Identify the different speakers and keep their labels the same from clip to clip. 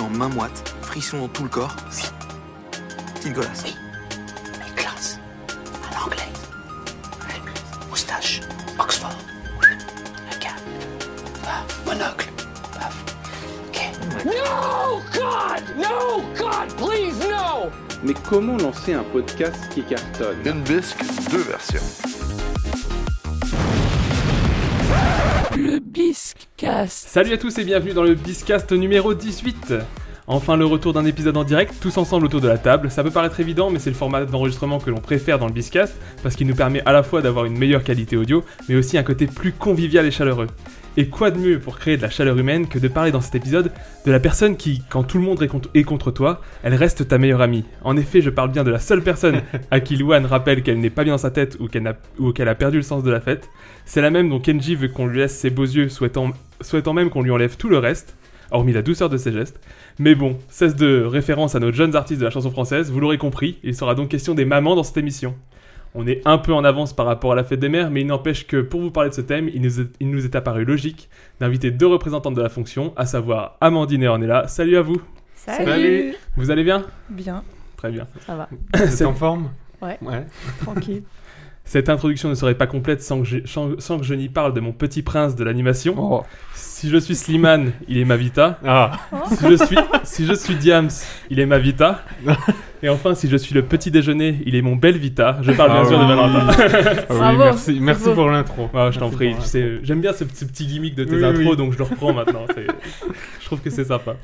Speaker 1: en main moite, frisson dans tout le corps. Oui. Petite golasse.
Speaker 2: Oui. Mais classe. À l'anglais. Moustache. Oxford. Un gars. Paf. Monocle. Paf. Ok.
Speaker 3: No, God! No, God, please, no!
Speaker 4: Mais comment lancer un podcast qui cartonne
Speaker 5: Une bisque, deux versions.
Speaker 6: Le Biscast.
Speaker 7: Salut à tous et bienvenue dans le Biscast numéro 18 Enfin le retour d'un épisode en direct, tous ensemble autour de la table. Ça peut paraître évident, mais c'est le format d'enregistrement que l'on préfère dans le Biscast, parce qu'il nous permet à la fois d'avoir une meilleure qualité audio, mais aussi un côté plus convivial et chaleureux. Et quoi de mieux pour créer de la chaleur humaine que de parler dans cet épisode de la personne qui, quand tout le monde est contre, est contre toi, elle reste ta meilleure amie. En effet, je parle bien de la seule personne à qui Luan rappelle qu'elle n'est pas bien dans sa tête ou qu'elle n'a- ou qu'elle a perdu le sens de la fête. C'est la même dont Kenji veut qu'on lui laisse ses beaux yeux, souhaitant, souhaitant même qu'on lui enlève tout le reste, hormis la douceur de ses gestes. Mais bon, cesse de référence à nos jeunes artistes de la chanson française, vous l'aurez compris, il sera donc question des mamans dans cette émission. On est un peu en avance par rapport à la fête des mères, mais il n'empêche que pour vous parler de ce thème, il nous est, il nous est apparu logique d'inviter deux représentantes de la fonction, à savoir Amandine et Ornella. Salut à vous
Speaker 8: Salut.
Speaker 7: Salut. Vous allez bien
Speaker 8: Bien,
Speaker 7: Très bien.
Speaker 8: ça va,
Speaker 7: Cette-
Speaker 9: forme
Speaker 8: Ouais.
Speaker 9: Ouais.
Speaker 8: tranquille.
Speaker 7: Cette introduction ne serait pas complète sans que je, sans- sans que je n'y parle de mon petit prince de l'animation.
Speaker 9: Oh.
Speaker 7: Si je suis Slimane, il est Mavita.
Speaker 9: Ah,
Speaker 7: Si je suis, si je suis Diams, il est Mavita. Et enfin, si je suis le petit déjeuner, il est mon bel Vita. Je parle bien
Speaker 9: Ah
Speaker 7: sûr de
Speaker 9: oui.
Speaker 7: Valentin.
Speaker 9: Ah oui,
Speaker 8: Bravo.
Speaker 9: merci, merci
Speaker 8: Bravo.
Speaker 9: pour l'intro.
Speaker 7: Ah, je t'en
Speaker 9: Merci
Speaker 7: prie,
Speaker 9: pour
Speaker 7: tu sais, euh, j'aime bien ce, petit- ce petit gimmick de tes
Speaker 9: Oui,
Speaker 7: intros,
Speaker 9: oui.
Speaker 7: donc je le reprends maintenant. c'est- Je trouve que c'est sympa.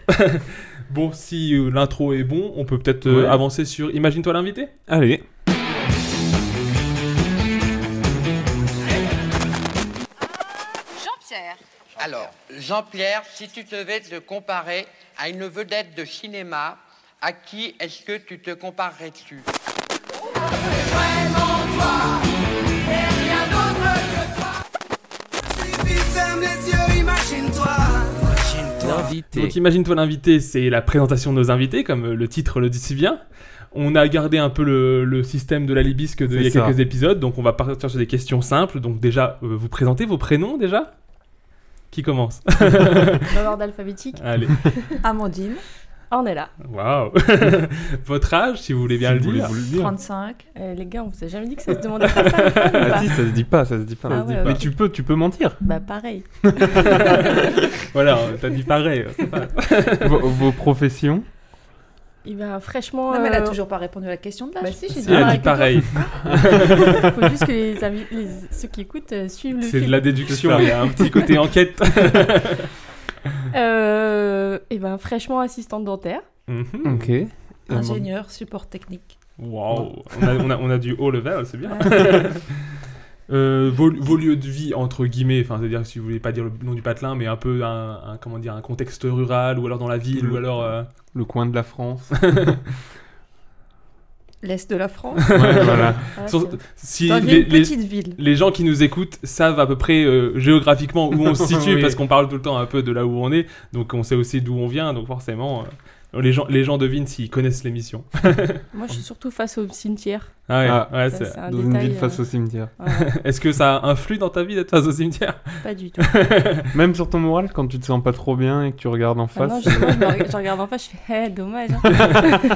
Speaker 7: bon, si euh, l'intro est bon, on peut peut-être euh,
Speaker 9: Ouais.
Speaker 7: avancer sur Imagine-toi l'invité
Speaker 9: Allez.
Speaker 10: Jean-Pierre.
Speaker 11: Alors, Jean-Pierre, si tu devais te comparer à une vedette de cinéma, à qui est-ce que tu te comparerais-tu
Speaker 7: Donc imagine-toi l'invité, c'est la présentation de nos invités, comme euh, le titre le dit si bien. On a gardé un peu le, le système de la libisque de, il y a
Speaker 9: C'est ça.
Speaker 7: quelques épisodes, donc on va partir sur des questions simples. Donc déjà, euh, vous présentez vos prénoms déjà Qui commence
Speaker 8: Dans l'ordre alphabétique,
Speaker 7: Allez,
Speaker 8: Amandine, Ornella,
Speaker 7: waouh Votre âge, si vous voulez bien
Speaker 9: Si
Speaker 7: le
Speaker 9: vous voulez
Speaker 7: dire.
Speaker 9: vous le dire.
Speaker 8: 35. Euh, les gars, on vous a jamais dit que ça se demandait pas ça, les femmes, ou
Speaker 9: Ah
Speaker 8: pas
Speaker 9: si, ça se dit pas, ça se dit pas.
Speaker 8: Ah
Speaker 9: Ça se dit
Speaker 8: ouais,
Speaker 9: pas.
Speaker 8: ok.
Speaker 9: Mais tu peux, tu peux mentir.
Speaker 8: Bah pareil.
Speaker 7: Voilà, euh, t'as dit pareil. euh, c'est pas-
Speaker 9: vos, vos professions.
Speaker 8: Il va fraîchement...
Speaker 10: Non, mais elle a
Speaker 8: euh,
Speaker 10: toujours pas répondu à la question de l'âge.
Speaker 8: Bah si, j'ai dit
Speaker 7: Elle a
Speaker 8: pareil.
Speaker 7: dit pareil.
Speaker 8: Faut juste que les, amis, les- ceux qui écoutent euh, suivent le
Speaker 7: C'est
Speaker 8: film.
Speaker 7: de la déduction, il y a un petit côté enquête.
Speaker 8: Euh, et ben fraîchement assistante dentaire.
Speaker 7: Mhm.
Speaker 9: Ok.
Speaker 10: Ingénieur, support technique.
Speaker 7: Waouh, on a, on, a, on a du haut level, c'est bien. Euh, vos, vos lieux de vie entre guillemets, enfin c'est-à-dire si vous voulez pas dire le nom du patelin, mais un peu un, un- comment dire un contexte rural ou alors dans la ville
Speaker 9: Mm.
Speaker 7: ou alors euh,
Speaker 9: Le coin de la France.
Speaker 10: L'Est de la France.
Speaker 9: Ouais, voilà.
Speaker 8: Voilà,
Speaker 7: sur-
Speaker 8: Ah, c'est-
Speaker 7: si
Speaker 10: Dans une
Speaker 7: les, les-
Speaker 10: petite ville.
Speaker 7: les gens qui nous écoutent savent à peu près euh, géographiquement où on se situe
Speaker 9: Oui.
Speaker 7: parce qu'on parle tout le temps un peu de là où on est, donc on sait aussi d'où on vient, donc forcément euh, les gens les gens devinent s'ils connaissent l'émission.
Speaker 8: Moi, je suis surtout face au cimetière.
Speaker 7: Ah ouais,
Speaker 9: Ah.
Speaker 7: ouais,
Speaker 8: Ça,
Speaker 7: c'est-
Speaker 8: c'est un
Speaker 9: Dans une
Speaker 8: détail,
Speaker 9: ville face
Speaker 8: euh,
Speaker 9: au cimetière.
Speaker 8: voilà,
Speaker 7: Est-ce que ça influe dans ta vie d'être face au cimetière
Speaker 8: pas du tout.
Speaker 9: Même sur ton moral, quand tu te sens pas trop bien et que tu regardes en
Speaker 8: Ah
Speaker 9: face.
Speaker 8: non, je, moi, je, me reg- je regarde en face, je fais Eh, dommage. hein.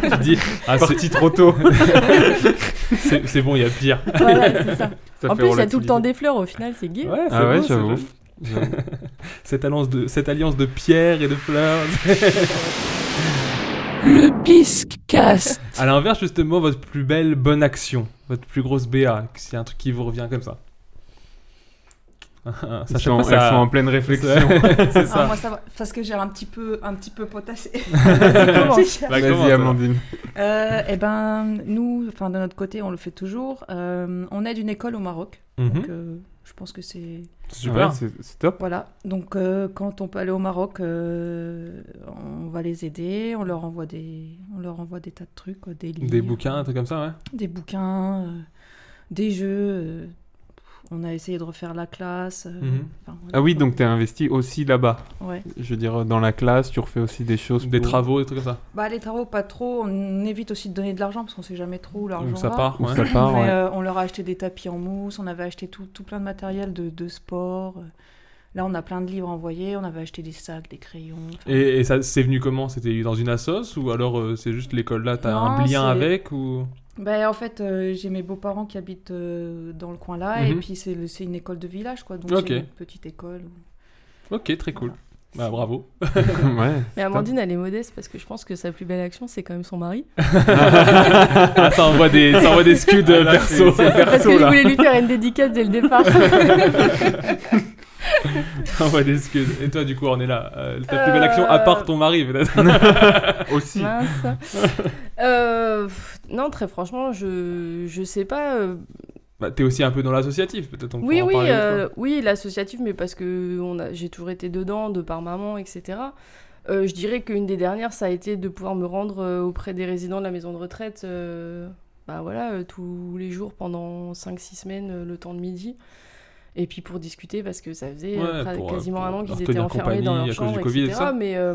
Speaker 7: Tu te dis ah, c'est-
Speaker 9: Parti trop tôt.
Speaker 7: c'est c'est bon, il y a pire.
Speaker 8: Voilà, c'est ça.
Speaker 9: Ça
Speaker 8: En
Speaker 9: fait
Speaker 8: plus, il y a tout le
Speaker 9: relativiser.
Speaker 8: temps des fleurs, au final, c'est gay.
Speaker 7: Ouais,
Speaker 9: Ah ouais,
Speaker 7: beau, c'est
Speaker 9: j'avoue.
Speaker 7: joli. Cette alliance de, cette alliance de pierres et de fleurs.
Speaker 6: Le Biscast.
Speaker 10: Ah,
Speaker 7: à l'inverse, justement, votre plus belle bonne action, votre plus grosse BA, c'est un truc qui vous revient comme ça. Ah, ah,
Speaker 9: Ils
Speaker 7: ça,
Speaker 9: sont,
Speaker 7: chaque fois,
Speaker 9: elles
Speaker 7: ça-
Speaker 9: sont en pleine réflexion.
Speaker 7: c'est
Speaker 10: Ah,
Speaker 7: ça.
Speaker 10: moi, ça va, parce que j'ai un petit peu, un petit peu potassé.
Speaker 7: Bah, comment,
Speaker 9: Vas-y,
Speaker 7: ça
Speaker 9: Amandine.
Speaker 10: Euh, eh ben, nous, enfin, de notre côté, on le fait toujours. Euh, on aide une école au Maroc.
Speaker 7: Mhm.
Speaker 10: Donc, euh, je pense que c'est
Speaker 7: Super.
Speaker 9: Ouais, c'est c'est top.
Speaker 10: Voilà, donc euh, quand on peut aller au Maroc, euh, on va les aider, on leur envoie des, on leur envoie des tas de trucs, euh, des livres,
Speaker 7: Des bouquins, un truc comme ça, ouais.
Speaker 10: des bouquins, euh, des jeux. euh, on a essayé de refaire la classe. euh,
Speaker 7: Mhm.
Speaker 10: enfin, voilà.
Speaker 9: Ah oui, donc t'es investi aussi là-bas.
Speaker 10: Ouais.
Speaker 9: Je veux dire, dans la classe, tu refais aussi des choses.
Speaker 7: Des
Speaker 9: pour-
Speaker 7: travaux, des trucs comme ça.
Speaker 10: Bah les travaux pas trop, on évite aussi de donner de l'argent parce qu'on sait jamais trop où l'argent
Speaker 7: Donc ça
Speaker 10: va.
Speaker 7: part,
Speaker 9: Ou
Speaker 7: ouais.
Speaker 9: ça part,
Speaker 10: Mais,
Speaker 9: ouais.
Speaker 10: euh, on leur a acheté des tapis en mousse, on avait acheté tout, tout plein de matériel de, de sport. euh, Là, on a plein de livres envoyés, on avait acheté des sacs, des crayons.
Speaker 7: Et, et ça, c'est venu comment C'était dans une assos ou alors euh, c'est juste l'école là T'as un
Speaker 10: Non,
Speaker 7: lien
Speaker 10: c'est-
Speaker 7: avec ou
Speaker 10: Ben, en fait, euh, j'ai mes beaux-parents qui habitent euh, dans le coin là, et
Speaker 7: Mhm.
Speaker 10: puis c'est le- c'est une école de village, quoi. Donc,
Speaker 7: Ok.
Speaker 10: c'est une petite école. où-
Speaker 7: Ok, très cool. Bah bravo.
Speaker 8: Mais Amandine, elle est modeste parce que je pense que sa plus belle action, c'est quand même son mari.
Speaker 7: Ah, ça envoie des, ça envoie des scuds euh,
Speaker 3: Ah, là,
Speaker 7: perso.
Speaker 3: c'est- c'est
Speaker 8: Parce
Speaker 7: Oh
Speaker 8: que je voulais lui faire une dédicace dès le départ.
Speaker 7: Ça envoie des scuds. Et toi, du coup, on est là. Euh, ta
Speaker 8: Euh,
Speaker 7: plus belle action, à part ton mari, peut-être.
Speaker 9: Aussi.
Speaker 8: Mince. Euh, pff, non, très franchement, je, je sais pas. euh,
Speaker 7: Bah, t'es aussi un peu dans l'associatif, peut-être. on pourra
Speaker 8: oui,
Speaker 7: en
Speaker 8: oui,
Speaker 7: parler une fois.
Speaker 8: euh, oui, l'associatif, mais parce que on a- j'ai toujours été dedans, de par maman, etc. Euh, je dirais qu'une des dernières, ça a été de pouvoir me rendre euh, auprès des résidents de la maison de retraite, euh, bah voilà, euh, tous les jours pendant 5-6 semaines, euh, le temps de midi. Et puis pour discuter, parce que ça faisait euh,
Speaker 7: Ouais,
Speaker 8: pra-
Speaker 7: pour, euh,
Speaker 8: quasiment
Speaker 7: pour
Speaker 8: un an
Speaker 7: leur
Speaker 8: qu'ils étaient
Speaker 7: tenir
Speaker 8: enfermés dans
Speaker 7: compagnie
Speaker 8: leur
Speaker 7: à cause du
Speaker 8: chambre,
Speaker 7: Covid et
Speaker 8: etc.
Speaker 7: ça.
Speaker 8: Mais euh,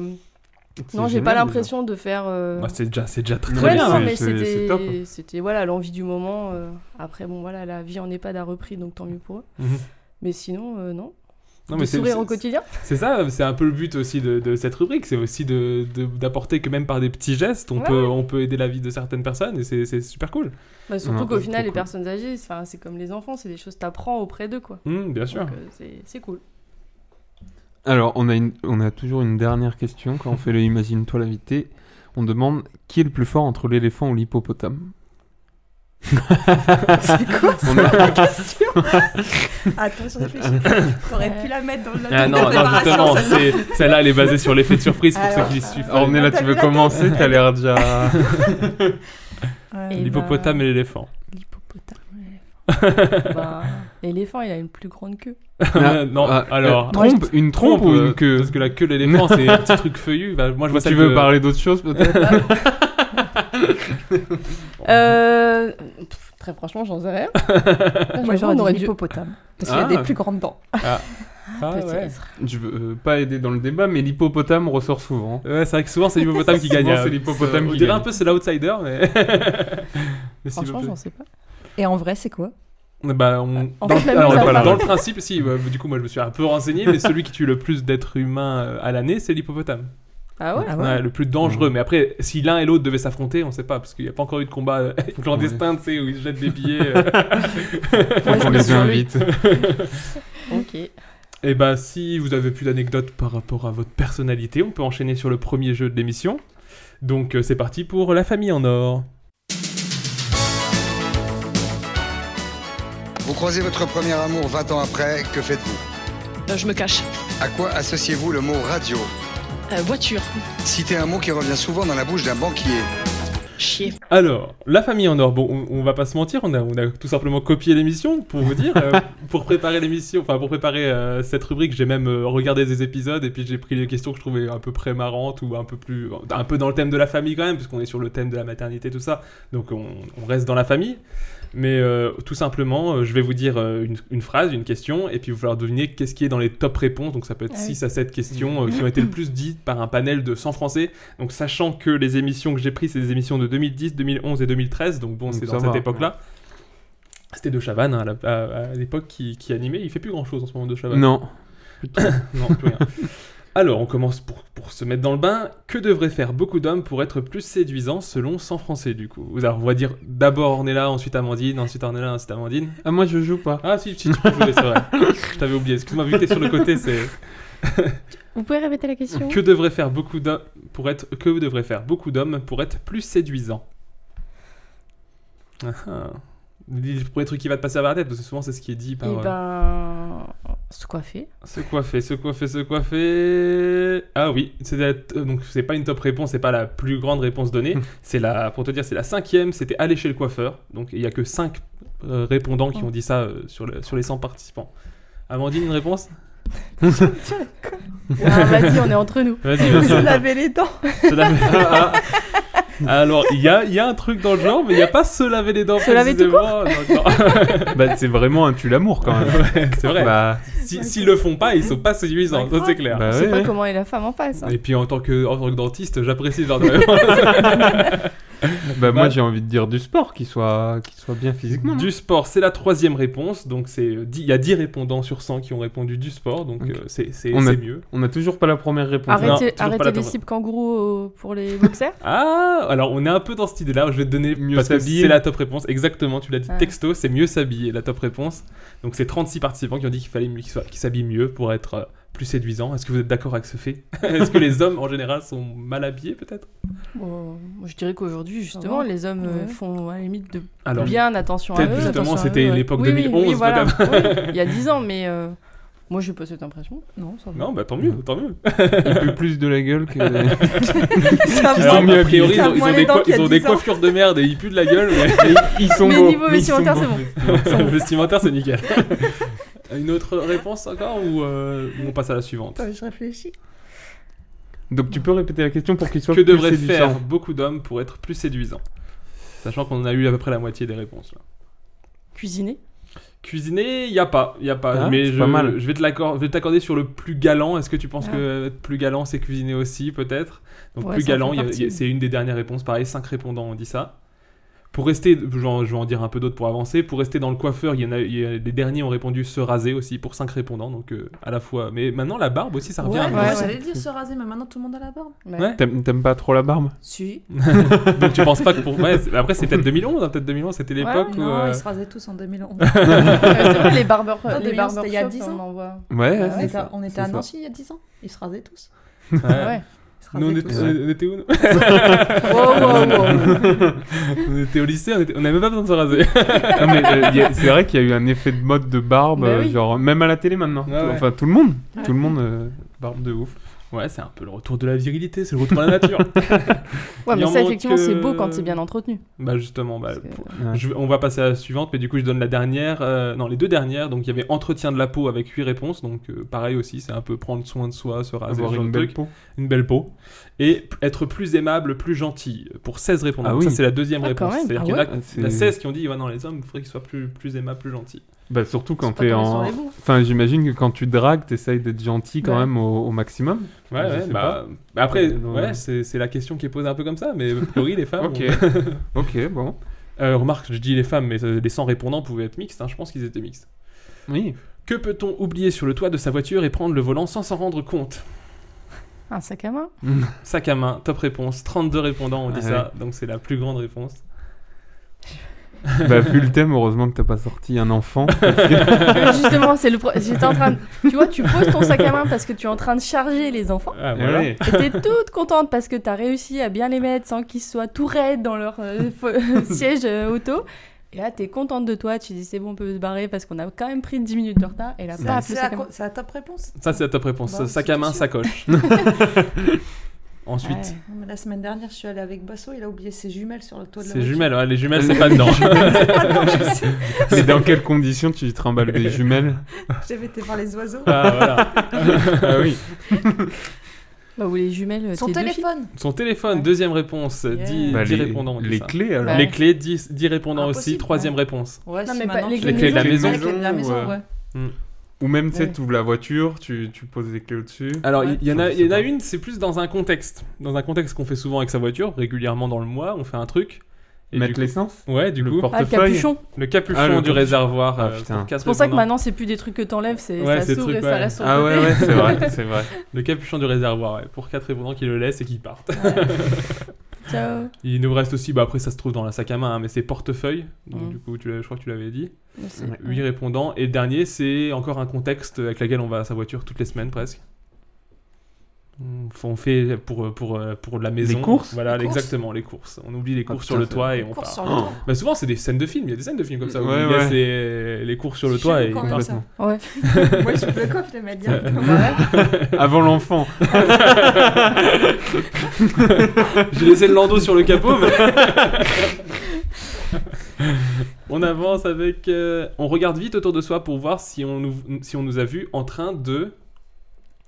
Speaker 9: C'est
Speaker 8: non, j'ai
Speaker 9: génial,
Speaker 8: pas
Speaker 9: déjà.
Speaker 8: l'impression de faire. euh,
Speaker 7: Bah, c'est déjà, c'est déjà très
Speaker 9: Non,
Speaker 8: Ouais,
Speaker 7: bien.
Speaker 8: non, mais
Speaker 9: c'est- c'est- c'est top.
Speaker 8: c'était c'était, voilà l'envie du moment. euh, après, bon, voilà, la vie en EHPAD a repris, donc tant mieux pour eux.
Speaker 7: Mhm.
Speaker 8: Mais sinon, euh, non.
Speaker 7: Non,
Speaker 8: De
Speaker 7: mais c'est-
Speaker 8: sourire
Speaker 7: c'est-
Speaker 8: au quotidien.
Speaker 7: C'est ça, c'est un peu le but aussi de, de cette rubrique, c'est aussi de- de- d'apporter que même par des petits gestes, on,
Speaker 8: Ouais,
Speaker 7: peut, on peut aider la vie de certaines personnes et c'est c'est super cool.
Speaker 8: Bah, surtout
Speaker 9: Non,
Speaker 8: qu'au
Speaker 9: c'est
Speaker 8: final,
Speaker 9: trop
Speaker 8: les
Speaker 9: cool.
Speaker 8: personnes âgées, c'est- enfin, c'est comme les enfants, c'est des choses que t'apprends auprès d'eux, quoi.
Speaker 7: Hum, bien sûr.
Speaker 8: Donc, euh, c'est- c'est cool.
Speaker 9: Alors, on a, une- on a toujours une dernière question quand on fait le Imagine-toi l'invité. On demande qui est le plus fort entre l'éléphant ou l'hippopotame
Speaker 10: C'est quoi
Speaker 9: On a-
Speaker 10: cette question Attends, je réfléchis. T'aurais pu la mettre dans le
Speaker 7: Ah non, non, justement, c'est- celle-là elle est basée sur l'effet de surprise pour
Speaker 10: Alors,
Speaker 7: ceux
Speaker 8: euh,
Speaker 7: qui suivent. pas.
Speaker 9: Ornella,
Speaker 10: t'as
Speaker 9: tu
Speaker 10: vu
Speaker 9: veux
Speaker 10: la tête
Speaker 9: commencer T'as l'air déjà.
Speaker 8: eh
Speaker 10: Ouais,
Speaker 7: L'hippopotame
Speaker 8: ben.
Speaker 10: bah,
Speaker 7: et l'éléphant.
Speaker 10: L'hippopotame.
Speaker 8: Bah, L'éléphant, il a une plus grande queue.
Speaker 9: Ah,
Speaker 7: non,
Speaker 9: ah,
Speaker 7: alors.
Speaker 9: euh, trompe, une trompe, ou une queue
Speaker 7: euh, Parce que la queue de l'éléphant c'est un petit truc feuillu. Bah, moi je vois ça
Speaker 9: Tu
Speaker 7: que-
Speaker 9: veux parler d'autre chose peut-être
Speaker 8: Euh, pff, très franchement, j'en sais rien.
Speaker 10: Moi,
Speaker 8: J'avoue,
Speaker 10: j'aurais
Speaker 8: on aurait
Speaker 10: dit
Speaker 8: dû-
Speaker 10: l'hippopotame. Parce qu'il y a des plus grandes dents.
Speaker 7: Ah, ouais,
Speaker 8: Peut-être.
Speaker 9: Je veux euh, pas aider dans le débat, mais l'hippopotame ressort souvent.
Speaker 7: Ouais, c'est vrai que souvent c'est l'hippopotame qui gagne.
Speaker 9: Souvent,
Speaker 7: hein.
Speaker 9: c'est l'hippopotame
Speaker 7: On
Speaker 9: qui
Speaker 7: dirait un
Speaker 9: gagne.
Speaker 7: peu c'est l'outsider, mais. Mais s'il
Speaker 8: Franchement,
Speaker 7: vous plaît.
Speaker 8: j'en sais pas.
Speaker 10: Et en vrai, c'est quoi
Speaker 7: Bah, on-
Speaker 8: En
Speaker 7: dans,
Speaker 8: fait, même
Speaker 7: alors,
Speaker 8: nous,
Speaker 7: dans-
Speaker 8: on
Speaker 9: l'a pas.
Speaker 7: dans le principe, si, ouais, du coup, moi je me suis un peu renseigné, mais celui qui tue le plus d'êtres humains euh, à l'année, c'est l'hippopotame.
Speaker 8: Ah ouais
Speaker 10: Ah
Speaker 7: Ouais, le plus
Speaker 9: Mmh.
Speaker 7: dangereux. Mais après, si l'un et l'autre devaient s'affronter, on sait pas, parce qu'il n'y a pas encore eu de combat euh, clandestin, tu sais, où ils se jettent des billets. euh.
Speaker 9: Faut qu'on hein, les invite.
Speaker 8: Ok.
Speaker 7: Et bah, si vous avez plus d'anecdotes par rapport à votre personnalité, on peut enchaîner sur le premier jeu de l'émission. Donc, euh, c'est parti pour La famille en or.
Speaker 12: Vous croisez votre premier amour 20 ans après, que faites-vous
Speaker 13: Euh, je me cache.
Speaker 12: À quoi associez-vous le mot radio
Speaker 13: Euh, voiture.
Speaker 12: Citez un mot qui revient souvent dans la bouche d'un banquier.
Speaker 13: Chier.
Speaker 7: Alors, la famille en or, bon, on, on va pas se mentir, on a, on a tout simplement copié l'émission pour vous dire. euh, pour préparer l'émission, enfin pour préparer euh, cette rubrique, j'ai même euh, regardé des épisodes et puis j'ai pris les questions que je trouvais à peu près marrantes ou un peu plus. un peu dans le thème de la famille quand même, puisqu'on est sur le thème de la maternité, tout ça. Donc on, on reste dans la famille. Mais euh, tout simplement, euh, je vais vous dire euh, une, une phrase, une question, et puis il va falloir deviner qu'est-ce qui est dans les top réponses. Donc ça peut être
Speaker 10: Ah oui.
Speaker 7: 6 à 7 questions euh, qui ont été le plus dites par un panel de 100 Français. Donc sachant que les émissions que j'ai prises, c'est des émissions de 2010, 2011 et 2013, donc bon,
Speaker 9: Donc,
Speaker 7: c'est
Speaker 9: ça
Speaker 7: dans
Speaker 9: va,
Speaker 7: cette époque-là. C'était De Chavannes hein, à la- à à l'époque qui, qui animait. Il fait plus grand-chose en ce moment, De Chavannes.
Speaker 9: Non.
Speaker 7: Non, plus rien. Alors, on commence pour, pour se mettre dans le bain. Que devraient faire beaucoup d'hommes pour être plus séduisants selon 100 Français, du coup Alors, on va dire d'abord Ornella, ensuite Amandine, ensuite Ornella, ensuite Amandine.
Speaker 9: Ah, moi je joue pas.
Speaker 7: Ah, si, si, tu peux jouer, c'est vrai. Je t'avais oublié. Excuse-moi, vu que t'es sur le côté, c'est.
Speaker 8: Vous pouvez répéter la question
Speaker 7: Que devraient faire beaucoup d'hommes pour être. Que devraient faire beaucoup d'hommes pour être plus séduisants Ah, ah. Dis Le premier truc qui va te passer par la tête, parce que souvent c'est ce qui est dit par.
Speaker 8: Eh
Speaker 7: euh,
Speaker 8: ben, se coiffer.
Speaker 7: Se coiffer, se coiffer, se coiffer. Ah oui, c'est la t- donc c'est pas une top réponse, c'est pas la plus grande réponse donnée. c'est la, pour te dire, c'est la cinquième. C'était aller chez le coiffeur. Donc il y a que cinq euh, répondants
Speaker 8: Oh.
Speaker 7: qui ont dit ça euh, sur, le- sur les 100 participants. Amandine, une réponse
Speaker 8: Ah, Vas-y, on est entre nous.
Speaker 7: Vas-y, vas-y.
Speaker 10: laver les dents.
Speaker 7: Se laver- Ah, ah. Alors il y a, il y a un truc dans le genre, mais il n'y a pas se laver les dents.
Speaker 8: Se laver tout
Speaker 7: précisément. Non, non.
Speaker 9: Bah, c'est vraiment un tue l'amour quand même.
Speaker 7: Ouais, c'est vrai.
Speaker 9: Bah,
Speaker 7: Si- S'ils le font pas, ils sont pas séduisants. Ça c'est clair.
Speaker 9: bah
Speaker 8: Je sais
Speaker 9: ouais,
Speaker 8: pas
Speaker 9: ouais.
Speaker 8: comment est la femme en face. hein.
Speaker 7: Et puis en tant que, en tant que dentiste, j'apprécie ce genre de réponse.
Speaker 9: Bah, moi, j'ai envie de dire du sport, qu'il soit, qu'il soit bien physiquement.
Speaker 7: Du sport, c'est la troisième réponse. Donc, c'est euh, dix- il y a 10 répondants sur 100 qui ont répondu du sport. Donc,
Speaker 9: Ok.
Speaker 7: euh, c'est c'est-
Speaker 9: On a-
Speaker 7: c'est mieux.
Speaker 9: On n'a toujours pas la première réponse.
Speaker 8: Arrêtez,
Speaker 7: toujours pas
Speaker 8: arrêtez
Speaker 7: la
Speaker 8: les
Speaker 7: tendance.
Speaker 8: cibles kangourous euh, pour les boxers
Speaker 7: Ah, alors on est un peu dans cette idée-là. Je vais te donner mieux parce que
Speaker 9: s'habiller.
Speaker 7: c'est la top réponse. Exactement, tu l'as dit
Speaker 8: Ah.
Speaker 7: texto, c'est mieux s'habiller, la top réponse. Donc c'est 36 participants qui ont dit qu'il fallait mieux- qu'ils soient- qu'ils s'habillent mieux pour être euh, plus séduisant. Est-ce que vous êtes d'accord avec ce fait Est-ce que les hommes en général sont mal habillés peut-être
Speaker 8: Bon, moi, Je dirais qu'aujourd'hui, justement,
Speaker 10: Ah bon
Speaker 8: les hommes euh,
Speaker 10: Ouais.
Speaker 8: font à la limite de
Speaker 7: Alors,
Speaker 8: bien attention à eux.
Speaker 7: peut-être justement,
Speaker 8: attention à
Speaker 7: c'était
Speaker 8: eux, ouais.
Speaker 7: l'époque
Speaker 8: Oui, oui,
Speaker 7: 2011,
Speaker 8: oui, voilà.
Speaker 7: peut-être.
Speaker 8: Oui, Il y a 10 ans, mais euh, moi, j'ai pas cette impression.
Speaker 10: Non, ça va.
Speaker 7: Non, bah tant mieux, tant mieux.
Speaker 9: Il pue plus de la gueule que.
Speaker 10: Ça
Speaker 9: Ils
Speaker 10: va.
Speaker 9: sont mieux
Speaker 7: a priori,
Speaker 9: habillés.
Speaker 7: ils ont, ils ont
Speaker 10: moins les
Speaker 7: des,
Speaker 10: dents
Speaker 7: co-
Speaker 10: qu'il y a
Speaker 7: ils ont des
Speaker 10: 10 ans.
Speaker 7: coiffures de merde et ils puent de la gueule, mais
Speaker 9: Ils sont
Speaker 8: Mais
Speaker 9: beaux.
Speaker 8: niveau
Speaker 9: mais ils sont
Speaker 8: vestimentaire,
Speaker 9: beaux.
Speaker 8: c'est bon.
Speaker 7: le vestimentaire, c'est nickel. Une autre réponse encore ou euh, on passe à la suivante
Speaker 10: je réfléchis.
Speaker 9: Donc tu peux répéter la question pour qu'il soit
Speaker 7: Que
Speaker 9: plus
Speaker 7: devraient
Speaker 9: séduisant.
Speaker 7: faire beaucoup d'hommes pour être plus séduisants Sachant qu'on en a eu à peu près la moitié des réponses. Là.
Speaker 8: Cuisiner
Speaker 7: Cuisiner, il y a pas, il y a pas.
Speaker 9: Ah,
Speaker 7: mais
Speaker 9: c'est
Speaker 7: je,
Speaker 9: pas mal.
Speaker 7: je vais te l'accor- je vais t'accorder sur le plus galant. Est-ce que tu penses
Speaker 8: Ah.
Speaker 7: que être plus galant, c'est cuisiner aussi, peut-être Donc
Speaker 8: Ouais,
Speaker 7: plus
Speaker 8: ça en
Speaker 7: galant,
Speaker 8: fait
Speaker 7: il y a- il y a-
Speaker 8: partie.
Speaker 7: c'est une des dernières réponses. Pareil, 5 répondants ont dit ça. Pour rester, j'en- je vais en dire un peu d'autres pour avancer. Pour rester dans le coiffeur, il y en a, il y a- les derniers ont répondu se raser aussi pour 5 répondants. Donc euh, à la fois. Mais maintenant la barbe aussi, ça revient.
Speaker 8: Ouais,
Speaker 7: un peu.
Speaker 8: ouais, ouais.
Speaker 10: J'allais dire se raser, mais maintenant tout le monde a la barbe.
Speaker 8: Ouais.
Speaker 7: Ouais.
Speaker 9: T'aimes t'aimes pas trop la barbe
Speaker 10: Si.
Speaker 7: Donc tu penses pas que pour. Ouais, c'est- après c'est peut-être 2011, hein, peut-être 2011, c'était l'époque où.
Speaker 10: non,
Speaker 7: euh,
Speaker 10: ils se rasaient tous en 2011.
Speaker 8: Euh, C'est vrai, les barbeurs,
Speaker 10: Non,
Speaker 8: les
Speaker 10: 2011,
Speaker 8: barbeurs
Speaker 10: c'était il y a 10 ans.
Speaker 8: on en voit.
Speaker 9: Ouais,
Speaker 10: on,
Speaker 8: Ah,
Speaker 9: c'est
Speaker 10: était,
Speaker 9: ça,
Speaker 10: on était
Speaker 9: c'est
Speaker 10: à
Speaker 9: ça.
Speaker 10: Nancy il y a 10 ans. Ils se rasaient tous.
Speaker 8: Ouais.
Speaker 10: Ils se
Speaker 7: Nous, on
Speaker 10: rasaient
Speaker 7: était,
Speaker 10: tous.
Speaker 9: Ouais.
Speaker 7: on était où nous
Speaker 8: Wow, wow, wow.
Speaker 7: On était au lycée, on, était- on avait même pas besoin de se raser.
Speaker 9: Non, mais, euh, y a- c'est vrai qu'il y a eu un effet de mode de barbe,
Speaker 8: Bah
Speaker 9: euh,
Speaker 8: oui.
Speaker 9: genre même à la télé maintenant.
Speaker 7: Ah Ouais, ouais.
Speaker 9: Enfin, tout le monde, tout le monde euh, barbe de ouf.
Speaker 7: Ouais, c'est un peu le retour de la virilité, c'est le retour à la nature. Il
Speaker 8: Ouais, mais
Speaker 7: en
Speaker 8: ça,
Speaker 7: manque,
Speaker 8: effectivement, c'est beau quand
Speaker 7: euh,
Speaker 8: c'est bien entretenu.
Speaker 7: bah justement, bah,
Speaker 8: Parce que-
Speaker 7: je- on va passer à la suivante, mais du coup je donne la dernière, euh, non les deux dernières. Donc il y avait entretien de la peau avec 8 réponses, donc euh, pareil aussi, c'est un peu prendre soin de soi, se raser,
Speaker 9: Avoir
Speaker 7: ce Ah, genre
Speaker 9: une
Speaker 7: de
Speaker 9: belle
Speaker 7: truc.
Speaker 9: peau.
Speaker 7: une belle peau, et p- être plus aimable, plus gentil. Pour 16 répondants,
Speaker 9: Ah
Speaker 7: Donc ça
Speaker 9: oui.
Speaker 7: c'est la deuxième
Speaker 8: Ah, quand
Speaker 7: réponse.
Speaker 8: même.
Speaker 7: C'est-à-dire
Speaker 8: Ah
Speaker 7: qu'il y en a-
Speaker 9: ouais.
Speaker 7: il y en a
Speaker 9: C'est-
Speaker 7: 16 qui ont dit ouais non les hommes, il faudrait qu'ils soient plus plus aimables, plus gentils.
Speaker 9: Bah, surtout quand
Speaker 8: pas
Speaker 9: t'es
Speaker 8: comme sur
Speaker 9: en.
Speaker 8: les bons.
Speaker 9: Enfin, j'imagine que quand tu dragues, t'essayes d'être gentil quand
Speaker 8: Ouais.
Speaker 9: même au, au maximum.
Speaker 7: Ouais,
Speaker 9: Je
Speaker 7: ouais,
Speaker 9: sais
Speaker 7: bah, bah après,
Speaker 9: Euh, dans-
Speaker 7: ouais, c'est c'est la question qui est posée un peu comme ça, mais a priori, les femmes.
Speaker 9: Ok. ok, bon.
Speaker 7: ont- Euh, remarque, je dis les femmes, mais euh, les 100 répondants pouvaient être mixtes, hein, je pense qu'ils étaient mixtes.
Speaker 9: Oui.
Speaker 7: Que peut-on oublier sur le toit de sa voiture et prendre le volant sans s'en rendre compte
Speaker 8: Un sac à main
Speaker 7: Sac à main, top réponse. 32 répondants ont dit
Speaker 9: Ah
Speaker 7: ça, donc c'est la plus grande réponse.
Speaker 9: bah, vu le thème, heureusement que t'as pas sorti un enfant.
Speaker 8: Justement, c'est le. pro- J'étais en train. de- Tu vois, tu poses ton sac à main parce que tu es en train de charger les enfants.
Speaker 7: Ah,
Speaker 9: Eh
Speaker 7: voilà.
Speaker 9: oui.
Speaker 8: Et t'es toute contente parce que t'as réussi à bien les mettre sans qu'ils soient tout raides dans leur euh, fo- siège euh, auto. Et là, t'es contente de toi, tu dis c'est bon, on peut se barrer parce qu'on a quand même pris 10 minutes de retard. Et là,
Speaker 10: C'est
Speaker 8: paf,
Speaker 10: Ah, c'est
Speaker 8: le
Speaker 10: la,
Speaker 8: sac à main.
Speaker 10: co- c'est la top réponse.
Speaker 7: Ça, c'est la top réponse.
Speaker 10: Bah,
Speaker 7: Sac à main,
Speaker 10: c'est
Speaker 7: sacoche. Ensuite,
Speaker 8: Ouais.
Speaker 10: Non, mais la semaine dernière, je suis allée avec Basso, il a oublié ses jumelles sur le toit de la
Speaker 7: c'est
Speaker 10: voiture.
Speaker 7: jumelles, ouais, les jumelles, c'est pas dedans.
Speaker 9: Mais dans quelles conditions tu trimbales des jumelles
Speaker 10: J'avais été voir les oiseaux.
Speaker 7: Ah, voilà.
Speaker 9: Ah oui.
Speaker 8: Bah, ou les jumelles,
Speaker 10: Son
Speaker 8: t'es deux
Speaker 10: téléphone.
Speaker 7: Son téléphone, deuxième réponse.
Speaker 10: Yeah.
Speaker 7: 10,
Speaker 9: Bah, les,
Speaker 7: répondants ont dit
Speaker 9: les
Speaker 7: ça.
Speaker 9: clés alors.
Speaker 8: Ouais.
Speaker 7: Les clés, 10, répondants aussi,
Speaker 10: Impossible,
Speaker 7: troisième
Speaker 10: ouais.
Speaker 7: réponse.
Speaker 10: Ouais,
Speaker 8: Non,
Speaker 10: si,
Speaker 8: mais pas-
Speaker 10: maintenant,
Speaker 8: les
Speaker 10: tu-
Speaker 8: clés de
Speaker 9: la maison.
Speaker 10: Les clés de la
Speaker 9: Maison,
Speaker 10: maison,
Speaker 9: ouais.
Speaker 10: ouais.
Speaker 9: Ou même, tu sais,
Speaker 8: Ouais.
Speaker 9: t'ouvres la voiture, tu, tu poses les clés au-dessus.
Speaker 7: Alors, il
Speaker 10: Ouais.
Speaker 7: y, en a,
Speaker 9: Je sais
Speaker 7: il y en a
Speaker 9: pas.
Speaker 7: une, c'est plus dans un contexte. Dans un contexte qu'on fait souvent avec sa voiture, régulièrement dans le mois, on fait un truc. Et
Speaker 9: Mettre
Speaker 7: du
Speaker 9: l'essence
Speaker 7: coup- Ouais, du
Speaker 9: le
Speaker 7: coup,
Speaker 9: porte-
Speaker 8: Ah, le
Speaker 9: Portefeuille.
Speaker 8: capuchon.
Speaker 7: le capuchon
Speaker 9: Ah, le
Speaker 7: du
Speaker 9: capuchon.
Speaker 7: réservoir.
Speaker 9: Ah,
Speaker 7: euh,
Speaker 9: putain.
Speaker 7: pour quatre
Speaker 8: C'est pour ça que
Speaker 7: répondants.
Speaker 8: maintenant, c'est plus des trucs que t'enlèves, c'est
Speaker 7: Ouais, c'est
Speaker 8: ça s'ouvre
Speaker 7: truc,
Speaker 8: et
Speaker 7: ouais.
Speaker 8: ça reste sur le
Speaker 9: Ah ouais,
Speaker 8: côté.
Speaker 9: ouais, c'est vrai, c'est vrai.
Speaker 7: Le capuchon du réservoir, ouais, pour quatre répondants qui le laissent et qui partent.
Speaker 8: Ciao.
Speaker 7: Il nous reste aussi, bah après, ça se trouve dans la sac à main, hein, mais c'est portefeuille. Donc, Mm.
Speaker 8: Mm.
Speaker 7: du coup, tu l'as- je crois que tu l'avais dit.
Speaker 8: Merci.
Speaker 9: Ouais.
Speaker 7: 8 répondants. Et le dernier, c'est encore un contexte avec lequel on va à sa voiture toutes les semaines presque. On f- on fait pour, pour, pour de la maison.
Speaker 9: courses
Speaker 7: Voilà,
Speaker 10: Les courses
Speaker 7: exactement, les courses. On oublie les
Speaker 9: Ah,
Speaker 7: courses
Speaker 9: putain,
Speaker 7: sur le
Speaker 9: c'est-
Speaker 7: toit et on
Speaker 10: Cours
Speaker 7: part.
Speaker 10: sur le toit.
Speaker 7: Bah, souvent, c'est des scènes de films. Il y a des scènes de films comme ça où
Speaker 9: Ouais,
Speaker 7: ils laissent
Speaker 9: ouais.
Speaker 7: les, les courses sur le
Speaker 10: Je
Speaker 7: toit et
Speaker 10: sais pas
Speaker 7: on
Speaker 10: comment
Speaker 7: part.
Speaker 10: ça.
Speaker 8: Ouais.
Speaker 10: Moi, je le coffre, les mettre directement dans la-
Speaker 9: Avant l'enfant.
Speaker 7: J'ai laissé le landau sur le capot. mais- on avance avec. euh, on regarde vite autour de soi pour voir si on nous, si on nous a vu en train de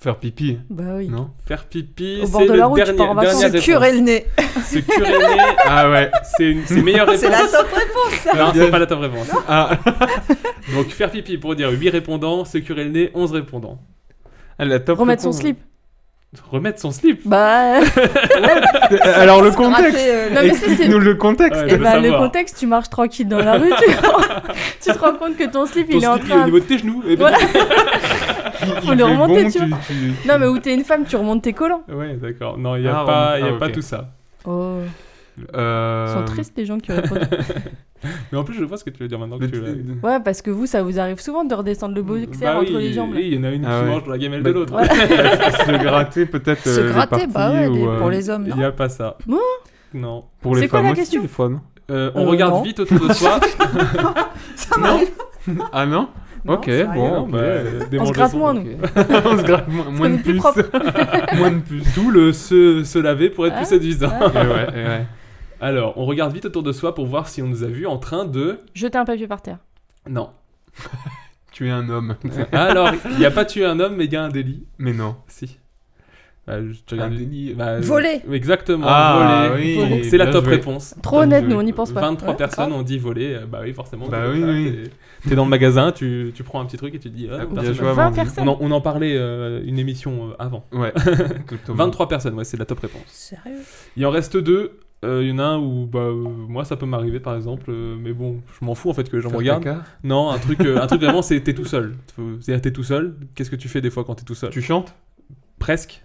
Speaker 9: Faire pipi,
Speaker 8: Bah oui.
Speaker 9: non
Speaker 7: faire pipi.
Speaker 8: Au
Speaker 7: C'est
Speaker 8: bord de
Speaker 7: le
Speaker 8: la route,
Speaker 7: dernier,
Speaker 8: tu pars en vacances.
Speaker 7: dernière
Speaker 8: Se
Speaker 7: réponse.
Speaker 10: Curer Ah, le nez.
Speaker 7: Se curer le nez.
Speaker 9: Ah ouais.
Speaker 7: C'est une c'est meilleure réponse.
Speaker 10: C'est la top réponse, ça.
Speaker 7: Non, c'est pas la top réponse.
Speaker 9: Ah,
Speaker 7: Donc faire pipi pour dire 8 répondants, se curer le nez, 11 répondants.
Speaker 9: la top
Speaker 8: Remettre son
Speaker 9: réponse.
Speaker 8: slip.
Speaker 7: Remettre son slip
Speaker 8: Bah.
Speaker 7: Alors le contexte
Speaker 10: euh,
Speaker 8: Non, mais ça, c'est-
Speaker 7: Explique-nous le contexte
Speaker 8: Eh ben, le contexte, tu marches tranquille dans la rue, tu, tu te rends compte que ton slip, il est en
Speaker 7: slip, il est
Speaker 8: train.
Speaker 7: au niveau de tes genoux. Eh ben,
Speaker 8: Voilà.
Speaker 7: Il
Speaker 8: Faut le
Speaker 7: fait
Speaker 8: remonter,
Speaker 7: bon,
Speaker 8: tu vois.
Speaker 7: tu- tu-
Speaker 8: Non, mais où t'es une femme, tu remontes tes collants.
Speaker 7: Ouais, d'accord. Non, il n'y a,
Speaker 9: Ah,
Speaker 7: pas,
Speaker 9: on-
Speaker 7: il y a
Speaker 9: ah,
Speaker 7: pas
Speaker 9: ok.
Speaker 7: tout ça.
Speaker 8: Oh.
Speaker 9: Euh,
Speaker 8: Ils
Speaker 7: Euh.
Speaker 8: sont tristes, les gens qui répondent.
Speaker 7: mais en plus, je vois ce que tu veux dire maintenant que tu l'as.
Speaker 8: Ouais, parce que vous, ça vous arrive souvent de redescendre le boxer
Speaker 7: Bah
Speaker 8: entre
Speaker 7: oui,
Speaker 8: les jambes.
Speaker 7: et Il y en a une
Speaker 9: Ah
Speaker 7: qui
Speaker 9: ouais.
Speaker 7: mange dans la gamelle
Speaker 9: Bah,
Speaker 7: de l'autre.
Speaker 9: Voilà. se gratter, peut-être, Se euh, les gratter, bah ouais, parties les- ou, euh, pour les hommes,
Speaker 7: Il
Speaker 9: non
Speaker 10: hein.
Speaker 7: n'y a pas ça.
Speaker 8: Moi
Speaker 7: Non.
Speaker 9: Pour les C'est quoi femmes la aussi, question des fois, non
Speaker 7: Euh, On
Speaker 9: Euh,
Speaker 7: regarde
Speaker 9: non.
Speaker 7: vite autour de soi.
Speaker 9: Ça m'arrive. Ah non
Speaker 7: Non,
Speaker 9: Ok,
Speaker 8: Ah,
Speaker 7: ça
Speaker 9: bon.
Speaker 7: arrive.
Speaker 9: ok.
Speaker 7: Bah, euh, des On se
Speaker 8: gratte mangeaisons, moins, nous. ok.
Speaker 9: On se gratte moins,
Speaker 8: Parce
Speaker 9: moins
Speaker 8: qu'on
Speaker 9: de
Speaker 8: est plus
Speaker 9: puces.
Speaker 8: propre.
Speaker 9: moins de puces.
Speaker 7: D'où le se, se laver pour être
Speaker 8: Ah,
Speaker 7: plus séduisant.
Speaker 8: ah. Eh ouais,
Speaker 7: Alors, on regarde vite autour de soi pour voir si on nous a vu en train de.
Speaker 8: Jeter un papier par terre.
Speaker 7: Non.
Speaker 9: Tuer un homme.
Speaker 7: Alors, il n'y a pas tué un homme, mais il y a un délit.
Speaker 9: Mais non.
Speaker 7: Si. Bah, je- tu regardes- bah, euh,
Speaker 8: Voler.
Speaker 7: Exactement,
Speaker 9: Ah,
Speaker 7: voler.
Speaker 9: oui,
Speaker 7: Donc, C'est la
Speaker 9: bien
Speaker 7: top
Speaker 9: joué.
Speaker 7: réponse.
Speaker 8: Trop
Speaker 7: Top
Speaker 8: honnête,
Speaker 7: joué.
Speaker 8: nous, on n'y pense pas.
Speaker 7: 23
Speaker 8: Ouais,
Speaker 7: personnes
Speaker 8: grave.
Speaker 7: ont dit voler. euh, Bah oui, forcément.
Speaker 9: Bah
Speaker 7: t'es
Speaker 9: oui,
Speaker 7: comme ça,
Speaker 9: oui.
Speaker 7: T'es t'es dans le magasin, tu, tu prends un petit truc et tu dis. ah,
Speaker 9: Ah, bien
Speaker 7: personne
Speaker 9: joué,
Speaker 7: m'a-
Speaker 9: Amandine. 20 personnes.
Speaker 7: On en, on en parlait euh, une émission euh, avant.
Speaker 9: Ouais, exactement.
Speaker 7: 23 personnes, ouais, c'est la top réponse.
Speaker 10: Sérieux
Speaker 7: Il en reste deux. Euh, Il y en a un où bah, euh, moi ça peut m'arriver par exemple, euh, mais bon, je m'en fous en fait que les gens me
Speaker 9: Faire
Speaker 7: regardent.
Speaker 9: caca
Speaker 7: Non, un truc, euh, un truc vraiment, c'est t'es tout seul. Faut- C'est-à-dire t'es tout seul. Qu'est-ce que tu fais des fois quand t'es tout seul Tu
Speaker 9: chantes
Speaker 7: Presque.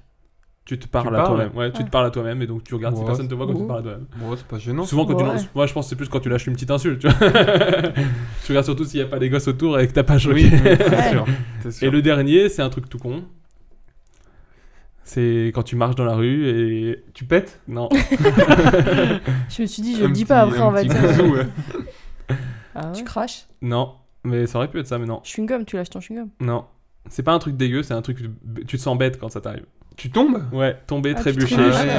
Speaker 7: Tu te parles, à
Speaker 9: parles
Speaker 7: toi-même. Ouais, tu te parles à toi-même et donc tu regardes si
Speaker 9: Ouais.
Speaker 7: personne te voit quand tu te
Speaker 9: Ouais.
Speaker 7: parles à toi-même.
Speaker 9: Ouais, c'est pas gênant.
Speaker 7: Souvent quand tu
Speaker 9: Hein Ouais.
Speaker 7: lances- moi je pense que c'est plus quand tu lâches une petite insulte. Tu, vois. tu regardes surtout s'il n'y a pas des gosses autour et que t'as pas choqué.
Speaker 9: Oui, oui, c'est sûr, c'est sûr.
Speaker 7: Et le dernier, c'est un truc tout con. C'est quand tu marches dans la rue et
Speaker 9: tu pètes
Speaker 7: Non.
Speaker 8: Je me suis dit, je le dis pas après, on va dire. Ah
Speaker 10: Tu craches
Speaker 7: Non, mais ça aurait pu être ça, mais non.
Speaker 8: Chewing-gum, tu lâches ton chewing-gum.
Speaker 7: Non. C'est pas un truc dégueu, c'est un truc. Tu te sens bête quand ça t'arrive.
Speaker 9: Tu tombes
Speaker 7: Ouais, tomber,
Speaker 8: Ah, tu
Speaker 7: trébucher.
Speaker 8: trébuches,
Speaker 7: Ouais,
Speaker 8: ouais.
Speaker 7: ouais,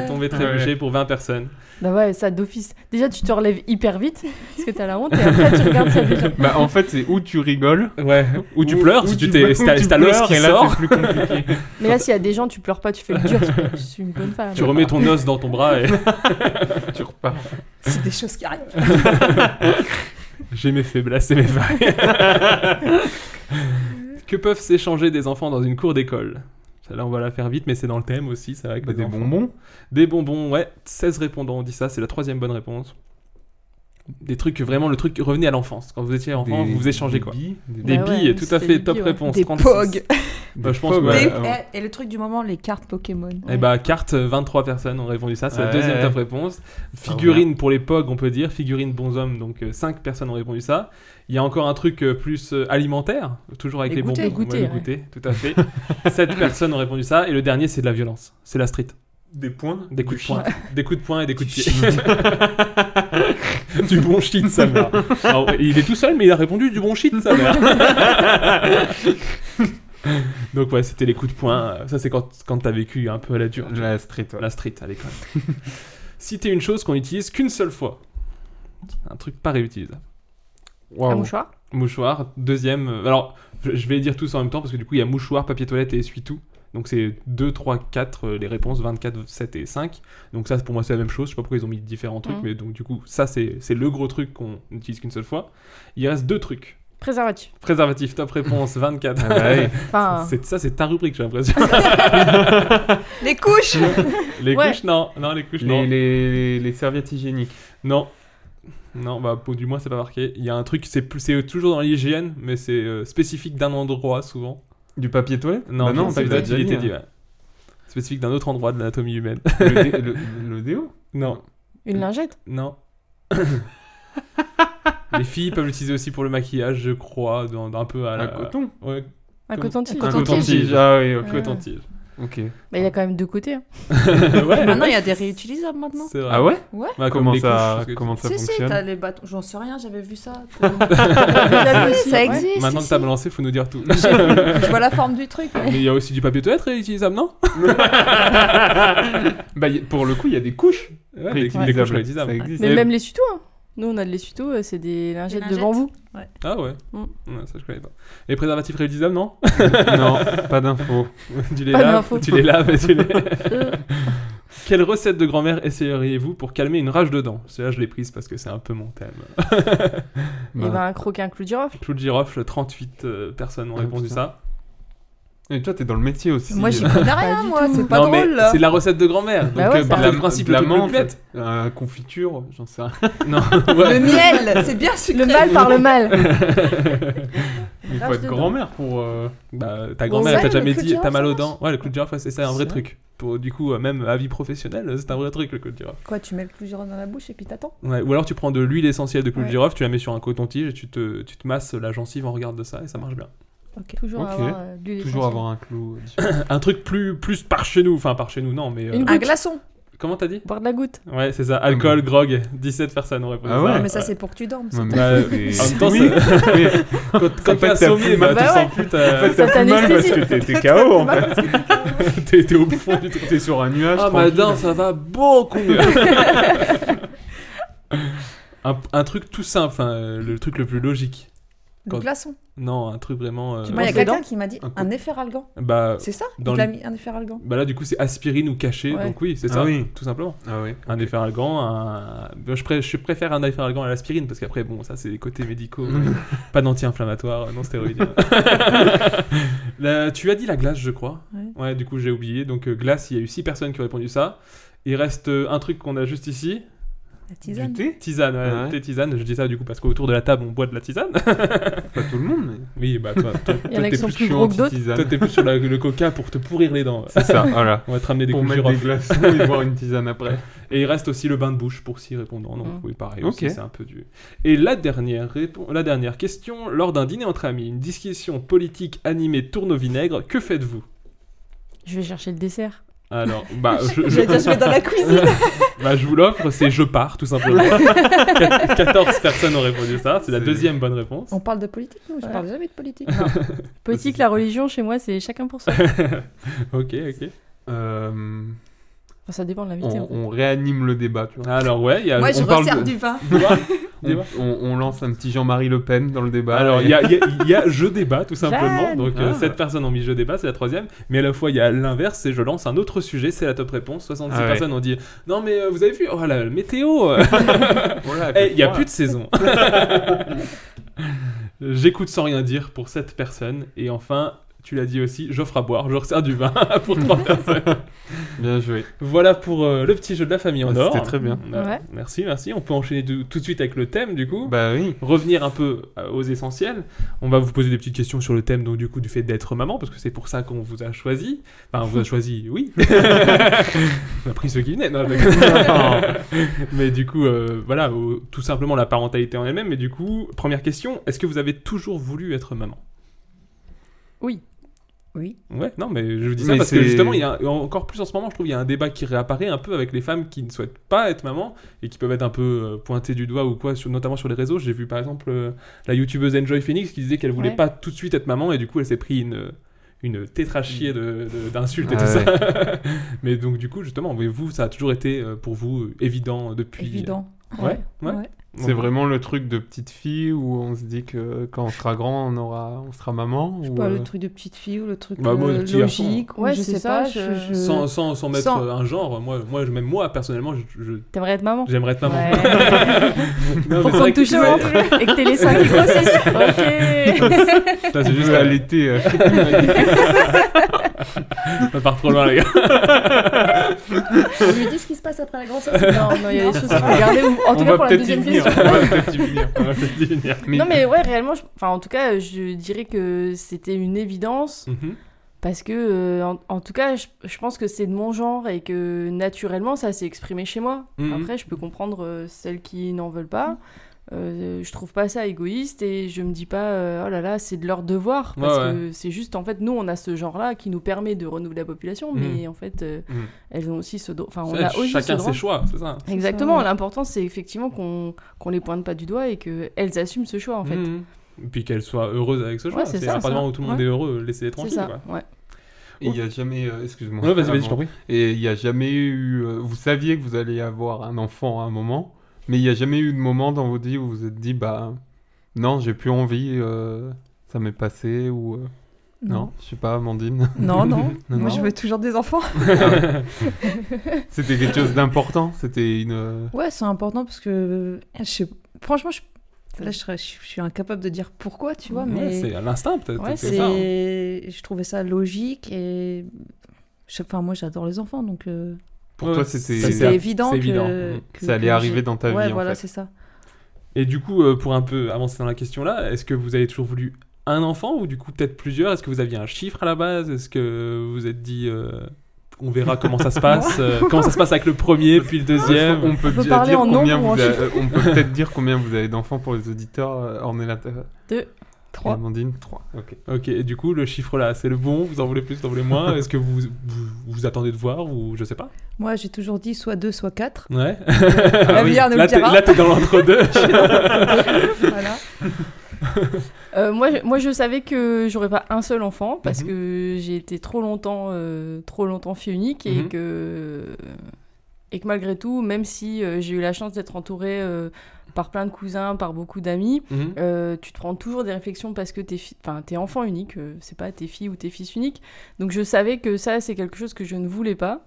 Speaker 7: ouais, tomber,
Speaker 9: Ah,
Speaker 7: trébucher
Speaker 9: ouais.
Speaker 7: pour 20 personnes.
Speaker 8: Bah ouais, ça d'office. Déjà, tu te relèves hyper vite parce que t'as la honte et après, tu regardes ça Ah, déjà.
Speaker 9: Bah en fait c'est où tu rigoles
Speaker 7: ouais
Speaker 9: ou
Speaker 7: tu pleures, si tu t'es-
Speaker 9: ou
Speaker 7: si t'as-
Speaker 9: tu
Speaker 7: si t'as l'os
Speaker 9: pleures,
Speaker 7: qui
Speaker 9: et là,
Speaker 7: sort.
Speaker 9: c'est plus compliqué.
Speaker 8: Mais là, s'il y a des gens, tu pleures pas, tu fais le dur. parce que Je suis une bonne femme.
Speaker 7: Tu remets ton os dans ton bras et.
Speaker 9: tu repars.
Speaker 10: C'est des choses qui arrivent.
Speaker 7: J'ai mes faiblesses et mes failles. que peuvent s'échanger des enfants dans une cour d'école Celle-là, on va la faire vite, mais c'est dans le thème aussi, c'est vrai que
Speaker 9: Bah,
Speaker 7: les
Speaker 9: des
Speaker 7: enfants-
Speaker 9: bonbons.
Speaker 7: Des bonbons, ouais. 16 répondants ont dit ça, c'est la troisième bonne réponse. Des trucs, vraiment, le truc, revenez à l'enfance. Quand vous étiez enfant,
Speaker 9: Des-
Speaker 7: vous vous échangez
Speaker 9: des
Speaker 7: quoi
Speaker 9: billes, des-
Speaker 7: Des
Speaker 9: Bah ouais,
Speaker 7: billes,
Speaker 9: mais
Speaker 7: tout à
Speaker 9: c'était
Speaker 7: fait,
Speaker 9: des
Speaker 7: top
Speaker 9: billes, ouais.
Speaker 7: réponse.
Speaker 9: Des
Speaker 7: 36.
Speaker 10: pogs.
Speaker 7: Bah, je pense que,
Speaker 10: Des-
Speaker 7: ouais, euh,
Speaker 10: eh, et, le truc du moment, les cartes Pokémon.
Speaker 7: Eh bah, carte, euh, 23 personnes ont répondu ça, c'est la
Speaker 9: Ouais.
Speaker 7: deuxième top réponse.
Speaker 9: Ça
Speaker 7: Figurine pour les POG, on peut dire, figurine bonhomme, donc 5 personnes ont répondu ça. Il y a encore un truc euh, plus euh, alimentaire, toujours avec les
Speaker 9: Les goûters.
Speaker 7: bonbons.
Speaker 9: Les goûters,
Speaker 7: Ouais, le
Speaker 9: ouais.
Speaker 7: goûter, tout à fait. 7 personnes ont répondu ça, et le dernier, c'est de la violence, c'est la street.
Speaker 9: Des points
Speaker 7: Des coups de poing. Des coups de poing et des coups de pied.
Speaker 9: shit.
Speaker 7: du bon shit, sa mère. Alors, il est tout seul, mais il a répondu du bon shit, sa mère. Donc ouais, c'était les coups de poing. Euh, Ça, c'est quand, quand t'as vécu un peu à la dure.
Speaker 9: La street,
Speaker 7: La street, à l'école. Citer une chose qu'on utilise qu'une seule fois. Un truc pas réutilisable.
Speaker 8: Un mouchoir
Speaker 7: Mouchoir. Deuxième... euh, Alors, je je vais les dire tous en même temps, parce que du coup, il y a mouchoir, papier toilette et essuie-tout. Donc c'est 2, 3, 4, euh, les réponses 24, 7 et 5. Donc ça, pour moi, c'est la même chose. Je sais pas pourquoi ils ont mis différents trucs,
Speaker 8: Mm.
Speaker 7: mais donc du coup, ça, c'est c'est le gros truc qu'on n'utilise qu'une seule fois. Il reste deux trucs.
Speaker 8: Préservatif.
Speaker 7: Préservatif, top réponse, 24.
Speaker 9: Ah bah oui.
Speaker 8: Enfin-
Speaker 7: C'est- Ça, c'est ta rubrique, j'ai l'impression.
Speaker 10: Les couches
Speaker 7: Les
Speaker 10: Ouais.
Speaker 7: couches, non. Non, les couches,
Speaker 9: Les-
Speaker 7: non.
Speaker 9: Les, les serviettes hygiéniques.
Speaker 7: Non. Non, bah, pour du moins, c'est pas marqué. Il y a un truc, c'est plus- c'est toujours dans l'hygiène, mais c'est euh, spécifique d'un endroit, souvent.
Speaker 9: Du papier toilette
Speaker 7: Non,
Speaker 9: Bah
Speaker 7: non,
Speaker 9: non,
Speaker 7: c'est
Speaker 9: tu
Speaker 7: déjà
Speaker 9: l'as
Speaker 7: dit,
Speaker 9: déjà
Speaker 7: il
Speaker 9: dit,
Speaker 7: était dit,
Speaker 9: hein.
Speaker 7: ouais. Spécifique d'un autre endroit de l'anatomie humaine.
Speaker 9: Le, dé- le, le déo
Speaker 7: Non.
Speaker 8: Une lingette
Speaker 7: Non. Les filles peuvent l'utiliser aussi pour le maquillage, je crois, dans, dans un peu à
Speaker 9: Un
Speaker 7: la...
Speaker 9: coton
Speaker 7: Ouais.
Speaker 8: Un
Speaker 7: Comme-
Speaker 8: coton-tige.
Speaker 7: Un
Speaker 9: Euh, Coton-tige.
Speaker 7: coton-tige.
Speaker 9: Ah oui, ok.
Speaker 7: Coton-tige.
Speaker 9: Ok.
Speaker 8: Bah, il y a quand même deux côtés. hein.
Speaker 7: Ouais.
Speaker 10: Maintenant, il y a des réutilisables maintenant.
Speaker 7: C'est vrai.
Speaker 9: Ah ouais
Speaker 10: Ouais.
Speaker 7: Bah, comme
Speaker 9: Comment
Speaker 7: les
Speaker 9: ça,
Speaker 7: couches, parce que-
Speaker 9: comment ça
Speaker 10: si, si,
Speaker 9: fonctionne
Speaker 10: t'as les bâtons. J'en sais rien, j'avais vu ça.
Speaker 8: J'avais vu,
Speaker 10: ça
Speaker 8: ouais.
Speaker 10: existe.
Speaker 7: Maintenant que t'as balancé, faut nous dire tout.
Speaker 10: Je vois la forme du truc.
Speaker 7: Mais il y a aussi du papier toilette réutilisable, non
Speaker 9: Bah, y- pour le coup, il y a des couches.
Speaker 7: Ouais, des- des
Speaker 9: réutilisables.
Speaker 7: couches réutilisables.
Speaker 9: Ça existe.
Speaker 8: Mais même les sutos. hein. Nous, on a de les sutos, euh, c'est des lingettes de
Speaker 10: lingettes.
Speaker 8: bambou.
Speaker 10: Ouais.
Speaker 7: Ah ouais.
Speaker 8: Mm.
Speaker 7: Ouais, Ça je connais pas. Et préservatif réutilisable non
Speaker 9: Non, pas d'infos.
Speaker 7: tu les
Speaker 9: Pas
Speaker 7: laves,
Speaker 9: d'infos.
Speaker 7: tu les laves et tu les. Quelle recette de grand-mère essayeriez-vous pour calmer une rage de dents Celle-là je l'ai prise parce que c'est un peu mon thème.
Speaker 10: Eh
Speaker 8: Et ben, un croquin clou de girofle.
Speaker 7: Clou de girofle, 38 euh, personnes ont
Speaker 9: Ah,
Speaker 7: répondu
Speaker 9: putain.
Speaker 7: ça.
Speaker 9: Et toi, t'es dans le métier aussi.
Speaker 10: ben. Moi, j'y connais rien, moi, c'est pas
Speaker 7: non, mais
Speaker 10: drôle, là.
Speaker 7: C'est la recette de grand-mère. Donc,
Speaker 10: Bah ouais,
Speaker 7: euh,
Speaker 10: ça
Speaker 7: bah,
Speaker 10: va.
Speaker 7: le principe
Speaker 9: de la
Speaker 7: de
Speaker 9: menthe,
Speaker 7: mouflette.
Speaker 9: euh, confiture, j'en sais rien.
Speaker 7: Non.
Speaker 10: Le miel, c'est bien sucré.
Speaker 8: Le mal par le mal.
Speaker 7: Il faut
Speaker 10: Lâche
Speaker 7: être
Speaker 10: dedans.
Speaker 7: grand-mère pour. euh, Bah, ta
Speaker 10: Ouais,
Speaker 7: grand-mère,
Speaker 10: le
Speaker 7: t'as jamais
Speaker 10: clou de
Speaker 7: dit,
Speaker 10: girafe,
Speaker 7: t'as mal
Speaker 10: ça
Speaker 7: aux dents. Ouais, le clou de girafe, ouais, c'est c'est un vrai
Speaker 10: C'est
Speaker 7: truc. Pour, du coup, euh, même à vie professionnelle, euh, c'est un vrai truc, le clou de girafe.
Speaker 10: Quoi, tu mets le clou girant dans la bouche et puis t'attends
Speaker 7: Ouais, ou alors tu prends de l'huile essentielle de clou de
Speaker 10: Ouais.
Speaker 7: girofle, tu la mets sur un coton-tige et tu te, tu te masses la gencive en regard de ça et ça marche bien.
Speaker 8: Toujours
Speaker 9: Ok.
Speaker 8: avoir euh, de l'huile
Speaker 9: Toujours
Speaker 8: essentielle.
Speaker 9: avoir un clou.
Speaker 7: un truc plus, plus par chez nous, enfin par chez nous, non, mais. euh,
Speaker 8: Une
Speaker 10: Un
Speaker 8: goutte.
Speaker 10: glaçon
Speaker 7: Comment t'as dit
Speaker 8: Boire de la goutte.
Speaker 7: Ouais, c'est ça, alcool, grog, 17 personnes ont répondu.
Speaker 9: Ah
Speaker 7: ça.
Speaker 9: ouais
Speaker 10: Mais ça, c'est pour que tu dormes.
Speaker 9: Ouais,
Speaker 10: ça.
Speaker 9: mais
Speaker 7: Bah,
Speaker 9: c'est-
Speaker 7: en même temps,
Speaker 9: Oui.
Speaker 7: ça-
Speaker 9: Mais-
Speaker 7: Quand- quand
Speaker 9: en fait,
Speaker 7: t'es
Speaker 9: t'as
Speaker 7: assommé,
Speaker 9: plus
Speaker 7: bah,
Speaker 9: mal.
Speaker 7: tu
Speaker 9: Bah
Speaker 7: sens
Speaker 9: ouais.
Speaker 7: plus ta-
Speaker 9: En fait,
Speaker 7: Ça
Speaker 9: t'as plus mal parce
Speaker 7: t'anesthésie.
Speaker 9: que t'es- t'es KO en fait.
Speaker 7: T'es t'es au fond du truc.
Speaker 9: T'es sur un nuage.
Speaker 7: Ah,
Speaker 9: tranquille.
Speaker 7: madame, ça va beaucoup mieux. un, un truc tout simple, enfin, euh, le truc le plus logique.
Speaker 10: Le
Speaker 7: Quand-
Speaker 10: glaçon.
Speaker 7: Non, un truc vraiment. euh,
Speaker 10: Moi, il y a
Speaker 8: penses dedans
Speaker 10: quelqu'un qui m'a dit
Speaker 7: Un coup-
Speaker 10: un efferalgan.
Speaker 7: Bah,
Speaker 10: C'est ça
Speaker 7: dans
Speaker 10: Il a
Speaker 7: le-
Speaker 10: mis un efferalgan.
Speaker 7: bah là, du coup, c'est aspirine ou cachet,
Speaker 10: Ouais.
Speaker 7: donc oui, c'est
Speaker 9: Ah
Speaker 7: ça,
Speaker 9: oui.
Speaker 7: tout simplement.
Speaker 9: Ah oui.
Speaker 7: Un efferalgan, un... bah, je, pré- je préfère un efferalgan à l'aspirine parce qu'après, bon, ça c'est les côtés médicaux, mais pas d'anti-inflammatoire, euh, non stéroïdien. La- Tu as dit la glace, je crois.
Speaker 10: Ouais.
Speaker 7: du coup j'ai oublié. Donc euh, glace, il y a eu 6 personnes qui ont répondu ça. Il reste euh, un truc qu'on a juste ici.
Speaker 10: La
Speaker 9: Du
Speaker 10: tisane.
Speaker 9: thé
Speaker 7: Tisane, ouais,
Speaker 9: Ouais.
Speaker 7: thé tisane. Je dis ça du coup parce qu'autour de la table on boit de la tisane.
Speaker 9: Pas tout le monde, mais.
Speaker 7: oui, bah toi, toi,
Speaker 8: Il y en
Speaker 7: toi,
Speaker 8: a
Speaker 7: t'es
Speaker 8: qui sont
Speaker 7: plus,
Speaker 8: plus
Speaker 9: chiant,
Speaker 8: gros que
Speaker 9: petite
Speaker 8: d'autres.
Speaker 9: tisane.
Speaker 7: toi, t'es plus sur la- le coca pour te pourrir les dents.
Speaker 9: C'est ça, voilà.
Speaker 7: On va te ramener des
Speaker 9: Pour
Speaker 7: coups de
Speaker 9: mettre des
Speaker 7: girofle.
Speaker 9: glaçons et boire une tisane après.
Speaker 7: Et il reste aussi le bain de bouche pour s'y répondre. Donc
Speaker 8: Mm.
Speaker 7: oui, pareil
Speaker 9: Ok.
Speaker 7: aussi, c'est un peu du... Et la dernière, répo- la dernière question, lors d'un dîner entre amis, une discussion politique animée tourne au vinaigre, que faites-vous
Speaker 8: Je vais chercher le dessert.
Speaker 7: Alors, bah, je,
Speaker 10: Je vais dire, je vais dans la cuisine.
Speaker 7: Bah, je vous l'offre, c'est je pars, tout simplement. Quat- 14 personnes ont répondu ça, c'est la
Speaker 9: C'est-
Speaker 7: deuxième bonne réponse.
Speaker 10: On parle de politique, nous. Je parle jamais de politique.
Speaker 8: Politique, la religion, chez moi, c'est chacun pour soi.
Speaker 7: Ok, ok.
Speaker 9: Euh,
Speaker 8: Enfin, ça dépend de
Speaker 9: on,
Speaker 8: l'invité. en fait.
Speaker 9: on réanime le débat, tu vois.
Speaker 7: Alors, ouais, il y a.
Speaker 10: Moi, je
Speaker 9: on parle
Speaker 10: resserre
Speaker 9: de-
Speaker 10: du vin.
Speaker 9: On, on- on lance un petit Jean-Marie Le Pen dans le débat.
Speaker 7: Bah, Alors,
Speaker 9: Et-
Speaker 7: il y a, il y a- il y a je débat, tout simplement.
Speaker 8: Jeanne.
Speaker 7: Donc, euh,
Speaker 9: Ah.
Speaker 7: sept personnes ont mis je débat, c'est la troisième. Mais à la fois, il y a l'inverse, c'est je lance un autre sujet, c'est la top réponse. 66
Speaker 9: Ah ouais.
Speaker 7: personnes ont dit Non, mais euh, vous avez vu Oh la météo Eh,
Speaker 9: Oh là,
Speaker 7: Il
Speaker 9: fait
Speaker 7: n'y a
Speaker 9: froid.
Speaker 7: plus de saison. J'écoute sans rien dire pour sept personnes. Et enfin. Tu l'as dit aussi, j'offre à boire, je resserre du vin pour trois personnes.
Speaker 9: Bien joué.
Speaker 7: Voilà pour euh, le petit jeu de la famille en
Speaker 9: Ah,
Speaker 7: or.
Speaker 9: c'était très bien.
Speaker 7: Euh,
Speaker 8: Ouais.
Speaker 7: Merci, merci. On peut enchaîner de- tout de suite avec le thème du coup.
Speaker 9: Bah oui.
Speaker 7: Revenir un peu euh, aux essentiels. On va vous poser des petites questions sur le thème donc du coup du fait d'être maman parce que c'est pour ça qu'on vous a choisi. Enfin, on vous a choisi, oui. on a pris ceux qui venaient. Non, je déconne. mais du coup, euh, voilà, au- tout simplement la parentalité en elle-même. Mais du coup, première question, est-ce que vous avez toujours voulu être maman
Speaker 8: Oui.
Speaker 10: Oui.
Speaker 7: Ouais, non, mais je vous dis ça
Speaker 9: Mais
Speaker 7: parce que
Speaker 9: c'est-
Speaker 7: justement, il y a encore plus en ce moment, je trouve, il y a un débat qui réapparaît un peu avec les femmes qui ne souhaitent pas être maman et qui peuvent être un peu euh, pointées du doigt ou quoi, sur- notamment sur les réseaux. J'ai vu par exemple euh, la youtubeuse Enjoy Phoenix qui disait qu'elle voulait
Speaker 8: Ouais.
Speaker 7: pas tout de suite être maman et du coup, elle s'est pris une une tétrachie de- de- d'insultes et
Speaker 9: Ah
Speaker 7: tout
Speaker 9: ouais.
Speaker 7: ça. mais donc du coup, justement, mais vous, ça a toujours été euh, pour vous euh, évident depuis. euh,
Speaker 10: Évident.
Speaker 7: Ouais. Ouais.
Speaker 10: Ouais.
Speaker 7: Donc,
Speaker 9: C'est vraiment le truc de petite fille où on se dit que quand on sera grand, on aura, on sera maman.
Speaker 10: Je sais
Speaker 9: ou,
Speaker 10: pas,
Speaker 9: euh,
Speaker 10: le truc de petite fille ou le truc
Speaker 7: Bah, moi,
Speaker 10: euh,
Speaker 7: le petit garçon.
Speaker 10: logique. ou
Speaker 8: Ouais,
Speaker 10: je
Speaker 8: c'est
Speaker 10: sais
Speaker 8: ça,
Speaker 10: pas.
Speaker 8: je-
Speaker 10: je-
Speaker 7: Sans, sans, sans mettre
Speaker 10: Sans-
Speaker 7: euh, un genre, moi, moi, même moi personnellement, je- je-
Speaker 8: T'aimerais être maman
Speaker 7: j'aimerais être maman.
Speaker 8: Ouais.
Speaker 7: Non, mais
Speaker 8: Pour
Speaker 7: c'est
Speaker 8: qu'on
Speaker 7: vrai
Speaker 8: te touche
Speaker 7: que-
Speaker 8: le ventre et que t'aies les seins qui grossissent. Ok.
Speaker 7: Putain, c'est
Speaker 9: Juste
Speaker 7: juste la
Speaker 9: à l'été. euh,
Speaker 7: Ça part trop loin, les gars.
Speaker 10: On lui dit ce qui se passe après la grossesse.
Speaker 8: Non, non, il y a des choses qu'il faut garder. Ou, en tout cas,
Speaker 9: on va
Speaker 8: pour la
Speaker 9: peut-être y
Speaker 8: deuxième
Speaker 9: venir.
Speaker 8: question.
Speaker 9: On va peut-être y venir. on va peut-être y venir. Mais-
Speaker 8: Non, mais ouais, réellement, je- enfin, en tout cas, je dirais que c'était une évidence.
Speaker 7: Mhm.
Speaker 8: Parce que, euh, en, en tout cas, je, je pense que c'est de mon genre et que naturellement, ça s'est exprimé chez moi.
Speaker 7: Mhm.
Speaker 8: Après, je peux comprendre euh, celles qui n'en veulent pas. Euh, je trouve pas ça égoïste et je me dis pas, euh, oh là là, c'est de leur devoir. Parce
Speaker 7: Ouais, ouais.
Speaker 8: que c'est juste, en fait, nous, on a ce genre-là qui nous permet de renouveler la population, mais en fait, euh,
Speaker 7: Mhm.
Speaker 8: elles ont aussi ce droit. Enfin, on
Speaker 7: Ouais,
Speaker 8: a aussi ce
Speaker 7: Chacun
Speaker 8: droit.
Speaker 7: ses choix, c'est ça.
Speaker 8: Exactement,
Speaker 10: Ouais.
Speaker 8: l'important c'est effectivement qu'on qu'on les pointe pas du doigt et qu'elles assument ce choix en fait.
Speaker 7: Mhm. Et puis qu'elle soit heureuse avec ce choix.
Speaker 8: Ouais, c'est
Speaker 7: c'est
Speaker 8: ça,
Speaker 7: à partir
Speaker 8: ça.
Speaker 7: du moment où tout le monde
Speaker 8: Ouais.
Speaker 7: est heureux, laissez-les
Speaker 8: C'est
Speaker 7: tranquilles.
Speaker 8: ça,
Speaker 7: Quoi.
Speaker 8: ouais.
Speaker 9: Et il n'y a jamais. euh, Excuse-moi.
Speaker 7: Ouais, vas-y, vas-y, je
Speaker 9: Avant.
Speaker 7: t'en prie.
Speaker 9: Et il n'y a jamais eu. euh, Vous saviez que vous alliez avoir un enfant à un moment, mais il n'y a jamais eu de moment dans votre vie où vous vous êtes dit, bah, non, j'ai plus envie, euh, ça m'est passé, ou. euh, Non, je sais pas, Amandine.
Speaker 10: Non, non.
Speaker 9: Non, non.
Speaker 10: Moi, je veux toujours des enfants.
Speaker 9: C'était quelque chose d'important, c'était une. euh,
Speaker 10: Ouais, c'est important parce que euh, je sais- franchement, je- Là, je, serais- je suis incapable de dire pourquoi, tu vois,
Speaker 7: Ouais,
Speaker 10: mais.
Speaker 7: c'est à l'instinct, peut-être,
Speaker 10: Ouais,
Speaker 7: c'est ça, hein.
Speaker 10: c'est- Je trouvais ça logique et. je- Enfin, moi, j'adore les enfants, donc. euh,
Speaker 9: Pour toi, c'était-
Speaker 10: C'était évident.
Speaker 9: c'est
Speaker 10: que-
Speaker 9: évident.
Speaker 10: que-
Speaker 9: Ça allait
Speaker 10: que
Speaker 9: arriver
Speaker 10: j'ai-
Speaker 9: dans ta
Speaker 10: Ouais,
Speaker 9: vie, en
Speaker 10: voilà,
Speaker 9: fait.
Speaker 10: c'est ça.
Speaker 7: Et du coup, euh, pour un peu avancer dans la question là, est-ce que vous avez toujours voulu un enfant ou du coup peut-être plusieurs Est-ce que vous aviez un chiffre à la base Est-ce que vous vous êtes dit euh, on verra comment ça se passe euh, Comment ça se passe avec le premier puis le deuxième
Speaker 9: On peut,
Speaker 8: peut
Speaker 9: déjà
Speaker 8: parler
Speaker 9: dire
Speaker 8: en
Speaker 9: combien
Speaker 8: nombre ou
Speaker 9: vous
Speaker 8: en
Speaker 9: avez-
Speaker 8: chiffres.
Speaker 9: on peut peut-être dire combien vous avez d'enfants pour les auditeurs. euh, Ornella-
Speaker 8: Deux. Trois.
Speaker 9: Amandine, 3. Ok.
Speaker 7: Ok, et du coup, le chiffre là, c'est le bon Vous en voulez plus, vous en voulez moins Est-ce que vous, vous vous attendez de voir ou je sais pas
Speaker 10: Moi, j'ai toujours dit soit deux, soit quatre.
Speaker 7: Ouais.
Speaker 10: La
Speaker 7: Ah oui,
Speaker 10: bière nous
Speaker 7: là,
Speaker 10: le
Speaker 7: t'es-
Speaker 10: dira.
Speaker 7: là, t'es dans l'entre-deux.
Speaker 10: voilà.
Speaker 8: Euh, moi, je- moi, je savais que j'aurais pas un seul enfant parce que j'ai été trop longtemps, euh, trop longtemps fille unique et
Speaker 10: Mhm.
Speaker 8: que et que malgré tout, même si euh, j'ai eu la chance d'être entourée euh, par plein de cousins, par beaucoup d'amis,
Speaker 10: Mhm.
Speaker 8: euh, tu te prends toujours des réflexions parce que t'es fi- enfin, t'es enfant unique, euh, c'est pas t'es fille ou t'es fils unique. Donc je savais que ça, c'est quelque chose que je ne voulais pas.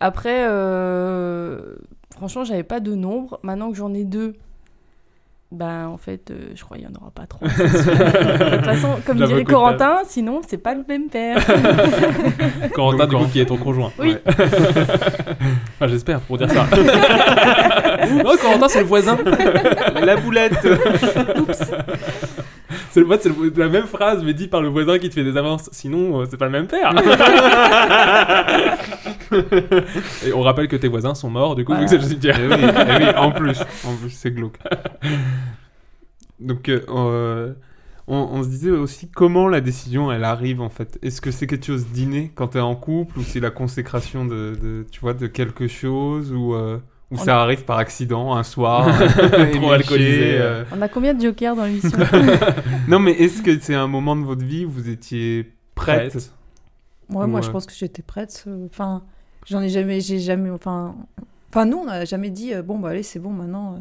Speaker 8: Après, euh, franchement, j'avais pas de nombre. Maintenant que j'en ai deux, ben en fait, euh, je crois qu'il y en aura pas trois. c'est sûr. de toute façon, comme
Speaker 7: J'avoue
Speaker 8: dirait
Speaker 7: que t'as-
Speaker 8: Corentin, sinon c'est pas le même père.
Speaker 7: Corentin, du coup, qui est ton conjoint.
Speaker 8: Oui.
Speaker 7: Enfin, j'espère pour dire ça. oh, Corentin, c'est le voisin. La boulette. C'est le, moi, c'est le- la même phrase, mais dit par le voisin qui te fait des avances. Sinon, euh, c'est pas le même père. Et on rappelle que tes voisins sont morts, du coup, vu que c'est le cimetière.
Speaker 9: Eh oui, eh oui, en plus, en plus c'est glauque. Donc, euh, euh, on, on se disait aussi comment la décision elle arrive en fait. Est-ce que c'est quelque chose d'inné quand t'es en couple ou c'est la consécration de, de- tu vois de quelque chose ou euh, ou
Speaker 8: On
Speaker 9: ça
Speaker 8: a-
Speaker 9: arrive par accident un soir
Speaker 7: Trop
Speaker 9: éméché,
Speaker 7: alcoolisé,
Speaker 9: euh,
Speaker 8: On a combien de jokers dans l'émission
Speaker 9: non mais est-ce que c'est un moment de votre vie où vous étiez prête,
Speaker 7: Prête.
Speaker 10: Ouais, moi,
Speaker 9: Ou,
Speaker 10: je
Speaker 9: euh,
Speaker 10: pense que j'étais prête. euh, Enfin, j'en ai jamais, j'ai jamais, enfin, enfin, nous, on n'a jamais dit, euh, bon, bah allez, c'est bon, maintenant. euh,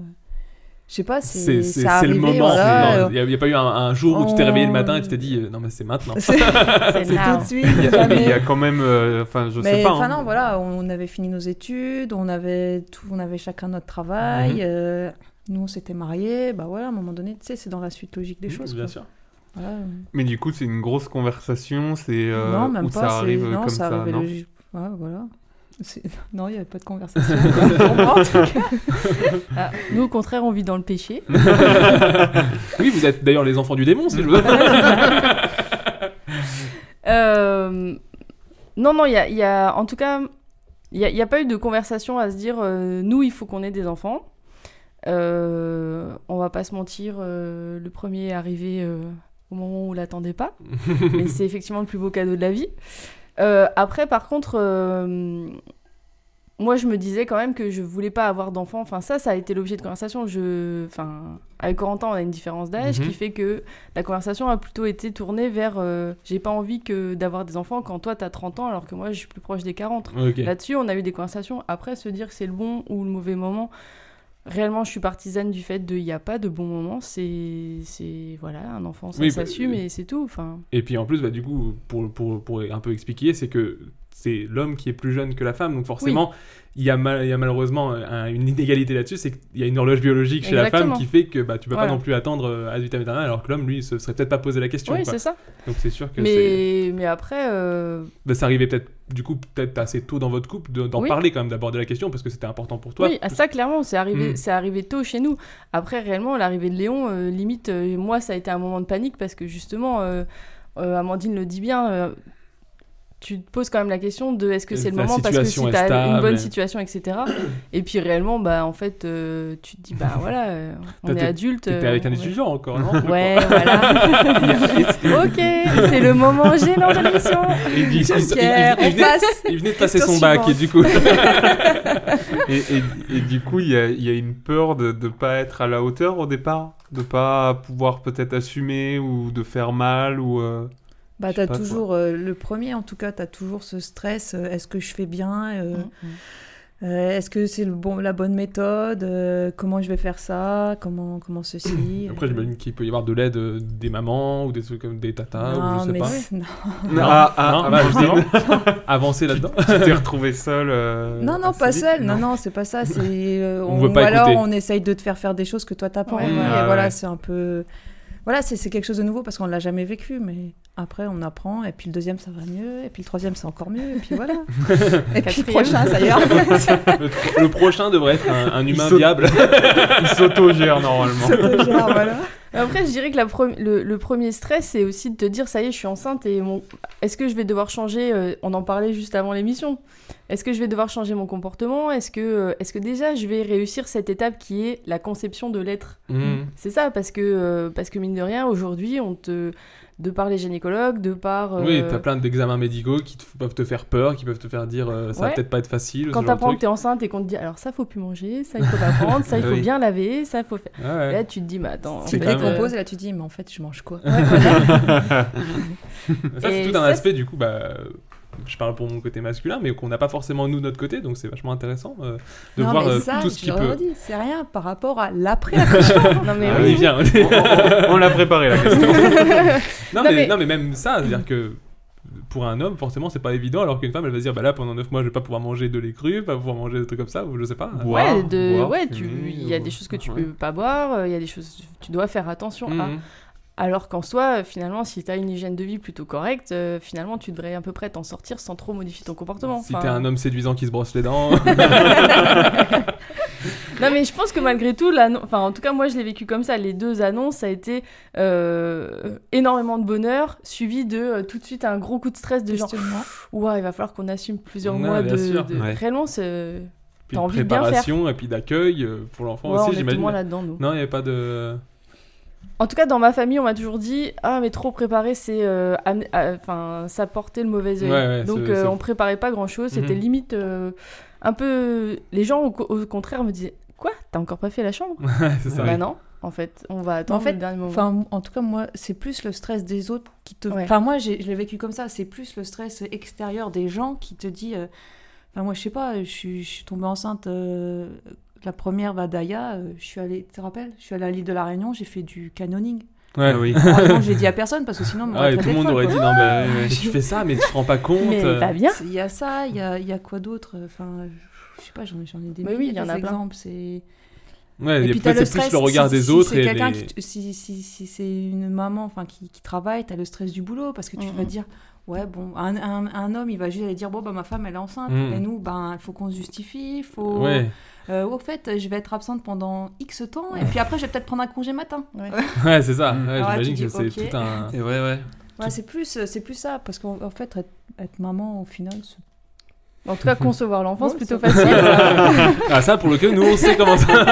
Speaker 10: je sais pas,
Speaker 7: C'est
Speaker 10: c'est
Speaker 7: c'est-
Speaker 10: ça
Speaker 7: c'est le
Speaker 10: arrivait,
Speaker 7: moment.
Speaker 10: voilà, euh,
Speaker 7: Il n'y a, pas eu un, un jour où tu t'es
Speaker 10: on-
Speaker 7: réveillé le matin et tu t'es dit euh, non, mais c'est maintenant.
Speaker 10: C'est- c'est C'est now. tout de suite,
Speaker 9: Il y a-
Speaker 10: jamais.
Speaker 9: mais il y a quand même euh, enfin je
Speaker 10: Mais
Speaker 9: sais pas
Speaker 10: enfin
Speaker 9: hein.
Speaker 10: non, voilà, on avait fini nos études, on avait tout, on avait chacun notre travail.
Speaker 9: Mhm.
Speaker 10: euh, nous, on s'était mariés. Bah voilà, à un moment donné, tu sais, c'est dans la suite logique des
Speaker 7: Mhm,
Speaker 10: choses.
Speaker 7: bien
Speaker 10: quoi.
Speaker 7: sûr.
Speaker 10: Voilà, euh,
Speaker 9: Mais du coup, c'est une grosse conversation, c'est euh,
Speaker 10: non, même
Speaker 9: où
Speaker 10: pas.
Speaker 9: ça
Speaker 10: c'est-
Speaker 9: arrive
Speaker 10: non,
Speaker 9: comme ça,
Speaker 10: arrivait
Speaker 9: non
Speaker 10: logique. Ouais, voilà. C'est- Non, il n'y avait pas de conversation. Pour moi, en tout cas.
Speaker 8: Ah, Nous, au contraire, on vit dans le péché.
Speaker 7: oui, vous êtes d'ailleurs les enfants du démon, si je veux.
Speaker 8: Euh, non, non, il y a, il y a- En tout cas, il n'y a, il y a pas eu de conversation à se dire euh, nous, il faut qu'on ait des enfants. Euh, on va pas se mentir, euh, le premier est arrivé euh, au moment où on l'attendait pas. mais c'est effectivement le plus beau cadeau de la vie. Euh, après, par contre. euh, moi, je me disais quand même que je voulais pas avoir d'enfant. Enfin, ça, ça a été l'objet de conversation. Je... Enfin, avec 40 ans, on a une différence d'âge
Speaker 10: Mhm.
Speaker 8: qui fait que la conversation a plutôt été tournée vers euh, j'ai pas envie que d'avoir des enfants quand toi, t'as 30 ans, alors que moi, je suis plus proche des 40.
Speaker 10: Ok.
Speaker 8: Là-dessus, on a eu des conversations. Après, se dire que c'est le bon ou le mauvais moment. Réellement, je suis partisane du fait de il n'y a pas de bon moment. C'est. c'est- Voilà, un enfant, ça
Speaker 7: Oui, bah,
Speaker 8: s'assume
Speaker 7: euh,
Speaker 8: et c'est tout. Enfin.
Speaker 7: Et puis en plus, bah, du coup, pour, pour, pour un peu expliquer, c'est que c'est l'homme qui est plus jeune que la femme, donc forcément, il y, a mal- il y a malheureusement un- une inégalité là-dessus, c'est qu'il y a une horloge biologique chez la
Speaker 8: Exactement.
Speaker 7: femme qui fait que bah, tu peux
Speaker 8: Voilà.
Speaker 7: pas non plus attendre euh, ad vitam aeternam, alors que l'homme, lui, se serait peut-être pas posé la question.
Speaker 8: Oui,
Speaker 7: quoi.
Speaker 8: c'est ça.
Speaker 7: Donc c'est sûr que c'est...
Speaker 8: Mais, mais après. euh,
Speaker 7: Bah, ça arrivait peut-être, du coup, peut-être assez tôt dans votre couple de- d'en
Speaker 8: Oui.
Speaker 7: parler quand même, d'aborder la question, parce que c'était important pour toi.
Speaker 8: Oui, à ça clairement, c'est arrivé,
Speaker 7: Mm.
Speaker 8: c'est arrivé tôt chez nous. Après, réellement, l'arrivée de Léon, euh, limite, euh, moi, ça a été un moment de panique parce que justement, euh, euh, Amandine le dit bien, euh, tu te poses quand même la question de est-ce que c'est le
Speaker 7: Euh, La
Speaker 8: moment parce que si
Speaker 7: situation est
Speaker 8: t'as une
Speaker 7: stable.
Speaker 8: bonne situation, etc. et puis réellement, bah en fait, euh, tu te dis bah voilà, euh, on
Speaker 7: Toi,
Speaker 8: est
Speaker 7: t'es-
Speaker 8: adulte.
Speaker 7: t'étais
Speaker 8: euh,
Speaker 7: avec un
Speaker 8: ouais.
Speaker 7: étudiant encore, non
Speaker 8: Ouais, voilà. ok, c'est le moment gênant de l'émission.
Speaker 7: Il, il- il- il-
Speaker 8: Pierre,
Speaker 7: il
Speaker 8: on
Speaker 7: venait,
Speaker 8: passe.
Speaker 7: il venait de passer
Speaker 8: Question
Speaker 7: son bac, et
Speaker 8: suivante.
Speaker 7: du coup.
Speaker 9: et, et- et du coup, il y a, il y a une peur de ne pas être à la hauteur au départ, de pas pouvoir peut-être assumer ou de faire mal ou. euh,
Speaker 10: Bah,
Speaker 9: je sais pas,
Speaker 10: t'as
Speaker 9: quoi. Mhm.
Speaker 10: toujours euh, le premier, en tout cas, t'as toujours ce stress. euh, Est-ce que je fais bien euh, Euh, Est-ce que c'est le bon, la bonne méthode Euh, Comment je vais faire ça Comment, comment ceci euh.
Speaker 7: Après, j'imagine qu'il peut y avoir de l'aide euh, des mamans ou des trucs comme des tatas ou
Speaker 10: Non,
Speaker 7: je sais
Speaker 10: mais
Speaker 7: pas.
Speaker 10: c'est- non.
Speaker 7: Ah, ah,
Speaker 9: Non,
Speaker 7: ah, bah,
Speaker 9: Amandine.
Speaker 7: justement. Avancer là-dedans.
Speaker 9: Tu t'es retrouvée seule. euh,
Speaker 10: Non, non,
Speaker 9: assez
Speaker 10: pas
Speaker 9: vite.
Speaker 10: seul. Non, non, c'est pas ça. C'est, euh,
Speaker 9: On veut
Speaker 10: ou
Speaker 9: pas
Speaker 10: alors
Speaker 9: écouter.
Speaker 10: on essaye de te faire faire des choses que toi t'as pas
Speaker 9: Ouais.
Speaker 10: envie.
Speaker 9: Ah
Speaker 10: et voilà,
Speaker 9: ouais.
Speaker 10: c'est un peu. Voilà, c'est c'est quelque chose de nouveau parce qu'on l'a jamais vécu. Mais après, on apprend. Et puis le deuxième, ça va mieux. Et puis le troisième, c'est encore mieux. Et puis voilà. et puis le
Speaker 8: Quatrième.
Speaker 10: prochain, ça ira.
Speaker 7: le, pro- le prochain devrait être un, un
Speaker 9: Il
Speaker 7: humain
Speaker 9: s'auto-
Speaker 7: viable.
Speaker 9: Il s'autogère normalement.
Speaker 8: Après, je dirais que la pre- le, le premier stress, c'est aussi de te dire, ça y est, je suis enceinte et mon... est-ce que je vais devoir changer euh, On en parlait juste avant l'émission. Est-ce que je vais devoir changer mon comportement Est-ce que, euh, est-ce que déjà je vais réussir cette étape qui est la conception de l'être
Speaker 7: Mhm.
Speaker 8: C'est ça, parce que, euh, parce que mine de rien, aujourd'hui, on te... de par les gynécologues, de par... euh,
Speaker 7: Oui, t'as plein d'examens médicaux qui te- peuvent te faire peur, qui peuvent te faire dire euh, ça va
Speaker 8: Ouais.
Speaker 7: peut-être pas être facile.
Speaker 8: Quand
Speaker 7: ce genre de
Speaker 8: t'apprends que
Speaker 7: truc.
Speaker 8: t'es enceinte et qu'on te dit alors ça faut plus manger, ça il faut pas prendre, ça il faut
Speaker 7: Oui.
Speaker 8: bien laver, ça faut faire.
Speaker 7: Ah Ouais, ouais.
Speaker 8: Et Là tu te dis mais attends, en
Speaker 10: Tu te
Speaker 8: fait, euh,
Speaker 10: décomposes et là tu dis, mais en fait, je mange quoi
Speaker 7: ça,
Speaker 8: Et
Speaker 7: c'est tout un
Speaker 8: ça,
Speaker 7: aspect, du coup, bah, euh, je parle pour mon côté masculin, mais qu'on n'a pas forcément nous de notre côté, donc c'est vachement intéressant euh, de
Speaker 10: non,
Speaker 7: voir
Speaker 10: mais
Speaker 7: euh,
Speaker 10: ça,
Speaker 7: tout ce
Speaker 10: je
Speaker 7: qui
Speaker 10: le
Speaker 7: peut.
Speaker 10: redis, c'est rien par rapport à l'après-accouchement. non, mais
Speaker 7: Ah,
Speaker 10: oui.
Speaker 7: on y vient, on y-
Speaker 9: On- on- on l'a préparé, la question.
Speaker 7: non,
Speaker 10: Non,
Speaker 7: mais,
Speaker 10: mais-
Speaker 7: non, mais même ça, c'est-à-dire que pour un homme, forcément, c'est pas évident, alors qu'une femme, elle va se dire, bah là, pendant 9 mois, je vais pas pouvoir manger de lait cru, pas pouvoir manger des trucs comme ça, ou je sais pas.
Speaker 8: ouais, de, ouais, tu, il
Speaker 7: euh,
Speaker 8: y a des choses que tu peux pas boire, euh, il y a des choses, tu dois faire attention à.
Speaker 7: Mhm.
Speaker 8: Alors qu'en soi, euh, finalement, si t'as une hygiène de vie plutôt correcte, euh, finalement, tu devrais à peu près t'en sortir sans trop modifier ton comportement.
Speaker 7: Si
Speaker 8: Enfin,
Speaker 7: t'es un homme séduisant qui se brosse les dents.
Speaker 8: Non, mais je pense que malgré tout, l'annon- enfin, en tout cas, moi, je l'ai vécu comme ça. Les deux annonces, ça a été euh, énormément de bonheur, suivi de euh, tout de suite un gros coup de stress de genre, ouah, il va falloir qu'on assume plusieurs
Speaker 7: Ouais,
Speaker 8: mois
Speaker 7: bien
Speaker 8: de,
Speaker 7: sûr.
Speaker 8: de-
Speaker 7: Ouais.
Speaker 8: réellement, c'est-
Speaker 7: Puis
Speaker 8: t'as
Speaker 7: de
Speaker 8: envie de bien faire.
Speaker 7: préparation et puis d'accueil euh, pour l'enfant
Speaker 8: Ouais, on est
Speaker 7: aussi,
Speaker 8: tout
Speaker 7: j'imagine.
Speaker 8: moins là-dedans, nous.
Speaker 7: Non, il n'y avait pas de.
Speaker 8: En tout cas, dans ma famille, on m'a toujours dit ah mais trop préparé, c'est euh, am- ah, enfin ça portait le mauvais œil.
Speaker 7: Ouais, ouais,
Speaker 8: Donc
Speaker 7: c'est-
Speaker 8: euh,
Speaker 7: c'est-
Speaker 8: on préparait pas grand chose. C'était
Speaker 7: Mhm.
Speaker 8: limite euh, un peu. Les gens au, co- au contraire me disaient quoi T'as encore pas fait la chambre
Speaker 10: c'est ça.
Speaker 8: Bah
Speaker 10: Oui.
Speaker 8: non, en fait, on va
Speaker 10: En
Speaker 8: attendre
Speaker 10: fait,
Speaker 8: le dernier moment.
Speaker 10: enfin, en tout cas, moi, c'est plus le stress des autres qui te.
Speaker 8: Mmh. Ouais.
Speaker 10: Enfin, moi, j'ai- je l'ai vécu comme ça. C'est plus le stress extérieur des gens qui te dit. euh, Enfin, moi, je sais pas. Je suis, je suis tombée enceinte. euh, La première Vadaya, euh, je suis allée, tu te rappelles Je suis allée à l'île de la Réunion, j'ai fait du canyoning.
Speaker 7: Ouais. Ah oui.
Speaker 10: Vraiment, j'ai dit à personne parce que sinon,
Speaker 7: Ah,
Speaker 10: on m'aurait
Speaker 7: et tout
Speaker 10: traité
Speaker 7: le
Speaker 10: de
Speaker 7: monde
Speaker 10: folle,
Speaker 7: aurait dit
Speaker 10: quoi.
Speaker 7: non, mais tu fais ça, mais tu te rends pas compte. euh.
Speaker 10: Il y a ça, il y a, il y a quoi d'autre Enfin, je sais pas, j'en ai j'en ai des
Speaker 8: Mais oui,
Speaker 10: milliers
Speaker 8: il y en
Speaker 10: des
Speaker 8: a plein.
Speaker 10: exemples. C'est.
Speaker 7: Ouais, et
Speaker 10: puis
Speaker 7: après,
Speaker 10: t'as
Speaker 7: c'est plus
Speaker 10: stress
Speaker 7: le regard des
Speaker 10: si,
Speaker 7: autres
Speaker 10: Si, c'est
Speaker 7: et
Speaker 10: quelqu'un
Speaker 7: les-
Speaker 10: qui- si, si- si c'est une maman, enfin qui, qui travaille, t'as le stress du boulot parce que tu vas dire, ouais bon, un, un- un homme il va juste aller dire bon bah ma femme elle est enceinte
Speaker 7: Mm.
Speaker 10: et nous ben il faut qu'on se justifie, il faut.
Speaker 7: Ouais.
Speaker 10: Euh, au fait, je vais être absente pendant X temps et puis après je vais peut-être prendre un congé matin.
Speaker 7: Ouais, c'est ça.
Speaker 10: Mm.
Speaker 7: Ouais,
Speaker 10: Alors là, tu
Speaker 7: j'imagine que
Speaker 10: dis,
Speaker 7: c'est
Speaker 10: ok.
Speaker 7: tout un.
Speaker 10: Et
Speaker 5: ouais, ouais.
Speaker 10: Ouais, c'est plus, euh, c'est plus ça parce qu'en en fait être, être maman au final. c'est-
Speaker 8: En tout cas, concevoir l'enfant, c'est
Speaker 10: Ouais,
Speaker 8: plutôt
Speaker 10: ça-
Speaker 8: facile. ça.
Speaker 7: ah, ça, pour le coup, nous, on sait comment ça.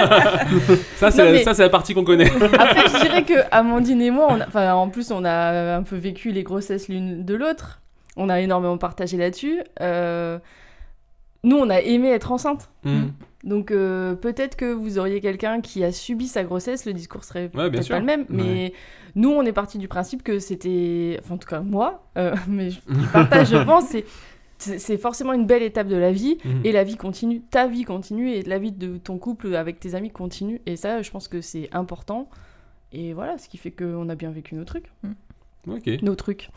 Speaker 7: ça, c'est
Speaker 8: Non,
Speaker 7: la,
Speaker 8: mais-
Speaker 7: ça, c'est la partie qu'on connaît.
Speaker 8: Après, je dirais que Amandine et moi, on a- enfin, en plus, on a un peu vécu les grossesses l'une de l'autre. On a énormément partagé là-dessus. Euh, Nous, on a aimé être enceinte.
Speaker 7: Mm.
Speaker 8: Donc euh, peut-être que vous auriez quelqu'un qui a subi sa grossesse, le discours serait
Speaker 7: bien
Speaker 8: peut-être
Speaker 7: sûr.
Speaker 8: pas le même. Mais
Speaker 7: Ouais.
Speaker 8: nous, on est parti du principe que c'était, enfin en tout cas moi, euh, mais je je partage, je pense, c'est c'est c'est forcément une belle étape de la vie
Speaker 7: Mhm.
Speaker 8: et la vie continue, ta vie continue et la vie de ton couple avec tes amis continue. Et ça, je pense que c'est important. Et voilà, ce qui fait qu'on a bien vécu nos trucs.
Speaker 7: Ok.
Speaker 8: Nos trucs.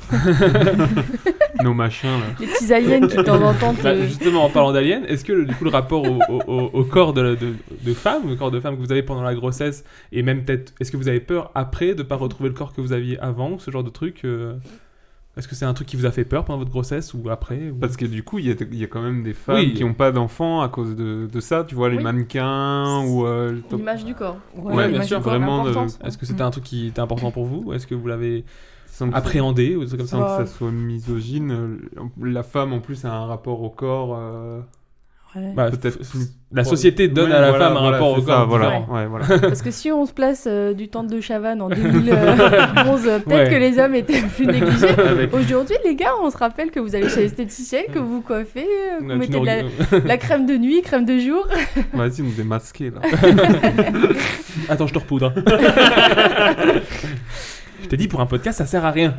Speaker 7: Nos machins, là.
Speaker 8: Les petits aliens qui, de temps en temps, te-
Speaker 7: Bah, justement, en parlant d'aliens, est-ce que le- du coup le rapport au, au- au- au corps de, la- de, de femme, au corps de femme que vous avez pendant la grossesse, et même peut-être, est-ce que vous avez peur après de pas retrouver le corps que vous aviez avant, ou ce genre de truc euh, Est-ce que c'est un truc qui vous a fait peur pendant votre grossesse ou après ou-
Speaker 9: Parce que du coup, il y, a- il y a quand même des femmes
Speaker 7: Oui.
Speaker 9: qui n'ont pas d'enfants à cause de, de ça. Tu vois, les
Speaker 8: Oui.
Speaker 9: mannequins ou. euh, le-
Speaker 8: L'image du corps.
Speaker 9: Ouais, bien
Speaker 8: l'image
Speaker 9: sûr,
Speaker 8: du corps,
Speaker 7: euh,
Speaker 9: vraiment,
Speaker 8: l'importance.
Speaker 7: Est-ce que c'était un truc qui était important pour vous Est-ce que vous l'avez
Speaker 9: Sans que-
Speaker 7: appréhendé ou des trucs comme ça
Speaker 9: Sans que ça soit misogyne, euh, la femme en plus a un rapport au corps. euh,
Speaker 10: Ouais.
Speaker 7: Bah,
Speaker 9: peut-être plus-
Speaker 7: la société donne
Speaker 9: Ouais,
Speaker 7: à la
Speaker 9: voilà,
Speaker 7: femme un
Speaker 9: voilà,
Speaker 7: rapport
Speaker 9: c'est
Speaker 7: au
Speaker 9: ça,
Speaker 7: corps.
Speaker 9: voilà,
Speaker 7: différent.
Speaker 9: ouais, voilà.
Speaker 8: Parce que si on se place euh, du temps de Chavannes en 2011, euh, peut-être
Speaker 7: Ouais.
Speaker 8: que les hommes étaient plus négligés.
Speaker 7: Avec-
Speaker 8: Aujourd'hui, les gars, on se rappelle que vous allez chez l'esthéticienne, que vous coiffez, euh, que
Speaker 9: Ouais,
Speaker 8: vous
Speaker 9: tu
Speaker 8: mettez
Speaker 9: nous
Speaker 8: de la,
Speaker 9: regardes.
Speaker 8: la crème de nuit, crème de jour.
Speaker 9: Vas-y, on est démasqué là.
Speaker 7: Attends, je te repoudre. je t'ai dit, pour un podcast, ça sert à rien.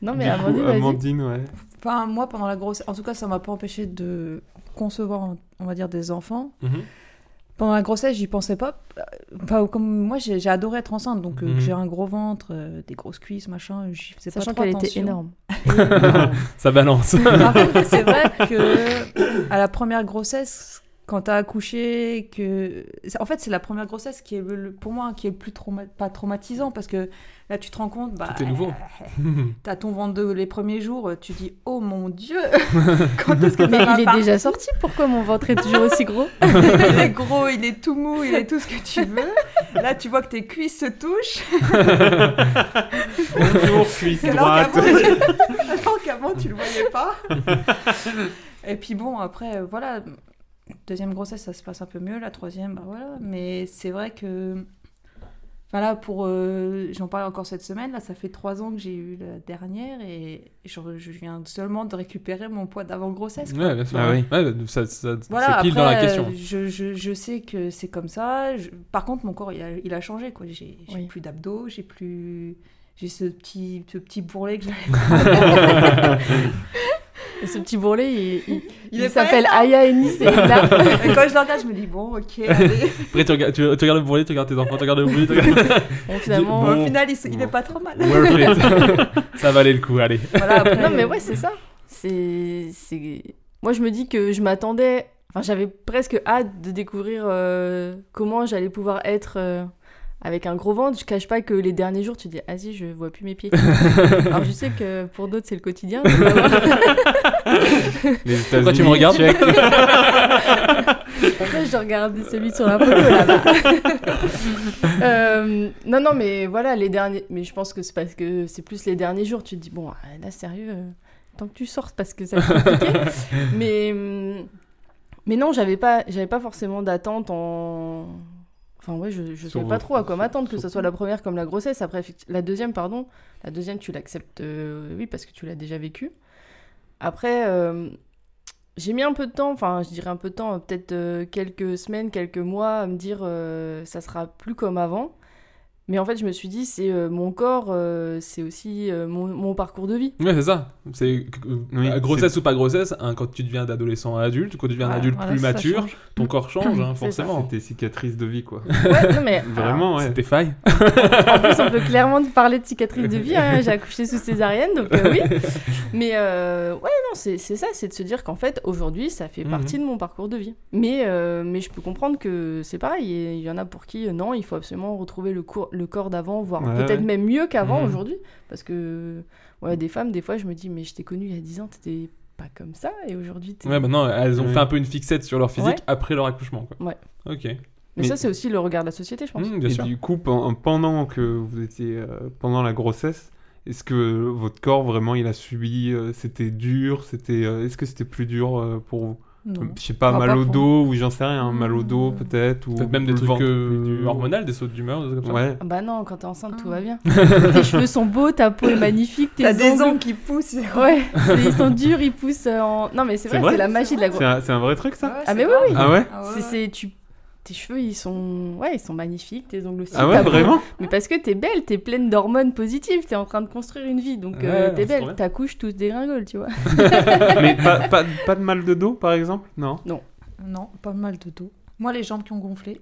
Speaker 10: Non, mais
Speaker 9: Du
Speaker 10: Amandine,
Speaker 9: coup,
Speaker 10: vas-y.
Speaker 9: Amandine, ouais.
Speaker 10: Enfin, moi, pendant la grossesse, en tout cas, ça m'a pas empêché de concevoir, on va dire, des enfants.
Speaker 7: Mhm.
Speaker 10: Pendant la grossesse, j'y pensais pas. Enfin, comme moi, j'ai j'ai adoré être enceinte, donc euh,
Speaker 7: Mhm.
Speaker 10: j'ai un gros ventre, euh, des grosses cuisses, machin. J'y faisais
Speaker 8: Sachant
Speaker 10: pas trop
Speaker 8: qu'elle était
Speaker 10: attention.
Speaker 8: énorme.
Speaker 7: Ça balance.
Speaker 10: Par contre, c'est vrai que à la première grossesse, quand t'as accouché, que c'est- en fait c'est la première grossesse qui est le- le- pour moi qui est le plus trauma- pas traumatisant parce que là tu te rends compte, bah
Speaker 7: Tout est nouveau.
Speaker 10: T'as ton ventre de- les premiers jours, tu dis oh mon dieu, quand est-ce que ça
Speaker 8: Mais
Speaker 10: va
Speaker 8: il est
Speaker 10: pas
Speaker 8: déjà sorti, pourquoi mon ventre est toujours aussi gros
Speaker 10: il est gros, il est tout mou, il est tout ce que tu veux. Là, tu vois que tes cuisses se touchent.
Speaker 9: Bonjour, cuisse
Speaker 10: Alors
Speaker 9: droite.
Speaker 10: qu'avant, tu- alors qu'avant, tu le voyais pas. Et puis bon, après, euh, voilà. Deuxième grossesse, ça se passe un peu mieux. La troisième, bah voilà. Mais c'est vrai que. Enfin là, pour. euh, J'en parle encore cette semaine. Là, ça fait trois ans que j'ai eu la dernière. Et je, je viens seulement de récupérer mon poids d'avant-grossesse. quoi.
Speaker 7: Ouais, bien sûr.
Speaker 9: Ah oui.
Speaker 7: Ouais, bah, ça- ça-
Speaker 10: Voilà,
Speaker 7: c'est pile
Speaker 10: après,
Speaker 7: dans la question.
Speaker 10: euh, Je, je- je sais que c'est comme ça. Je- par contre, mon corps, il a, il a changé. quoi. J'ai j'ai plus d'abdos, j'ai plus. J'ai ce petit, ce petit bourrelet que j'avais.
Speaker 8: Et ce petit bourrelet, il, il-
Speaker 10: Il
Speaker 8: il
Speaker 10: est pas
Speaker 8: s'appelle
Speaker 10: énorme.
Speaker 8: Aya Ennis. Et il a-
Speaker 10: Et quand je le regarde, je me dis, bon, ok, allez.
Speaker 7: Après, tu regardes, tu, tu regardes le bourrelet, tu regardes tes enfants, tu regardes le bruit, tu regardes.
Speaker 8: Bon, finalement,
Speaker 7: Bon.
Speaker 10: Au final, il, s- il est pas trop mal.
Speaker 7: Worth it. ça valait le coup, allez.
Speaker 10: Voilà, après,
Speaker 8: non, mais
Speaker 10: euh,
Speaker 8: ouais, c'est ça. C'est, c'est. Moi, je me dis que je m'attendais. Enfin, j'avais presque hâte de découvrir euh, comment j'allais pouvoir être euh, avec un gros ventre. Je cache pas que les derniers jours, tu dis, ah si, je vois plus mes pieds. Alors, je sais que pour d'autres, c'est le quotidien. mais vraiment.
Speaker 9: Les
Speaker 7: Pourquoi tu me
Speaker 9: États-Unis,
Speaker 7: regardes
Speaker 9: check.
Speaker 8: Pourquoi je regardais celui sur la photo là-bas Euh, Non, non, mais voilà, les derniers. Mais je pense que c'est parce que c'est plus les derniers jours. Tu te dis, bon, euh, là, sérieux, euh, tant que tu sortes, parce que ça va être compliqué. mais, hum, mais non, j'avais pas, j'avais pas forcément d'attente en. Enfin, ouais, je, je
Speaker 7: Sur
Speaker 8: savais pas
Speaker 7: vos-
Speaker 8: trop à quoi
Speaker 7: sur-
Speaker 8: m'attendre, que
Speaker 7: sur-
Speaker 8: ce soit la première comme la grossesse. Après, effecti- la deuxième, pardon. La deuxième, tu l'acceptes, euh, oui, parce que tu l'as déjà vécu. Après, euh, j'ai mis un peu de temps, enfin, je dirais un peu de temps, euh, peut-être euh, quelques semaines, quelques mois, à me dire euh, ça sera plus comme avant. Mais en fait, je me suis dit, c'est euh, mon corps, euh, c'est aussi euh, mon, mon parcours de vie.
Speaker 7: Ouais, c'est ça. C'est euh,
Speaker 9: Oui,
Speaker 7: euh, grossesse ou pas grossesse, hein, quand tu deviens d'adolescent à adulte, quand tu deviens
Speaker 10: Voilà,
Speaker 7: un adulte
Speaker 10: voilà,
Speaker 7: plus
Speaker 10: ça
Speaker 7: mature,
Speaker 10: change.
Speaker 7: ton corps change, hein,
Speaker 8: C'est ça.
Speaker 7: forcément.
Speaker 9: Tes cicatrices de vie, quoi.
Speaker 8: Ouais, non, mais
Speaker 9: Vraiment, ouais.
Speaker 7: Ah, C'était faille.
Speaker 8: En plus, on peut clairement te parler de cicatrices de vie. hein. J'ai accouché sous césarienne, donc euh, oui. Mais euh, ouais, non, c'est c'est ça, c'est de se dire qu'en fait, aujourd'hui, ça fait
Speaker 7: Mhm.
Speaker 8: partie de mon parcours de vie. Mais, euh, mais je peux comprendre que c'est pareil. Il y en a pour qui, euh, non, il faut absolument retrouver le, cour- le corps d'avant, voire
Speaker 9: Ouais,
Speaker 8: peut-être
Speaker 9: ouais.
Speaker 8: même mieux qu'avant
Speaker 7: Mhm.
Speaker 8: aujourd'hui. Parce que, ouais, des femmes, des fois, je me dis, mais je t'ai connue il y a 10 ans, t'étais pas comme ça, et aujourd'hui, t'es.
Speaker 7: Ouais, bah, maintenant, elles ont
Speaker 9: Oui.
Speaker 7: fait un peu une fixette sur leur physique
Speaker 8: Ouais.
Speaker 7: après leur accouchement, quoi.
Speaker 8: Ouais.
Speaker 7: Ok.
Speaker 8: mais,
Speaker 9: mais-
Speaker 8: ça, c'est aussi le regard de la société, je pense.
Speaker 7: Mmh, bien
Speaker 9: et
Speaker 7: sûr.
Speaker 9: du coup, pen- euh, pendant que vous étiez euh, pendant la grossesse, est-ce que votre corps vraiment il a subi euh, C'était dur C'était euh, Est-ce que c'était plus dur euh, pour vous
Speaker 10: non.
Speaker 9: Je sais pas,
Speaker 10: Ah,
Speaker 9: mal
Speaker 10: pas
Speaker 9: au
Speaker 10: pour
Speaker 9: dos ou j'en sais rien, mal au dos
Speaker 10: Mmh.
Speaker 9: peut-être ou
Speaker 7: Peut-être même des
Speaker 9: le
Speaker 7: trucs
Speaker 9: ventre
Speaker 7: euh,
Speaker 9: plus dur.
Speaker 7: hormonaux, des sauts d'humeur, des trucs comme ça.
Speaker 9: Ouais.
Speaker 8: Ah Bah non, quand t'es enceinte, tout va
Speaker 10: Ah.
Speaker 8: bien. Tes cheveux sont beaux, ta peau est magnifique, tes
Speaker 10: T'as des
Speaker 8: ongles
Speaker 10: ongles qui poussent.
Speaker 8: Ouais, c'est- ils sont durs, ils poussent euh, en. Non, mais c'est
Speaker 9: C'est
Speaker 8: vrai,
Speaker 9: vrai
Speaker 8: c'est la magie de la
Speaker 9: C'est
Speaker 8: grossesse.
Speaker 9: un, c'est un vrai truc ça
Speaker 8: Ah, mais oui, oui.
Speaker 9: Ah ouais
Speaker 8: C'est, c'est- tu... Tes cheveux, ils sont. Ouais, ils sont magnifiques, tes ongles aussi.
Speaker 9: Ah ouais,
Speaker 8: ta peau.
Speaker 9: vraiment
Speaker 8: Mais parce que t'es belle, t'es pleine d'hormones positives, t'es en train de construire une vie, donc euh,
Speaker 7: Ouais,
Speaker 8: t'es
Speaker 7: c'est trop bien.
Speaker 8: belle, ta couche tous dégringole, tu vois.
Speaker 9: Mais pas, pas, pas de mal de dos par exemple Non.
Speaker 10: Non, pas mal de dos. Moi, les jambes qui ont gonflé.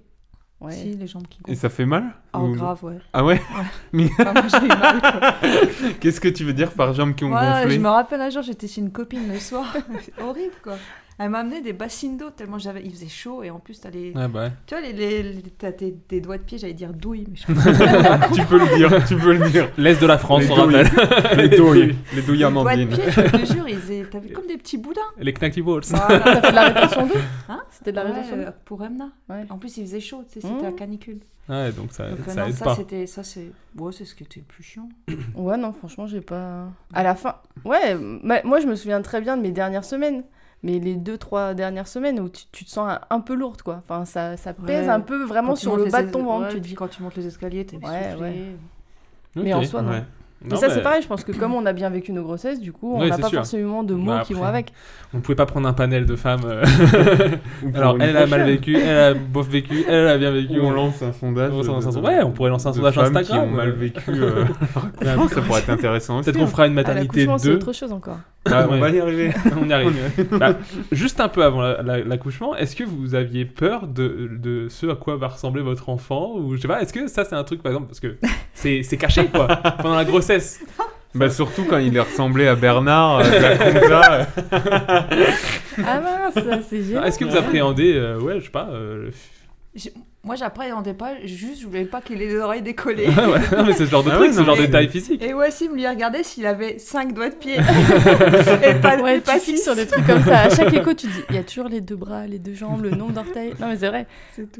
Speaker 8: Ouais.
Speaker 10: Si, les jambes qui
Speaker 9: Et
Speaker 10: gonflent.
Speaker 9: ça fait mal
Speaker 10: Oh,
Speaker 9: Ou-
Speaker 10: grave, ouais.
Speaker 9: Ah ouais
Speaker 10: Enfin, moi, j'ai eu mal, quoi.
Speaker 9: Qu'est-ce que tu veux dire par jambes qui ont
Speaker 10: Voilà,
Speaker 9: gonflé
Speaker 10: je me rappelle un jour, j'étais chez une copine le soir. C'est horrible, quoi. Elle m'a amené des bassines d'eau tellement j'avais. Il faisait chaud et en plus, t'as les.
Speaker 7: Ouais, bah ouais.
Speaker 10: Tu vois, les, les- les- t'as tes, tes doigts de pied, j'allais dire douille, mais je
Speaker 9: tu peux le dire, tu peux le dire.
Speaker 7: L'Est de la France,
Speaker 9: Les
Speaker 7: on rappelle.
Speaker 9: Les douilles, les douilles
Speaker 10: Les doigts de
Speaker 9: amandines.
Speaker 10: pied, je te jure, ils étaient- t'avais comme des petits boudins.
Speaker 7: Les Knacky Balls.
Speaker 10: Voilà.
Speaker 8: T'as fait de la rétention d'eau
Speaker 10: Hein
Speaker 8: C'était de la
Speaker 10: Ouais,
Speaker 8: rétention d'eau
Speaker 10: euh, pour Emna.
Speaker 8: Ouais.
Speaker 10: En plus, il faisait chaud, tu sais, c'était
Speaker 8: Mmh.
Speaker 10: la canicule.
Speaker 7: Ouais, donc ça,
Speaker 10: Donc, euh,
Speaker 7: ça
Speaker 10: non,
Speaker 7: aide
Speaker 10: ça,
Speaker 7: pas.
Speaker 10: c'était. Ça, c'est. Ouais, c'est ce qui était le plus chiant.
Speaker 8: Ouais, non, franchement, j'ai pas. À la fin. Ouais, ma- moi, je me souviens très bien de mes dernières semaines. Mais les deux, trois dernières semaines où tu, tu te sens un, un peu lourde, quoi. Enfin, ça, ça pèse
Speaker 10: Ouais.
Speaker 8: un peu
Speaker 10: Quand
Speaker 8: vraiment
Speaker 10: tu
Speaker 8: sur
Speaker 10: montes
Speaker 8: le
Speaker 10: les
Speaker 8: bas de
Speaker 10: es-
Speaker 8: ton ventre,
Speaker 10: ouais,
Speaker 8: tu te
Speaker 10: puis
Speaker 8: dis.
Speaker 10: quand tu montes les escaliers, t'es
Speaker 8: Ouais,
Speaker 10: essoufflé.
Speaker 8: ouais. Mais en
Speaker 7: Ok.
Speaker 8: soi, non.
Speaker 9: Ouais.
Speaker 8: Mais
Speaker 7: Non,
Speaker 8: ça,
Speaker 7: mais
Speaker 8: c'est pareil, je pense que comme on a bien vécu nos grossesses, du coup, on
Speaker 7: Ouais,
Speaker 8: n'a
Speaker 7: c'est
Speaker 8: pas
Speaker 7: sûr.
Speaker 8: forcément de mots
Speaker 7: Bah,
Speaker 8: qui vont
Speaker 7: après,
Speaker 8: avec.
Speaker 7: On pouvait pas prendre un panel de femmes. euh,
Speaker 9: Ou pour
Speaker 7: Alors,
Speaker 9: une
Speaker 7: elle a mal
Speaker 9: prochaine.
Speaker 7: vécu, elle a bof vécu, elle a bien vécu.
Speaker 9: Ou on lance un sondage.
Speaker 7: On lance un
Speaker 9: de-
Speaker 7: sondage. Ouais, on pourrait lancer un
Speaker 9: de
Speaker 7: sondage
Speaker 9: femmes
Speaker 7: Instagram.
Speaker 9: Qui ont mal vécu. euh,
Speaker 7: Ouais,
Speaker 9: non, ça pourrait être intéressant aussi.
Speaker 7: Peut-être qu'on fera une
Speaker 8: À
Speaker 7: maternité
Speaker 8: l'accouchement, c'est
Speaker 7: 2.
Speaker 8: autre chose encore.
Speaker 9: Ah, on va y arriver.
Speaker 7: on y arrive. Bah, juste un peu avant la- la- l'accouchement, est-ce que vous aviez peur de, de ce à quoi va ressembler votre enfant ou je sais pas, est-ce que ça c'est un truc par exemple parce que c'est c'est caché quoi pendant la grossesse.
Speaker 9: Bah surtout quand il est ressemblé à Bernard, euh, de la Conza.
Speaker 10: Ah mince, c'est génial.
Speaker 7: Alors, Est-ce que vous appréhendez, euh, ouais, je sais pas. euh, le-
Speaker 10: J'ai- Moi, j'appréhendais pas, juste, je voulais pas qu'il ait les oreilles décollées.
Speaker 7: Ah ouais, non, mais c'est ce genre de
Speaker 9: Ah
Speaker 7: truc,
Speaker 9: ouais,
Speaker 7: ce
Speaker 9: non,
Speaker 7: genre
Speaker 9: mais-
Speaker 7: de taille physique.
Speaker 10: Et Wassim lui regardait s'il avait 5 doigts de pied. et pas,
Speaker 8: Ouais,
Speaker 10: et pas
Speaker 8: tu cliques
Speaker 10: six.
Speaker 8: sur des trucs comme ça. À chaque écho, tu dis il y a toujours les deux bras, les deux jambes, le nombre d'orteils. Non, mais c'est vrai.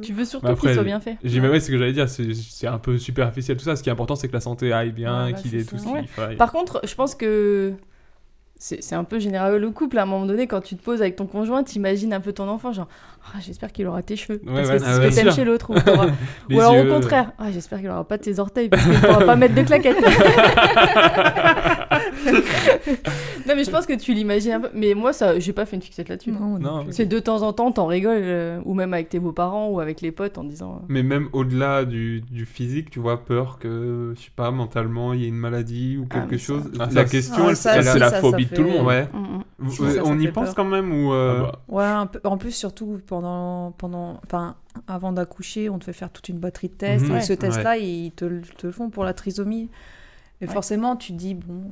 Speaker 8: Tu veux
Speaker 7: Mais
Speaker 8: surtout
Speaker 7: après,
Speaker 8: qu'il soit bien fait.
Speaker 7: J'ai ouais, c'est ce que j'allais dire, c'est- c'est un peu superficiel tout ça. Ce qui est important, c'est que la santé aille bien,
Speaker 8: Voilà,
Speaker 7: qu'il
Speaker 8: c'est
Speaker 7: ait tout
Speaker 8: ça.
Speaker 7: ce
Speaker 8: Ouais.
Speaker 7: qu'il faille.
Speaker 8: Par contre, je pense que c'est c'est un peu général au couple. À un moment donné, quand tu te poses avec ton conjoint, t'imagines un peu ton enfant, genre Ah, j'espère qu'il aura tes cheveux.
Speaker 7: Ouais,
Speaker 8: parce
Speaker 7: ouais,
Speaker 8: que c'est
Speaker 7: ah
Speaker 8: ce
Speaker 7: ouais,
Speaker 8: que
Speaker 7: bien
Speaker 8: t'aimes
Speaker 7: sûr.
Speaker 8: chez l'autre. Ou, t'auras-
Speaker 7: Les
Speaker 8: ou alors
Speaker 7: yeux.
Speaker 8: au contraire, Ah, j'espère qu'il aura pas tes orteils parce qu'il pourra pas mettre de claquettes. non, mais je pense que tu l'imagines un peu. Mais moi, ça, j'ai pas fait une fixette là-dessus.
Speaker 7: Non, plus.
Speaker 8: C'est de temps en temps, t'en rigoles, euh, ou même avec tes beaux-parents ou avec les potes en disant. euh,
Speaker 9: Mais même au-delà du, du physique, tu vois, peur que, je sais pas, mentalement, il y ait une maladie ou quelque chose.
Speaker 7: Ah,
Speaker 9: la
Speaker 7: ça,
Speaker 9: question,
Speaker 7: ah,
Speaker 9: elle-
Speaker 7: ça,
Speaker 9: elle-
Speaker 7: ça,
Speaker 9: c'est la
Speaker 7: ça, ça
Speaker 9: phobie de
Speaker 7: fait-
Speaker 9: tout le monde. Ouais.
Speaker 8: euh.
Speaker 10: Mm, mm.
Speaker 9: Vous- euh,
Speaker 10: Ça, ça
Speaker 9: on y
Speaker 10: fait
Speaker 9: pense
Speaker 10: peur.
Speaker 9: quand même ou...
Speaker 8: Ah
Speaker 9: euh,
Speaker 7: Ah,
Speaker 8: bah,
Speaker 10: Ouais, un peu- en plus, surtout pendant, pendant, enfin, avant d'accoucher, on te fait faire toute une batterie de tests.
Speaker 9: Mhm.
Speaker 10: Et ce
Speaker 9: Ouais.
Speaker 10: test-là, ils te, le- te le font pour la trisomie. Et forcément, tu te dis, bon,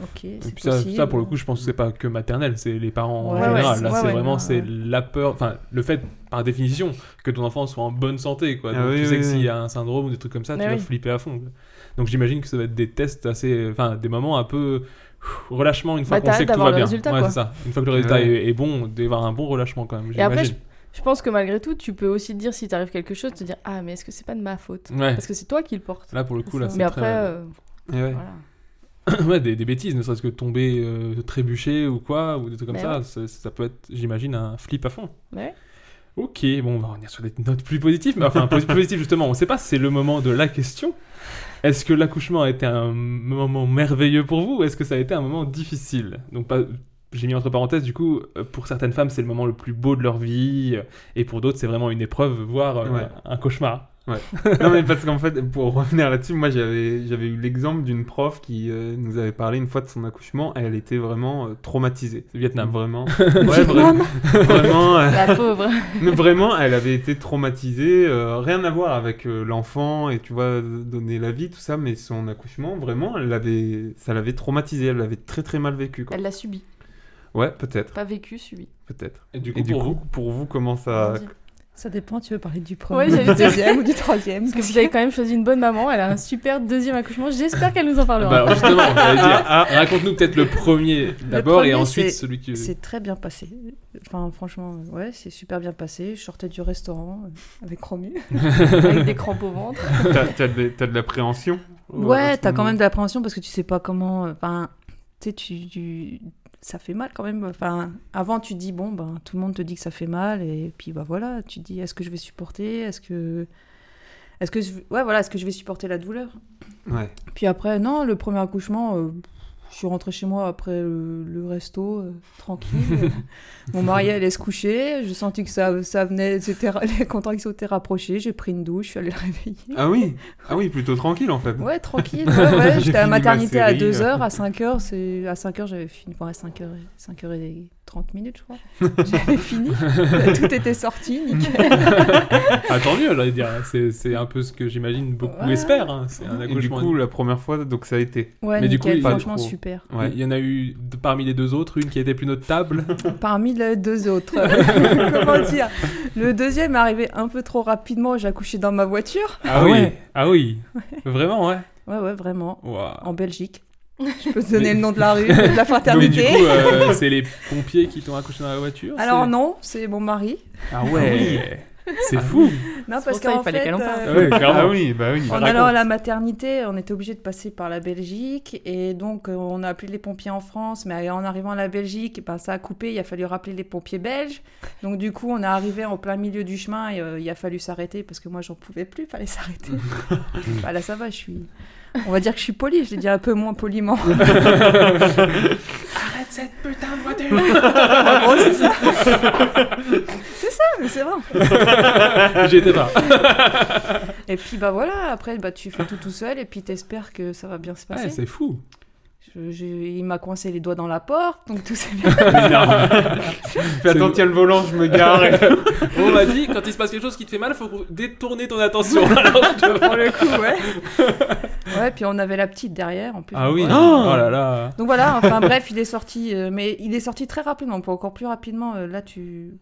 Speaker 10: ok,
Speaker 7: Et
Speaker 10: c'est
Speaker 7: puis ça,
Speaker 10: possible.
Speaker 7: ça, pour le coup, je pense que c'est pas que maternel, c'est les parents en
Speaker 10: Ouais,
Speaker 7: général.
Speaker 10: ouais,
Speaker 7: Là,
Speaker 10: ouais,
Speaker 7: c'est
Speaker 10: ouais,
Speaker 7: vraiment
Speaker 10: ouais.
Speaker 7: c'est la peur, enfin le fait par définition que ton enfant soit en bonne santé, quoi.
Speaker 9: Ah
Speaker 7: Donc, tu
Speaker 9: oui,
Speaker 7: sais
Speaker 9: oui,
Speaker 7: que
Speaker 9: oui.
Speaker 7: s'il y a un syndrome ou des trucs comme ça,
Speaker 9: Mais
Speaker 7: tu vas
Speaker 9: oui.
Speaker 7: flipper à fond. quoi. Donc j'imagine que ça va être des tests assez, enfin des moments un peu pff, relâchement une fois
Speaker 8: Bah,
Speaker 7: qu'on
Speaker 8: t'as
Speaker 7: sait
Speaker 8: hâte
Speaker 7: que tout
Speaker 8: d'avoir
Speaker 7: va
Speaker 8: le
Speaker 7: bien.
Speaker 8: résultat,
Speaker 7: ouais,
Speaker 8: quoi.
Speaker 7: c'est ça. Une fois que le résultat
Speaker 9: Ouais.
Speaker 7: est, est bon, on doit y avoir un bon relâchement quand même.
Speaker 8: Et après, je,
Speaker 7: j'imagine.
Speaker 8: je pense que malgré tout, tu peux aussi te dire si t'arrive quelque chose, te dire ah mais est-ce que c'est pas de ma faute
Speaker 7: Ouais.
Speaker 8: Parce que c'est toi qui le portes.
Speaker 7: Là, pour le coup, là, c'est
Speaker 8: Mais
Speaker 7: très-
Speaker 8: après, euh,
Speaker 7: Et ouais. Ouais, des, des bêtises, ne serait-ce que tomber, euh, trébucher ou quoi, ou des trucs comme
Speaker 8: Mais
Speaker 7: ça,
Speaker 8: Bah ouais.
Speaker 7: ça, ça peut être, j'imagine, un flip à fond.
Speaker 8: Mais ouais.
Speaker 7: Ok, bon, on va revenir sur des notes plus positives, mais enfin, plus positives justement, on ne sait pas, c'est le moment de la question. Est-ce que l'accouchement a été un moment merveilleux pour vous, ou est-ce que ça a été un moment difficile Donc, pas- j'ai mis entre parenthèses, du coup, euh, pour certaines femmes, c'est le moment le plus beau de leur vie, euh, et pour d'autres, c'est vraiment une épreuve, voire euh,
Speaker 9: Ouais.
Speaker 7: un cauchemar.
Speaker 9: Ouais. non mais parce qu'en fait, pour revenir là-dessus, moi j'avais j'avais eu l'exemple d'une prof qui euh, nous avait parlé une fois de son accouchement. Elle était vraiment euh, traumatisée.
Speaker 7: Vietnam.
Speaker 9: Vraiment.
Speaker 7: Vietnam.
Speaker 9: vraiment. vraiment, euh,
Speaker 8: La pauvre.
Speaker 9: mais vraiment, elle avait été traumatisée. euh, rien à voir avec euh, l'enfant et tu vois donner la vie tout ça, mais son accouchement vraiment, elle l'avait, ça l'avait traumatisée. Elle l'avait très très mal vécu. Quoi.
Speaker 8: elle l'a subi,
Speaker 9: Ouais, peut-être,
Speaker 8: pas vécu, subi.
Speaker 9: peut-être.
Speaker 7: Et du coup, pour vous
Speaker 9: pour vous, comment ça
Speaker 10: Ça dépend, tu veux parler du
Speaker 8: Ouais,
Speaker 10: premier,
Speaker 8: j'allais
Speaker 10: du
Speaker 8: dire.
Speaker 10: deuxième ou du troisième.
Speaker 8: Parce que vous avez quand même choisi une bonne maman. Elle a un super deuxième accouchement. J'espère qu'elle nous en parlera.
Speaker 7: Bah alors justement, j'allais dire, raconte-nous peut-être le premier
Speaker 10: Le
Speaker 7: d'abord et
Speaker 10: premier,
Speaker 7: ensuite
Speaker 10: c'est-
Speaker 7: celui qui.
Speaker 10: C'est très bien passé. Enfin, franchement, ouais, c'est super bien passé. Je sortais du restaurant euh, avec Romu,
Speaker 7: Bah,
Speaker 8: avec des crampes au ventre.
Speaker 9: T'as t'as de, t'as de l'appréhension.
Speaker 10: Ouais,
Speaker 9: à ce
Speaker 10: t'as quand
Speaker 9: moment.
Speaker 10: même de l'appréhension parce que tu sais pas comment. euh, Enfin, tu sais, tu, tu- Ça fait mal quand même. Enfin, avant, tu te dis, bon, ben, tout le monde te dit que ça fait mal. Et puis, bah voilà, tu te dis, est-ce que je vais supporter Est-ce que. Est-ce que, je... ouais, voilà, est-ce que je vais supporter la douleur
Speaker 9: Ouais.
Speaker 10: Puis après, non, le premier accouchement, euh, je suis rentrée chez moi après le, le resto, euh, tranquille. Mon mari allait se coucher, je sentis que ça, ça venait, c'était, les contractions étaient rapprochées, j'ai pris une douche, je suis allée le réveiller.
Speaker 9: Ah oui, ah oui, plutôt tranquille en fait.
Speaker 10: Ouais, tranquille. Ouais, ouais,
Speaker 9: J'ai
Speaker 10: j'étais
Speaker 9: fini ma
Speaker 10: à la maternité à
Speaker 9: série,
Speaker 10: 2h,
Speaker 9: euh.
Speaker 10: à 5h. c'est- À 5h, j'avais fini. Enfin, à 5h, 5h et 30 minutes, je crois. J'avais fini. Tout était sorti, nickel.
Speaker 7: Ah, tant mieux, j'allais dire. C'est, c'est un peu ce que j'imagine beaucoup
Speaker 10: Ouais.
Speaker 7: espèrent. hein. C'est un
Speaker 9: Et du
Speaker 7: accouchement.
Speaker 9: coup, la première fois, donc ça a été.
Speaker 10: Ouais,
Speaker 7: Mais du coup,
Speaker 10: nickel,
Speaker 7: il- pas
Speaker 10: franchement,
Speaker 7: trop.
Speaker 10: super.
Speaker 7: Ouais. Il y en a eu de- parmi les deux autres, une qui était plus notable.
Speaker 10: Parmi les deux autres. Comment dire Le deuxième est arrivé un peu trop rapidement, j'ai accouché dans ma voiture.
Speaker 7: Ah oui, ah oui. Vraiment, ouais.
Speaker 10: Ouais, ouais, vraiment.
Speaker 7: Waouh.
Speaker 10: En Belgique. Je peux te donner le nom de la rue, de la
Speaker 7: Mais du
Speaker 10: fraternité.
Speaker 7: coup, euh, c'est les pompiers qui t'ont accouché dans la voiture
Speaker 10: Alors
Speaker 7: c'est-
Speaker 10: non, c'est mon mari.
Speaker 7: Ah ouais. C'est fou.
Speaker 10: Non,
Speaker 8: C'est
Speaker 10: parce
Speaker 8: pour ça,
Speaker 10: qu'en
Speaker 8: il fallait
Speaker 10: fait,
Speaker 8: qu'elle en parle.
Speaker 10: euh,
Speaker 7: Ah ouais, clairement.
Speaker 9: Ah oui, bah oui.
Speaker 10: En allant à la maternité, on était obligé de passer par la Belgique et donc euh, on a appelé les pompiers en France, mais en arrivant à la Belgique, ben, ça a coupé, il a fallu rappeler les pompiers belges. Donc du coup, on est arrivé en plein milieu du chemin et euh, il a fallu s'arrêter parce que moi j'en pouvais plus, fallait s'arrêter. bah, là ça va, je suis... On va dire que je suis polie, je l'ai dit un peu moins poliment.
Speaker 3: Arrête cette putain de voiture
Speaker 10: En gros, c'est ça. c'est ça, mais c'est vrai.
Speaker 7: J'y étais pas.
Speaker 10: Et puis bah voilà, après bah, tu fais tout tout seul et puis t'espères que ça va bien se passer.
Speaker 7: Ouais, c'est fou.
Speaker 10: Je- je- il m'a coincé les doigts dans la porte, donc tout s'est bien
Speaker 7: Mais non.
Speaker 9: Fais attention, il y a le volant, je me gare. et-
Speaker 7: On m'a dit, quand il se passe quelque chose qui te fait mal, faut qu'on- détourner ton attention. Alors, je te-
Speaker 10: Pour le coup, ouais. Ouais, puis on avait la petite derrière en plus.
Speaker 7: Ah oui,
Speaker 10: Ouais.
Speaker 7: oh, là là.
Speaker 10: Donc voilà, enfin bref, il est sorti, euh, mais il est sorti très rapidement, pas encore plus rapidement. euh, là, tu.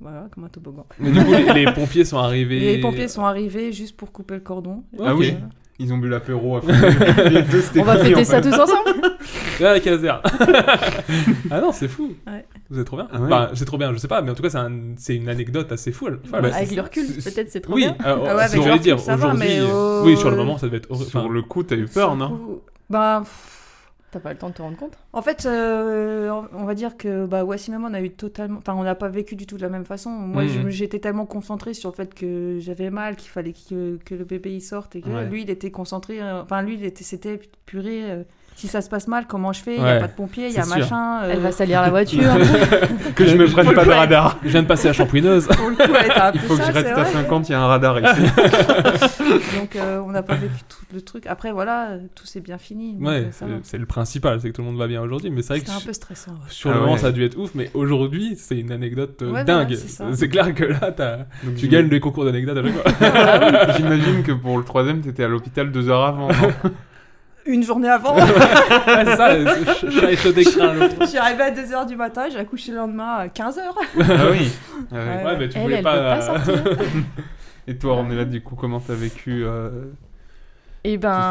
Speaker 10: Voilà, comme un toboggan.
Speaker 7: Mais du coup, les, les pompiers sont arrivés.
Speaker 10: Les pompiers sont arrivés juste pour couper le cordon. Euh,
Speaker 7: Ah oui.
Speaker 10: Voilà.
Speaker 9: Ils ont bu l'apéro à fond. Les deux, c'était
Speaker 10: On va
Speaker 9: fini,
Speaker 10: fêter
Speaker 9: en
Speaker 10: ça
Speaker 9: fait.
Speaker 10: tous ensemble
Speaker 7: Ouais, la caserne. ah non, c'est fou.
Speaker 10: Ouais.
Speaker 7: Vous êtes trop bien.
Speaker 9: Ah ouais.
Speaker 7: Bah, c'est trop bien, je sais pas, mais en tout cas, c'est un- c'est une anecdote assez folle. Enfin,
Speaker 8: Bah,
Speaker 7: c'est-
Speaker 8: avec le recul,
Speaker 7: c'est-
Speaker 8: peut-être c'est trop
Speaker 7: oui,
Speaker 8: bien.
Speaker 7: alors,
Speaker 10: Ah ouais,
Speaker 7: si on
Speaker 10: avec le
Speaker 7: veut
Speaker 10: recul,
Speaker 7: dire,
Speaker 10: ça va, mais oh.
Speaker 7: aujourd'hui,
Speaker 10: au-
Speaker 7: oui, sur le moment, ça devait être horrible.
Speaker 9: Sur le coup, t'as eu peur, non
Speaker 10: Bah, pff,
Speaker 8: T'as pas le temps de te rendre compte
Speaker 10: en fait, euh, on va dire que bah, Wassim et moi, on a eu totalement. Enfin, on n'a pas vécu du tout de la même façon. Moi,
Speaker 7: Mhm.
Speaker 10: je- j'étais tellement concentrée sur le fait que j'avais mal, qu'il fallait que, que le bébé y sorte. Et que
Speaker 7: Ouais.
Speaker 10: lui, il était concentré. euh, Enfin, lui, il était. C'était purée. euh, si ça se passe mal, comment je fais Il n'y
Speaker 7: Ouais,
Speaker 10: a pas de pompier, il y a
Speaker 7: c'est sûr.
Speaker 10: machin. euh,
Speaker 8: Elle va salir la voiture.
Speaker 9: Que Euh, je me prenne pas de radar.
Speaker 7: Je viens de passer à Champouineuse.
Speaker 10: Pour le coup, elle était un
Speaker 9: Il
Speaker 10: peu
Speaker 9: faut que
Speaker 10: ça,
Speaker 9: je
Speaker 10: c'est
Speaker 9: reste à
Speaker 10: vrai.
Speaker 9: 50, il y a un radar ici.
Speaker 10: Donc euh, on n'a pas vécu tout le truc. Après voilà, euh, tout s'est bien fini. donc,
Speaker 7: Ouais,
Speaker 10: euh, ça va.
Speaker 7: c'est- c'est le principal, c'est que tout le monde va bien aujourd'hui, mais c'est vrai que
Speaker 10: C'était un peu stressant. ouais.
Speaker 7: sur
Speaker 9: Ah
Speaker 7: le moment,
Speaker 9: ouais.
Speaker 7: ça a dû être ouf, mais aujourd'hui, c'est une anecdote euh,
Speaker 10: Ouais, voilà,
Speaker 7: dingue.
Speaker 10: c'est ça.
Speaker 7: c'est clair que là, t'as-
Speaker 9: Donc,
Speaker 7: tu
Speaker 9: j'im-
Speaker 7: gagnes les concours d'anecdotes à chaque fois.
Speaker 9: J'imagine que pour le troisième, t'étais à l'hôpital deux heures avant. non
Speaker 10: Une journée avant,
Speaker 7: Ouais, c'est ça, le- ce chat est chaud des crins, l'autre.
Speaker 10: j'y arrivais à 2h du matin, j'ai accouché le lendemain à 15h.
Speaker 9: Ah oui. Ah oui.
Speaker 10: Ouais.
Speaker 7: Ouais, mais tu
Speaker 8: Elle,
Speaker 7: voulais
Speaker 8: elle
Speaker 7: pas.
Speaker 8: peut pas sortir.
Speaker 9: Et toi, on est là, du coup, comment t'as vécu euh,
Speaker 8: Et
Speaker 9: tout ça,
Speaker 8: ben,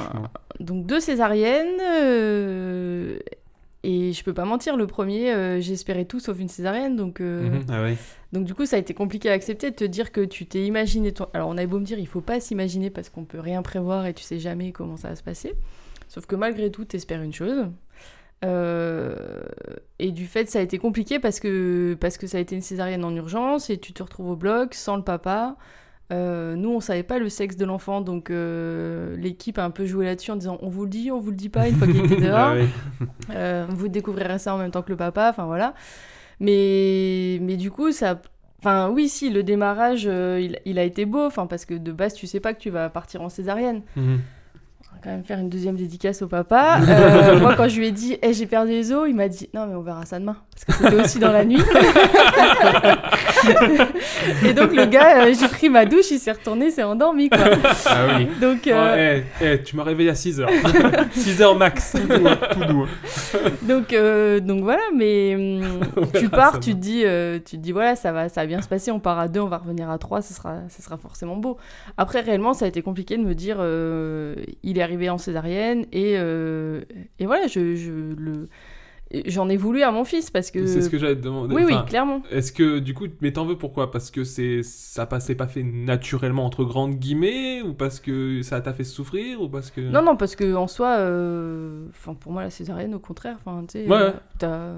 Speaker 9: ton accouchement
Speaker 8: donc deux césariennes. euh, Et je peux pas mentir, le premier, euh, j'espérais tout sauf une césarienne, donc euh,
Speaker 7: Mhm.
Speaker 9: Ah oui.
Speaker 8: Donc du coup, ça a été compliqué à accepter de te dire que tu t'es imaginé ton... Alors on a beau me dire, il faut pas s'imaginer parce qu'on peut rien prévoir et tu sais jamais comment ça va se passer. Sauf que malgré tout, t'espères une chose. Euh, Et du fait, ça a été compliqué parce que... parce que ça a été une césarienne en urgence et tu te retrouves au bloc sans le papa. Euh, nous, on savait pas le sexe de l'enfant, donc euh, l'équipe a un peu joué là-dessus en disant on vous le dit, on vous le dit pas une fois qu'il était dehors.
Speaker 9: Ah oui.
Speaker 8: Euh, vous découvrirez ça en même temps que le papa, enfin voilà. Mais, mais du coup, ça. Enfin, oui, si, le démarrage, euh, il, il a été beau, enfin, parce que de base, tu sais pas que tu vas partir en césarienne.
Speaker 7: Mhm.
Speaker 8: On va quand même faire une deuxième dédicace au papa. Euh, moi, quand je lui ai dit, Eh, j'ai perdu les os, il m'a dit, non, mais on verra ça demain. Parce que c'était aussi dans la nuit. Et donc, le gars, euh, j'ai pris ma douche, il s'est retourné, s'est endormi, quoi.
Speaker 9: Ah oui.
Speaker 8: Donc,
Speaker 7: Oh,
Speaker 8: euh,
Speaker 7: eh, eh, tu m'as réveillé à 6h. 6h max.
Speaker 9: Tout doux.
Speaker 8: Donc, euh, donc voilà, mais hum,
Speaker 7: verra
Speaker 8: tu
Speaker 7: ça
Speaker 8: pars, tu te
Speaker 7: demain.
Speaker 8: dis, euh, tu te dis voilà, ça va, ça va bien se passer. On part à deux, on va revenir à trois, ce sera, ce sera forcément beau. Après, réellement, ça a été compliqué de me dire, euh, il est arrivé en césarienne et euh, et voilà, je, je le, j'en ai voulu à mon fils parce que.
Speaker 7: C'est ce que j'allais te demander.
Speaker 8: oui, oui,
Speaker 7: Enfin,
Speaker 8: clairement.
Speaker 7: Est-ce que du coup, mais t'en veux pourquoi Parce que c'est ça pas- c'est pas fait naturellement entre grandes guillemets ou parce que ça t'a fait souffrir ou parce que
Speaker 8: Non, non, parce que en soi, euh, enfin pour moi, la césarienne, au contraire, enfin, tu sais,
Speaker 7: Ouais,
Speaker 8: euh,
Speaker 7: ouais.
Speaker 8: t'as,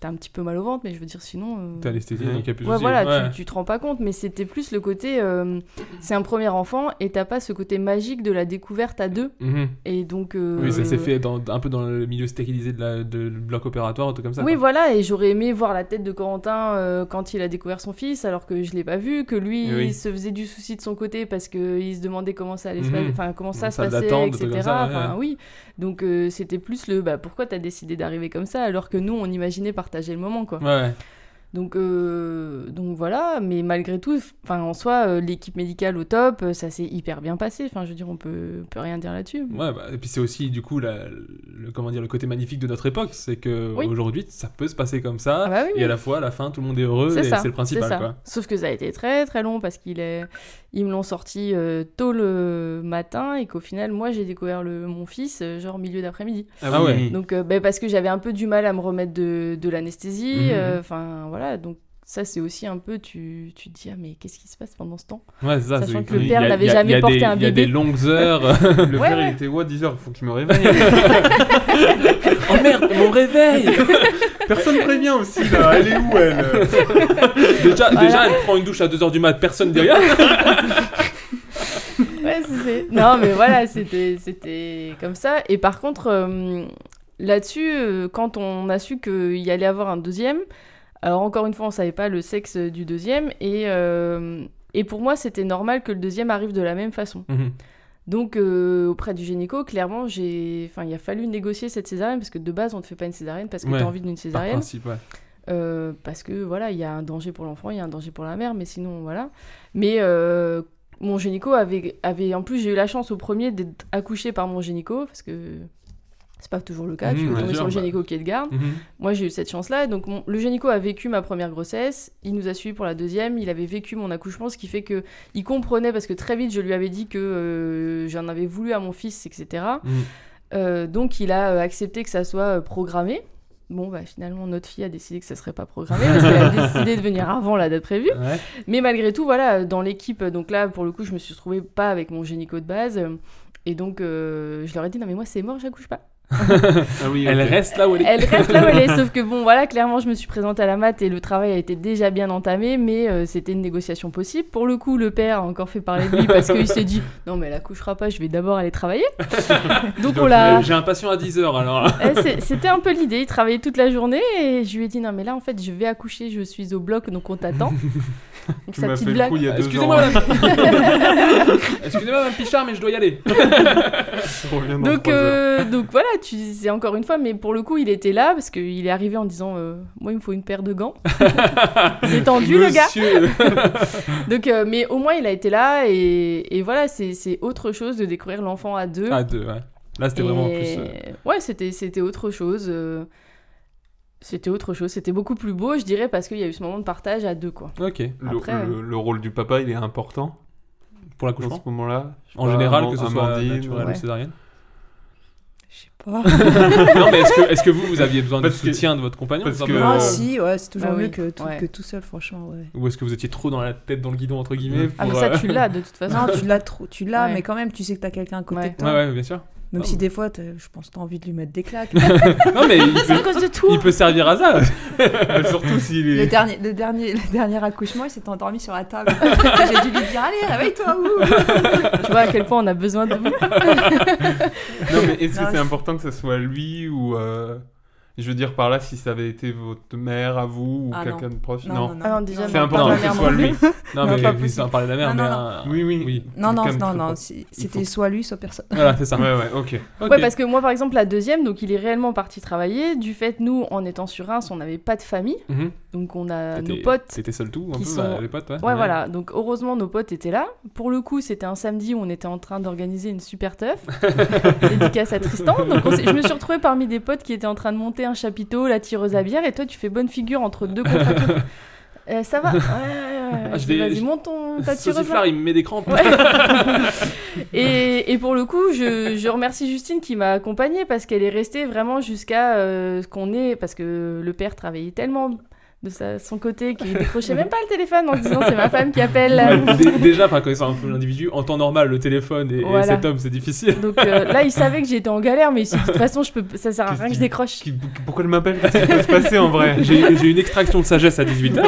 Speaker 8: t'as un petit peu mal au ventre, mais je veux dire, sinon. euh,
Speaker 7: T'es anesthésié,
Speaker 9: Ouais.
Speaker 7: donc y a plus de
Speaker 8: Ouais,
Speaker 7: soucis.
Speaker 8: voilà,
Speaker 7: Ouais.
Speaker 8: Tu, tu te rends pas compte, mais c'était plus le côté. euh, c'est un premier enfant et t'as pas ce côté magique de la découverte à deux.
Speaker 7: Mhm.
Speaker 8: Et donc. euh,
Speaker 7: Oui, ça s'est fait dans- un peu dans le milieu stérilisé de la, de, le bloc opératoire, un truc comme ça.
Speaker 8: Oui,
Speaker 7: quoi.
Speaker 8: voilà, et j'aurais aimé voir la tête de Corentin euh, quand il a découvert son fils, alors que je l'ai pas vu, que lui
Speaker 7: Eh oui.
Speaker 8: il se faisait du souci de son côté parce qu'il se demandait comment ça allait se
Speaker 7: Mhm.
Speaker 8: passer, enfin comment ça
Speaker 7: Une
Speaker 8: se
Speaker 7: salle
Speaker 8: passait,
Speaker 7: d'attente, des trucs comme
Speaker 8: etc.
Speaker 7: ça, ouais,
Speaker 8: Enfin, oui, donc euh, c'était plus le bah, pourquoi t'as décidé d'arriver comme ça alors que nous on imaginait partager le moment, quoi.
Speaker 7: Ouais.
Speaker 8: Donc, euh, donc voilà, mais malgré tout, enfin en soi, euh, l'équipe médicale au top, euh, ça s'est hyper bien passé. Enfin, je veux dire, on peut, peut rien dire là-dessus.
Speaker 7: Ouais, bah, et puis c'est aussi du coup la- le comment dire le côté magnifique de notre époque, c'est que
Speaker 8: Oui.
Speaker 7: aujourd'hui ça peut se passer comme ça
Speaker 8: Ah bah oui,
Speaker 7: et à la fois à la fin tout le monde est heureux et
Speaker 8: c'est ça.
Speaker 7: c'est le principal
Speaker 8: c'est ça.
Speaker 7: quoi.
Speaker 8: Sauf que ça a été très très long parce qu'ils est... ils me l'ont sorti euh, tôt le matin et qu'au final, moi, j'ai découvert le... mon fils euh, genre milieu d'après-midi.
Speaker 7: Ah ouais.
Speaker 8: Donc, euh, ben, parce que j'avais un peu du mal à me remettre de, de l'anesthésie.
Speaker 7: Mhm.
Speaker 8: euh, Enfin voilà, donc ça c'est aussi un peu, tu, tu te dis, ah mais qu'est-ce qui se passe pendant ce temps
Speaker 7: Ouais, c'est ça,
Speaker 8: Sachant
Speaker 7: c'est-
Speaker 8: que le
Speaker 7: il y
Speaker 8: père
Speaker 7: a-
Speaker 8: n'avait
Speaker 7: il y a-
Speaker 8: jamais
Speaker 7: il y a
Speaker 8: porté
Speaker 7: des-
Speaker 8: un
Speaker 7: Il y a
Speaker 8: bébé.
Speaker 7: des longues heures.
Speaker 9: Le
Speaker 8: Ouais,
Speaker 9: père,
Speaker 8: ouais.
Speaker 9: il était, ouais, 10 heures, faut que je me réveille.
Speaker 7: oh merde, mon réveil
Speaker 9: Personne prévient aussi, là. Elle est où, elle
Speaker 7: déjà, déjà, elle prend une douche à 2h du mat, personne derrière.
Speaker 8: Ouais, c'est- c'est- Non, mais voilà, c'était c'était comme ça. Et par contre, euh, là-dessus, euh, quand on a su qu'il y allait avoir un deuxième, alors encore une fois, on savait pas le sexe du deuxième. Et, euh, et pour moi, c'était normal que le deuxième arrive de la même façon. Donc, euh, auprès du gynéco, clairement, j'ai... Enfin, il a fallu négocier cette césarienne parce que de base, on ne te fait pas une césarienne parce que
Speaker 7: Ouais,
Speaker 8: tu as envie d'une césarienne.
Speaker 7: principe, ouais.
Speaker 8: Euh, parce que voilà, il y a un danger pour l'enfant, il y a un danger pour la mère, mais sinon, voilà. Mais euh, mon gynéco avait, avait. En plus, j'ai eu la chance au premier d'être accouchée par mon gynéco parce que. C'est pas toujours le cas, tu
Speaker 14: Mhm,
Speaker 8: peux
Speaker 14: bien
Speaker 8: tomber
Speaker 14: sûr,
Speaker 8: sur le
Speaker 14: bah.
Speaker 8: gynéco qui est de garde.
Speaker 14: Mhm.
Speaker 8: Moi, j'ai eu cette chance-là. Donc, mon- le gynéco a vécu ma première grossesse. Il nous a suivis pour la deuxième. Il avait vécu mon accouchement, ce qui fait que il comprenait parce que très vite, je lui avais dit que euh, j'en avais voulu à mon fils, etc.
Speaker 14: Mm.
Speaker 8: Euh, donc, il a euh, accepté que ça soit euh, programmé. Bon, bah, finalement, notre fille a décidé que ça serait pas programmé parce qu'elle a décidé de venir avant la date prévue.
Speaker 14: Ouais.
Speaker 8: Mais malgré tout, voilà, dans l'équipe, euh, donc là, pour le coup, je me suis retrouvée pas avec mon génico de base. euh, Et donc, euh, je leur ai dit, non, mais moi, c'est mort, j'accouche pas.
Speaker 9: Ah
Speaker 7: Elle reste là où elle est.
Speaker 8: Elle reste là où elle est, sauf que bon, voilà, clairement, je me suis présentée à la mat et le travail a été déjà bien entamé, mais euh, c'était une négociation possible. Pour le coup, le père a encore fait parler de lui parce qu'il s'est dit non, mais elle accouchera pas, je vais d'abord aller travailler. Donc on l'a.
Speaker 7: Euh, J'ai un patient à 10h alors.
Speaker 8: Eh, c'est- C'était un peu l'idée. Il travaillait toute la journée et je lui ai dit non, mais là, en fait, je vais accoucher, je suis au bloc, donc on t'attend. Donc
Speaker 9: Tu m'as fait le coup il y a deux
Speaker 7: Excusez-moi,
Speaker 9: ans. hein.
Speaker 7: madame. Excusez-moi, madame Pichard, mais je dois y aller.
Speaker 9: Je reviens dans
Speaker 8: Donc,
Speaker 9: trois heures.
Speaker 8: euh, donc voilà, tu c'est encore une fois, mais pour le coup, il était là parce qu'il est arrivé en disant euh, Moi, il me faut une paire de gants. il est tendu, le gars. donc, euh, mais au moins, il a été là et, et voilà, c'est c'est autre chose de découvrir l'enfant à deux.
Speaker 7: Ah, deux, ouais. Là, c'était vraiment en plus.
Speaker 8: Et-
Speaker 7: euh,
Speaker 8: Ouais, c'était c'était autre chose. euh, C'était autre chose. C'était beaucoup plus beau, je dirais, parce qu'il y a eu ce moment de partage à deux, quoi.
Speaker 7: Ok.
Speaker 9: Le,
Speaker 8: Après, euh,
Speaker 9: le- le rôle du papa, il est important
Speaker 7: pour l'accouchement.
Speaker 9: À ce moment-là, je sais
Speaker 7: En
Speaker 9: pas,
Speaker 7: général,
Speaker 9: Amand-
Speaker 7: que ce soit
Speaker 9: Amandine,
Speaker 7: naturel
Speaker 9: ouais.
Speaker 7: ou césarienne.
Speaker 10: Pas.
Speaker 7: non, mais est-ce que, est-ce que vous, vous aviez besoin de
Speaker 9: Parce que-
Speaker 7: soutien de votre compagnon
Speaker 9: parce
Speaker 7: tout
Speaker 9: que-
Speaker 7: simplement euh,
Speaker 10: Ah si, ouais, c'est toujours
Speaker 8: Ah
Speaker 10: mieux
Speaker 8: oui,
Speaker 10: que, tout,
Speaker 8: ouais.
Speaker 10: que tout seul, franchement. Ouais.
Speaker 7: Ou est-ce que vous étiez trop dans la tête dans le guidon, entre guillemets
Speaker 8: Ah, mais
Speaker 7: pour,
Speaker 8: ça,
Speaker 7: euh,
Speaker 8: tu l'as, de toute façon.
Speaker 10: Non, tu l'as trop, tu l'as,
Speaker 8: Ouais.
Speaker 10: mais quand même, tu sais que t'as quelqu'un à côté de
Speaker 7: Ouais,
Speaker 10: toi.
Speaker 7: ouais, bien sûr.
Speaker 10: Même
Speaker 9: Ah
Speaker 7: Non,
Speaker 10: si des fois, t'as- je pense que t'as envie de lui mettre des claques.
Speaker 7: Non, mais il peut, il peut servir à ça.
Speaker 9: Surtout s'il
Speaker 10: Le
Speaker 7: est.
Speaker 10: dernier, le, dernier, le dernier accouchement, il s'est endormi sur la table. J'ai dû lui dire Allez, réveille-toi, ouh.
Speaker 8: tu vois à quel point on a besoin de vous.
Speaker 9: Non, mais est-ce que
Speaker 10: Non,
Speaker 9: c'est important que ce soit lui ou. euh, Je veux dire par là, si ça avait été votre mère à vous ou
Speaker 10: Ah,
Speaker 9: quelqu'un
Speaker 10: non.
Speaker 9: de proche.
Speaker 10: Non, non, non.
Speaker 8: Ah non, déjà,
Speaker 9: c'est
Speaker 8: non,
Speaker 9: important
Speaker 8: pas
Speaker 9: que
Speaker 8: ma
Speaker 9: ce
Speaker 8: mère
Speaker 9: soit
Speaker 8: non
Speaker 9: lui.
Speaker 8: plus.
Speaker 7: Non,
Speaker 8: Non,
Speaker 7: mais
Speaker 8: pas
Speaker 7: oui, sans parler de la mère,
Speaker 8: Non,
Speaker 7: mais.
Speaker 8: non,
Speaker 7: un-
Speaker 9: Oui, oui.
Speaker 10: Non, non,
Speaker 7: Quelqu'un de
Speaker 10: non,
Speaker 7: très
Speaker 10: non,
Speaker 7: pro-
Speaker 10: si-
Speaker 7: il
Speaker 10: c'était
Speaker 7: faut-
Speaker 10: soit lui, soit personne.
Speaker 7: Voilà, c'est ça.
Speaker 9: Ouais, ouais, ok.
Speaker 7: Ok.
Speaker 8: Ouais, parce que moi, par exemple, la deuxième, donc il est réellement parti travailler. Du fait, nous, en étant sur Reims, on n'avait pas de famille.
Speaker 7: Mhm.
Speaker 8: Donc, on a
Speaker 7: T'étais-
Speaker 8: euh, nos potes.
Speaker 7: t'étais seul tout, un
Speaker 8: qui
Speaker 7: peu,
Speaker 8: sont-
Speaker 7: bah, les potes, ouais.
Speaker 8: ouais, voilà. Donc, heureusement, nos potes étaient là. Pour le coup, c'était un samedi où on était en train d'organiser une super teuf. dédicace à Tristan. Donc, on s'est- je me suis retrouvée parmi des potes qui étaient en train de monter un chapiteau, la tireuse à bière. Et toi, tu fais bonne figure entre deux contractions. Euh, ça va Ouais, ouais, ouais,
Speaker 7: Ah, je
Speaker 8: je
Speaker 7: vais-
Speaker 8: dis, Vas-y,
Speaker 7: je-
Speaker 8: monte ton, ta
Speaker 7: Ce
Speaker 8: tireuse.
Speaker 7: sifflard,
Speaker 8: là.
Speaker 7: il me met des crampes.
Speaker 8: et, et pour le coup, je, je remercie Justine qui m'a accompagnée parce qu'elle est restée vraiment jusqu'à euh, ce qu'on est. Parce que le père travaillait tellement de sa- son côté qu'il décrochait même pas le téléphone en se disant c'est ma femme qui appelle.
Speaker 7: Ouais, dé- déjà, enfin, connaissant un peu l'individu, en temps normal, le téléphone et, et
Speaker 8: Voilà.
Speaker 7: cet homme, c'est difficile.
Speaker 8: Donc euh, là, il savait que j'étais en galère, mais il s'est dit, de toute façon, je peux, ça sert à rien que je décroche.
Speaker 9: Pourquoi elle m'appelle Qu'est-ce qui peut se passer en vrai
Speaker 7: J'ai j'ai une extraction de sagesse à 18h.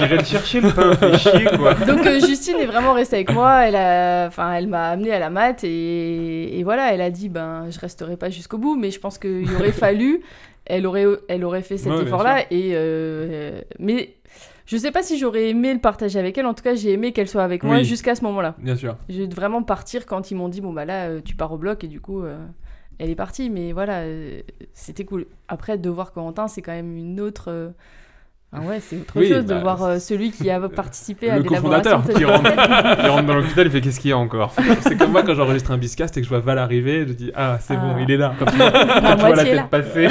Speaker 9: J'irai le chercher, le pain, fait chier quoi.
Speaker 8: Donc euh, Justine est vraiment restée avec moi. Elle a, enfin, elle m'a amenée à la mat et, et voilà, elle a dit ben je resterai pas jusqu'au bout, mais je pense qu'il aurait fallu, elle aurait, elle aurait fait cet
Speaker 14: Ouais, bien
Speaker 8: effort-là
Speaker 14: sûr.
Speaker 8: et euh, mais je sais pas si j'aurais aimé le partager avec elle. En tout cas, j'ai aimé qu'elle soit avec moi
Speaker 7: Oui.
Speaker 8: jusqu'à ce moment-là.
Speaker 7: Bien sûr.
Speaker 8: J'ai dû vraiment partir quand ils m'ont dit bon bah là euh, tu pars au bloc et du coup. euh, elle est partie, mais voilà, euh, c'était cool. Après, de voir Corentin, c'est quand même une autre. euh, ah ouais, c'est autre
Speaker 9: Oui,
Speaker 8: chose
Speaker 9: bah,
Speaker 8: de voir euh, celui qui a participé à
Speaker 7: Le
Speaker 8: l'élaboration
Speaker 7: cofondateur
Speaker 8: de
Speaker 7: qui
Speaker 8: cette
Speaker 7: rentre,
Speaker 8: recette.
Speaker 7: il rentre
Speaker 9: dans l'hôpital, il fait qu'est-ce qu'il y a encore
Speaker 7: C'est comme moi quand j'enregistre un biscast et que je vois Val arriver, je dis Ah, c'est bon, il est là. Quand tu vois, quand tu vois la
Speaker 10: moitié
Speaker 7: tête
Speaker 10: est là.
Speaker 7: passer.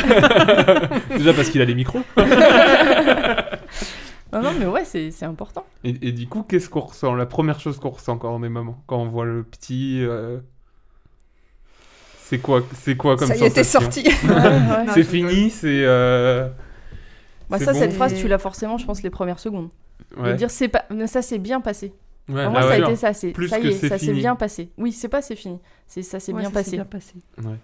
Speaker 7: Déjà parce qu'il a les micros.
Speaker 8: non, non, mais ouais, c'est c'est important.
Speaker 9: Et, et du coup, qu'est-ce qu'on ressent La première chose qu'on ressent quand on est maman, quand on voit le petit. euh, C'est quoi, c'est quoi comme
Speaker 10: Ça y est, t'es
Speaker 9: sensation
Speaker 10: sorti. Ouais, ouais.
Speaker 9: C'est fini, c'est. euh,
Speaker 8: Bah,
Speaker 9: c'est
Speaker 8: ça,
Speaker 9: bon.
Speaker 8: cette phrase, tu l'as forcément, je pense, les premières secondes.
Speaker 9: Ouais.
Speaker 8: De dire c'est pas, mais ça s'est bien passé.
Speaker 9: Ouais,
Speaker 8: Pour moi,
Speaker 9: ah
Speaker 8: ça
Speaker 9: ouais.
Speaker 8: a été ça, c'est
Speaker 9: Plus
Speaker 8: ça y
Speaker 9: que
Speaker 8: est,
Speaker 9: c'est
Speaker 8: ça s'est
Speaker 9: fini.
Speaker 8: bien passé. Oui, c'est pas c'est fini, c'est ça s'est
Speaker 10: Ouais,
Speaker 8: bien,
Speaker 10: ça
Speaker 8: passé.
Speaker 10: s'est bien passé.
Speaker 9: Ouais.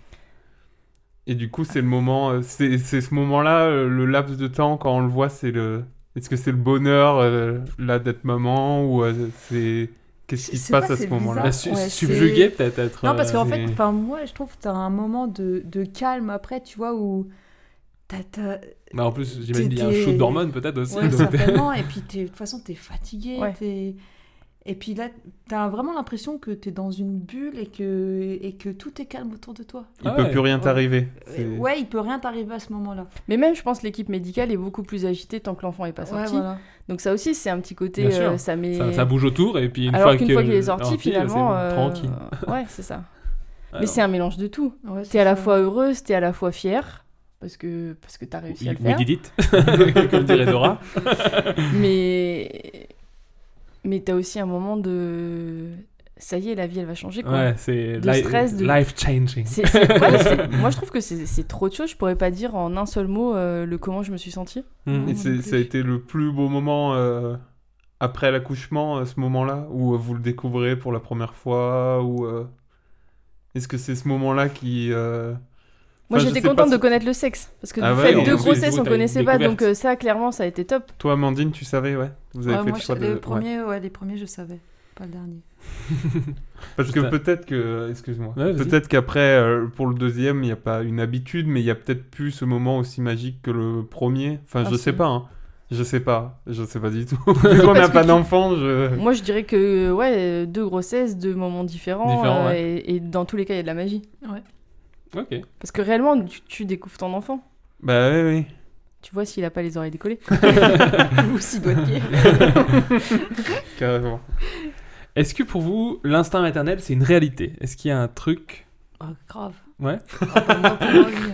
Speaker 9: Et du coup, c'est le moment, euh, c'est c'est ce moment-là, euh, le laps de temps quand on le voit, c'est le. Est-ce que c'est le bonheur euh, là d'être maman ou euh, c'est qu'est-ce qui
Speaker 10: Je
Speaker 9: se
Speaker 10: sais pas,
Speaker 9: passe à
Speaker 10: c'est
Speaker 9: ce moment-là
Speaker 7: Bah,
Speaker 10: bizarre. Ah, Ouais, c'est- Non,
Speaker 7: euh,
Speaker 10: parce qu'en fait,
Speaker 9: c'est-
Speaker 10: enfin, moi, je trouve que t'as un moment de, de calme après, tu vois, où. t'as- t'as-
Speaker 7: Bah, en plus, j'imagine qu'il y a un
Speaker 10: t'es-
Speaker 7: shoot d'hormones, peut-être, aussi,
Speaker 10: Ouais,
Speaker 7: donc-
Speaker 10: certainement. Et puis, t'es- de toute façon, t'es fatigué. t'es- Et puis là, t'as vraiment l'impression que t'es dans une bulle et que, et que tout est calme autour de toi.
Speaker 9: Il peut plus rien
Speaker 10: Ouais.
Speaker 9: t'arriver.
Speaker 10: Ouais,
Speaker 9: C'est-
Speaker 10: Ouais, il peut rien t'arriver à ce moment-là.
Speaker 8: Mais même, je pense, l'équipe médicale est beaucoup plus agitée tant que l'enfant n'est pas
Speaker 10: Ouais,
Speaker 8: sorti.
Speaker 10: voilà.
Speaker 8: Donc ça aussi, c'est un petit côté,
Speaker 7: Bien sûr.
Speaker 8: euh, ça met.
Speaker 7: Ça- ça bouge autour, et puis une
Speaker 8: Alors
Speaker 7: fois
Speaker 8: qu'une
Speaker 7: que-
Speaker 8: fois qu'il est sorti,
Speaker 7: sorti, là, c'est
Speaker 8: finalement,
Speaker 7: bon,
Speaker 8: euh,
Speaker 7: tranquille.
Speaker 8: ouais, c'est ça.
Speaker 7: Ah
Speaker 8: Mais
Speaker 7: non.
Speaker 8: c'est un mélange de tout. t'es à la fois heureuse, t'es à la fois fière parce que parce que t'as réussi à le
Speaker 7: We
Speaker 8: faire.
Speaker 7: did it, comme dirait Dora.
Speaker 8: mais mais t'as aussi un moment de ça y est, la vie elle va changer quoi.
Speaker 7: Ouais, c'est
Speaker 8: de
Speaker 7: li-
Speaker 8: stress, de...
Speaker 7: life changing.
Speaker 8: C'est- c'est- ouais, c'est- moi je trouve que c'est c'est trop de choses. Je pourrais pas dire en un seul mot euh, le comment je me suis sentie.
Speaker 7: Mhm.
Speaker 9: Et c'est- ça a été le plus beau moment euh, après l'accouchement, euh, ce moment-là, où euh, vous le découvrez pour la première fois, ou euh, est-ce que c'est ce moment-là qui... euh,
Speaker 8: Moi
Speaker 9: enfin, je
Speaker 8: j'étais
Speaker 9: sais pas
Speaker 8: contente de
Speaker 9: si-
Speaker 8: connaître le sexe parce que
Speaker 9: Ah
Speaker 8: du
Speaker 9: ouais,
Speaker 8: fait
Speaker 9: en
Speaker 8: de
Speaker 9: plus,
Speaker 8: grossesse
Speaker 9: vous,
Speaker 8: on
Speaker 9: t'as
Speaker 8: connaissait
Speaker 9: une
Speaker 8: pas
Speaker 9: découverte.
Speaker 8: donc euh, ça clairement ça a été top.
Speaker 9: Toi, Amandine, tu savais, ouais. Vous avez
Speaker 10: Ouais,
Speaker 9: fait
Speaker 10: moi,
Speaker 9: le choix
Speaker 10: je-
Speaker 9: de... ouais.
Speaker 10: premier, ouais, les premiers, je savais, pas le dernier.
Speaker 9: Parce que
Speaker 7: Putain.
Speaker 9: peut-être que, excuse-moi,
Speaker 7: Ouais, vas-y.
Speaker 9: peut-être qu'après, euh, pour le deuxième, il n'y a pas une habitude, mais il n'y a peut-être plus ce moment aussi magique que le premier. Enfin,
Speaker 8: Ah,
Speaker 9: je
Speaker 8: si.
Speaker 9: sais pas, hein. Je sais pas, je sais pas du tout. Vu qu'on n'a
Speaker 8: Parce que
Speaker 9: pas
Speaker 8: tu-
Speaker 9: d'enfant, je...
Speaker 8: Moi, je dirais que ouais, deux grossesses, deux moments différents,
Speaker 9: Différents,
Speaker 8: euh,
Speaker 9: ouais.
Speaker 8: et, et dans tous les cas, il y a de la magie.
Speaker 7: Ok.
Speaker 8: Parce que réellement, tu, tu découvres ton enfant.
Speaker 9: Bah oui, oui.
Speaker 8: Tu vois s'il a pas les oreilles décollées.
Speaker 10: Ou s'il doit nier.
Speaker 9: Carrément.
Speaker 7: Est-ce que pour vous, l'instinct maternel, c'est une réalité Est-ce qu'il y a un truc
Speaker 10: Ah, grave.
Speaker 7: Ouais.
Speaker 10: Ah, bah, moi, pour moi, oui.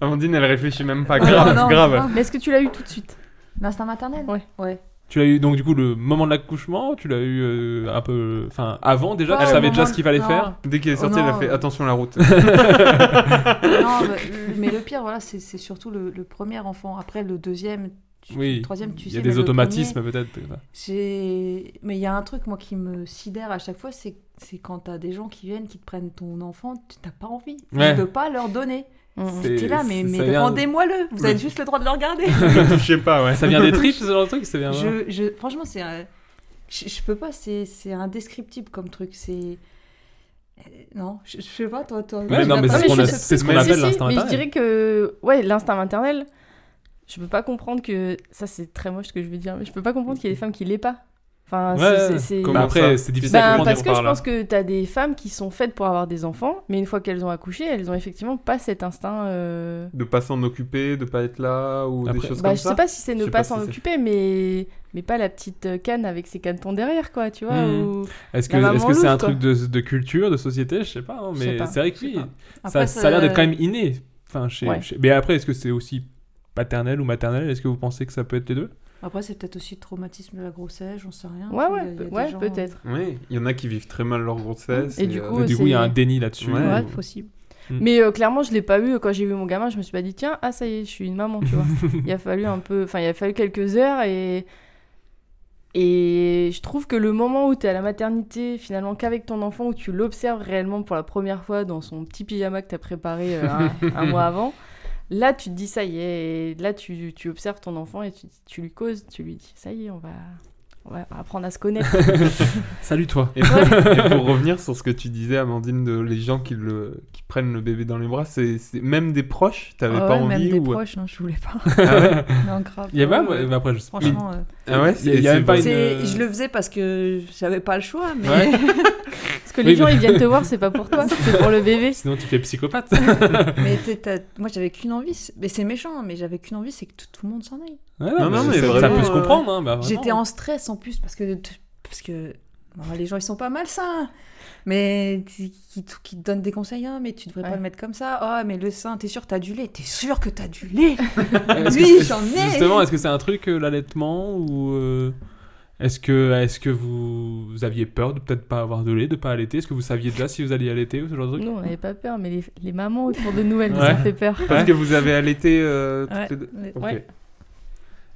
Speaker 9: Amandine, elle réfléchit même
Speaker 8: Oh
Speaker 9: pas. Grave,
Speaker 10: Ah, non,
Speaker 9: grave.
Speaker 10: grave.
Speaker 8: Mais est-ce que tu l'as eu tout de suite
Speaker 10: L'instinct maternel Ouais. ouais.
Speaker 7: Tu l'as eu donc du coup le moment de l'accouchement, tu l'as eu euh, un peu, enfin avant déjà,
Speaker 10: Pas
Speaker 7: tu
Speaker 10: au
Speaker 7: savais
Speaker 10: moment
Speaker 7: déjà
Speaker 10: de-
Speaker 7: ce qu'il fallait
Speaker 10: non.
Speaker 7: faire.
Speaker 9: Dès qu'elle est
Speaker 10: Oh
Speaker 9: sortie, elle a
Speaker 10: non,
Speaker 9: fait
Speaker 10: euh.
Speaker 9: attention à la route.
Speaker 10: non, mais, mais le pire, voilà, c'est c'est surtout le, le premier enfant. Après, le deuxième, tu-
Speaker 7: Oui.
Speaker 10: le troisième, tu
Speaker 7: Il
Speaker 10: sais.
Speaker 7: y a
Speaker 10: mais
Speaker 7: des
Speaker 10: le
Speaker 7: automatismes
Speaker 10: premier,
Speaker 7: peut-être. tout ça.
Speaker 10: j'ai- Mais il y a un truc, moi, qui me sidère à chaque fois, c'est c'est quand t'as des gens qui viennent, qui te prennent ton enfant, tu t'as pas envie.
Speaker 7: Ouais.
Speaker 10: Tu peux pas leur donner.
Speaker 8: Mm,
Speaker 7: C'est-
Speaker 10: C'était là, mais,
Speaker 7: ça
Speaker 10: mais
Speaker 7: vient-
Speaker 10: rendez-moi-le. Vous avez
Speaker 7: Le-
Speaker 10: juste le droit de le regarder.
Speaker 9: Je sais pas, ouais.
Speaker 7: Ça vient des tripes, ce genre de truc, ça vient.
Speaker 10: je, je- franchement, c'est un- je, je peux pas, c'est c'est indescriptible comme truc. C'est. euh, Non, je, je sais pas, toi. toi
Speaker 7: Ouais,
Speaker 10: tu
Speaker 7: non,
Speaker 10: l'as
Speaker 7: mais
Speaker 10: pas
Speaker 7: c'est
Speaker 10: fait,
Speaker 7: ce qu'on
Speaker 10: je
Speaker 7: a-
Speaker 10: sais
Speaker 7: c'est ce
Speaker 10: plus.
Speaker 7: qu'on
Speaker 8: Mais si,
Speaker 7: appelle
Speaker 8: si,
Speaker 7: l'instinct
Speaker 8: Mais je
Speaker 7: maternel.
Speaker 8: dirais que ouais, l'instinct maternel, je peux pas comprendre que ça c'est très moche ce que je vais dire, mais je peux pas comprendre qu'il y ait des femmes qui l'aient pas. Enfin,
Speaker 7: Ouais,
Speaker 8: Ah, c'est-
Speaker 7: ouais.
Speaker 8: c'est- c'est-
Speaker 7: Comment Bah, après, ça c'est difficile à
Speaker 8: Ben,
Speaker 7: comprendre hein.
Speaker 8: parce
Speaker 7: par
Speaker 8: que je
Speaker 7: là.
Speaker 8: pense que t'as des femmes qui sont faites pour avoir des enfants, mais une fois qu'elles ont accouché, elles ont effectivement pas cet instinct. euh,
Speaker 9: De pas s'en occuper, de pas être là, ou des
Speaker 7: Après-
Speaker 9: choses
Speaker 8: Bah,
Speaker 9: comme
Speaker 8: je
Speaker 9: ça.
Speaker 8: sais pas si c'est
Speaker 9: Je
Speaker 8: ne
Speaker 9: sais
Speaker 8: pas
Speaker 9: si
Speaker 8: s'en
Speaker 9: c'est-
Speaker 8: occuper, mais mais pas la petite euh, canne avec ses canetons derrière, quoi, tu vois.
Speaker 7: Mhm.
Speaker 9: Hmm.
Speaker 8: ou-
Speaker 7: Est-ce que
Speaker 8: la maman
Speaker 7: est-ce que c'est un
Speaker 8: louve, quoi.
Speaker 7: truc de, de culture, de société, je sais pas, hein,
Speaker 8: Je sais
Speaker 7: mais
Speaker 8: pas,
Speaker 7: c'est vrai que oui,
Speaker 8: pas.
Speaker 7: ça,
Speaker 8: Après,
Speaker 7: ça a l'air
Speaker 8: ça-
Speaker 7: d'être quand même inné. Enfin, chez-
Speaker 8: Ouais.
Speaker 7: chez- Mais après, est-ce que c'est aussi paternel ou maternel Est-ce que vous pensez que ça peut être les deux
Speaker 10: euh, Après, c'est peut-être aussi le traumatisme de la grossesse, j'en sais rien.
Speaker 8: Ouais,
Speaker 10: tu vois,
Speaker 8: ouais,
Speaker 10: Ah, il y
Speaker 8: pe-
Speaker 10: a- il y a des
Speaker 8: ouais,
Speaker 10: gens- hein.
Speaker 8: peut-être.
Speaker 9: Oui, il y en a qui vivent très mal leur grossesse.
Speaker 8: Et du
Speaker 9: euh,
Speaker 8: coup,
Speaker 7: Du coup, il y a
Speaker 8: c'est-
Speaker 7: un déni là-dessus. Euh,
Speaker 9: Ouais.
Speaker 8: Ouais,
Speaker 7: ou-
Speaker 8: possible.
Speaker 7: Mm.
Speaker 8: Mais euh, clairement, je l'ai pas eu. Quand j'ai vu mon gamin, je me suis pas dit tiens, ah ça y est, je suis une maman, tu vois. il a fallu un peu, enfin il a fallu quelques heures et et je trouve que le moment où tu es à la maternité, finalement qu'avec ton enfant, où tu l'observes réellement pour la première fois dans son petit pyjama que tu as préparé euh, un, un mois avant, là tu te dis ça y est, et là tu, tu observes ton enfant et tu, tu lui causes, tu lui dis ça y est, on va, on va apprendre à se connaître.
Speaker 7: Salut toi.
Speaker 9: Et pour, et pour revenir sur ce que tu disais, Amandine, de les gens qui, le, qui prennent le bébé dans les bras, c'est c'est- même des proches, t'avais
Speaker 10: Ah
Speaker 9: pas
Speaker 10: ouais,
Speaker 9: envie
Speaker 10: même des
Speaker 9: ou...
Speaker 10: proches, non, je voulais pas.
Speaker 9: Ah ouais
Speaker 10: non, grave.
Speaker 7: Il y a pas-
Speaker 10: Ouais, ouais.
Speaker 7: bah, après, je sais pas.
Speaker 10: Franchement, euh,
Speaker 9: Ah ouais,
Speaker 7: Il y a- il y a
Speaker 9: c'est-
Speaker 7: même pas une- euh,
Speaker 10: c'est- je le faisais parce que j'avais pas le choix, mais.
Speaker 7: Ouais.
Speaker 8: Parce que les
Speaker 7: Oui,
Speaker 8: gens
Speaker 7: mais-
Speaker 8: ils viennent te voir, c'est pas pour toi, c'est pour le bébé.
Speaker 7: Sinon, tu fais psychopathe.
Speaker 10: mais t'es- t'as- moi, j'avais qu'une envie, c'est- mais c'est méchant, hein, mais j'avais qu'une envie, c'est que tout, tout le monde s'en aille.
Speaker 7: Ouais,
Speaker 9: Non,
Speaker 7: bah,
Speaker 9: non, mais
Speaker 7: ça, ça
Speaker 9: vraiment,
Speaker 7: peut se
Speaker 9: euh,
Speaker 7: comprendre. Hein, bah, vraiment.
Speaker 10: J'étais en stress en plus parce que parce que bon, les gens ils sont pas malsains, mais qui, qui te- qui te donnent des conseils, hein, mais tu devrais pas le mettre comme ça. Ah mais le sein, t'es sûr t'as du lait, t'es sûr que t'as du lait.
Speaker 7: Est-ce que
Speaker 10: oui
Speaker 7: c'est-
Speaker 10: j'en ai.
Speaker 7: Justement, est-ce que c'est un truc, euh, l'allaitement Ou euh, est-ce que, est que vous, vous aviez peur de peut-être pas avoir de lait, de pas allaiter Est-ce que vous saviez déjà si vous alliez allaiter ou ce genre de truc
Speaker 8: Nous, on n'avait pas peur, mais les, les mamans autour de nous, elles nous
Speaker 7: Ouais.
Speaker 8: ont fait peur.
Speaker 9: Parce que vous avez allaité euh, toutes
Speaker 10: Ouais.
Speaker 9: les deux Ok.
Speaker 10: Ouais.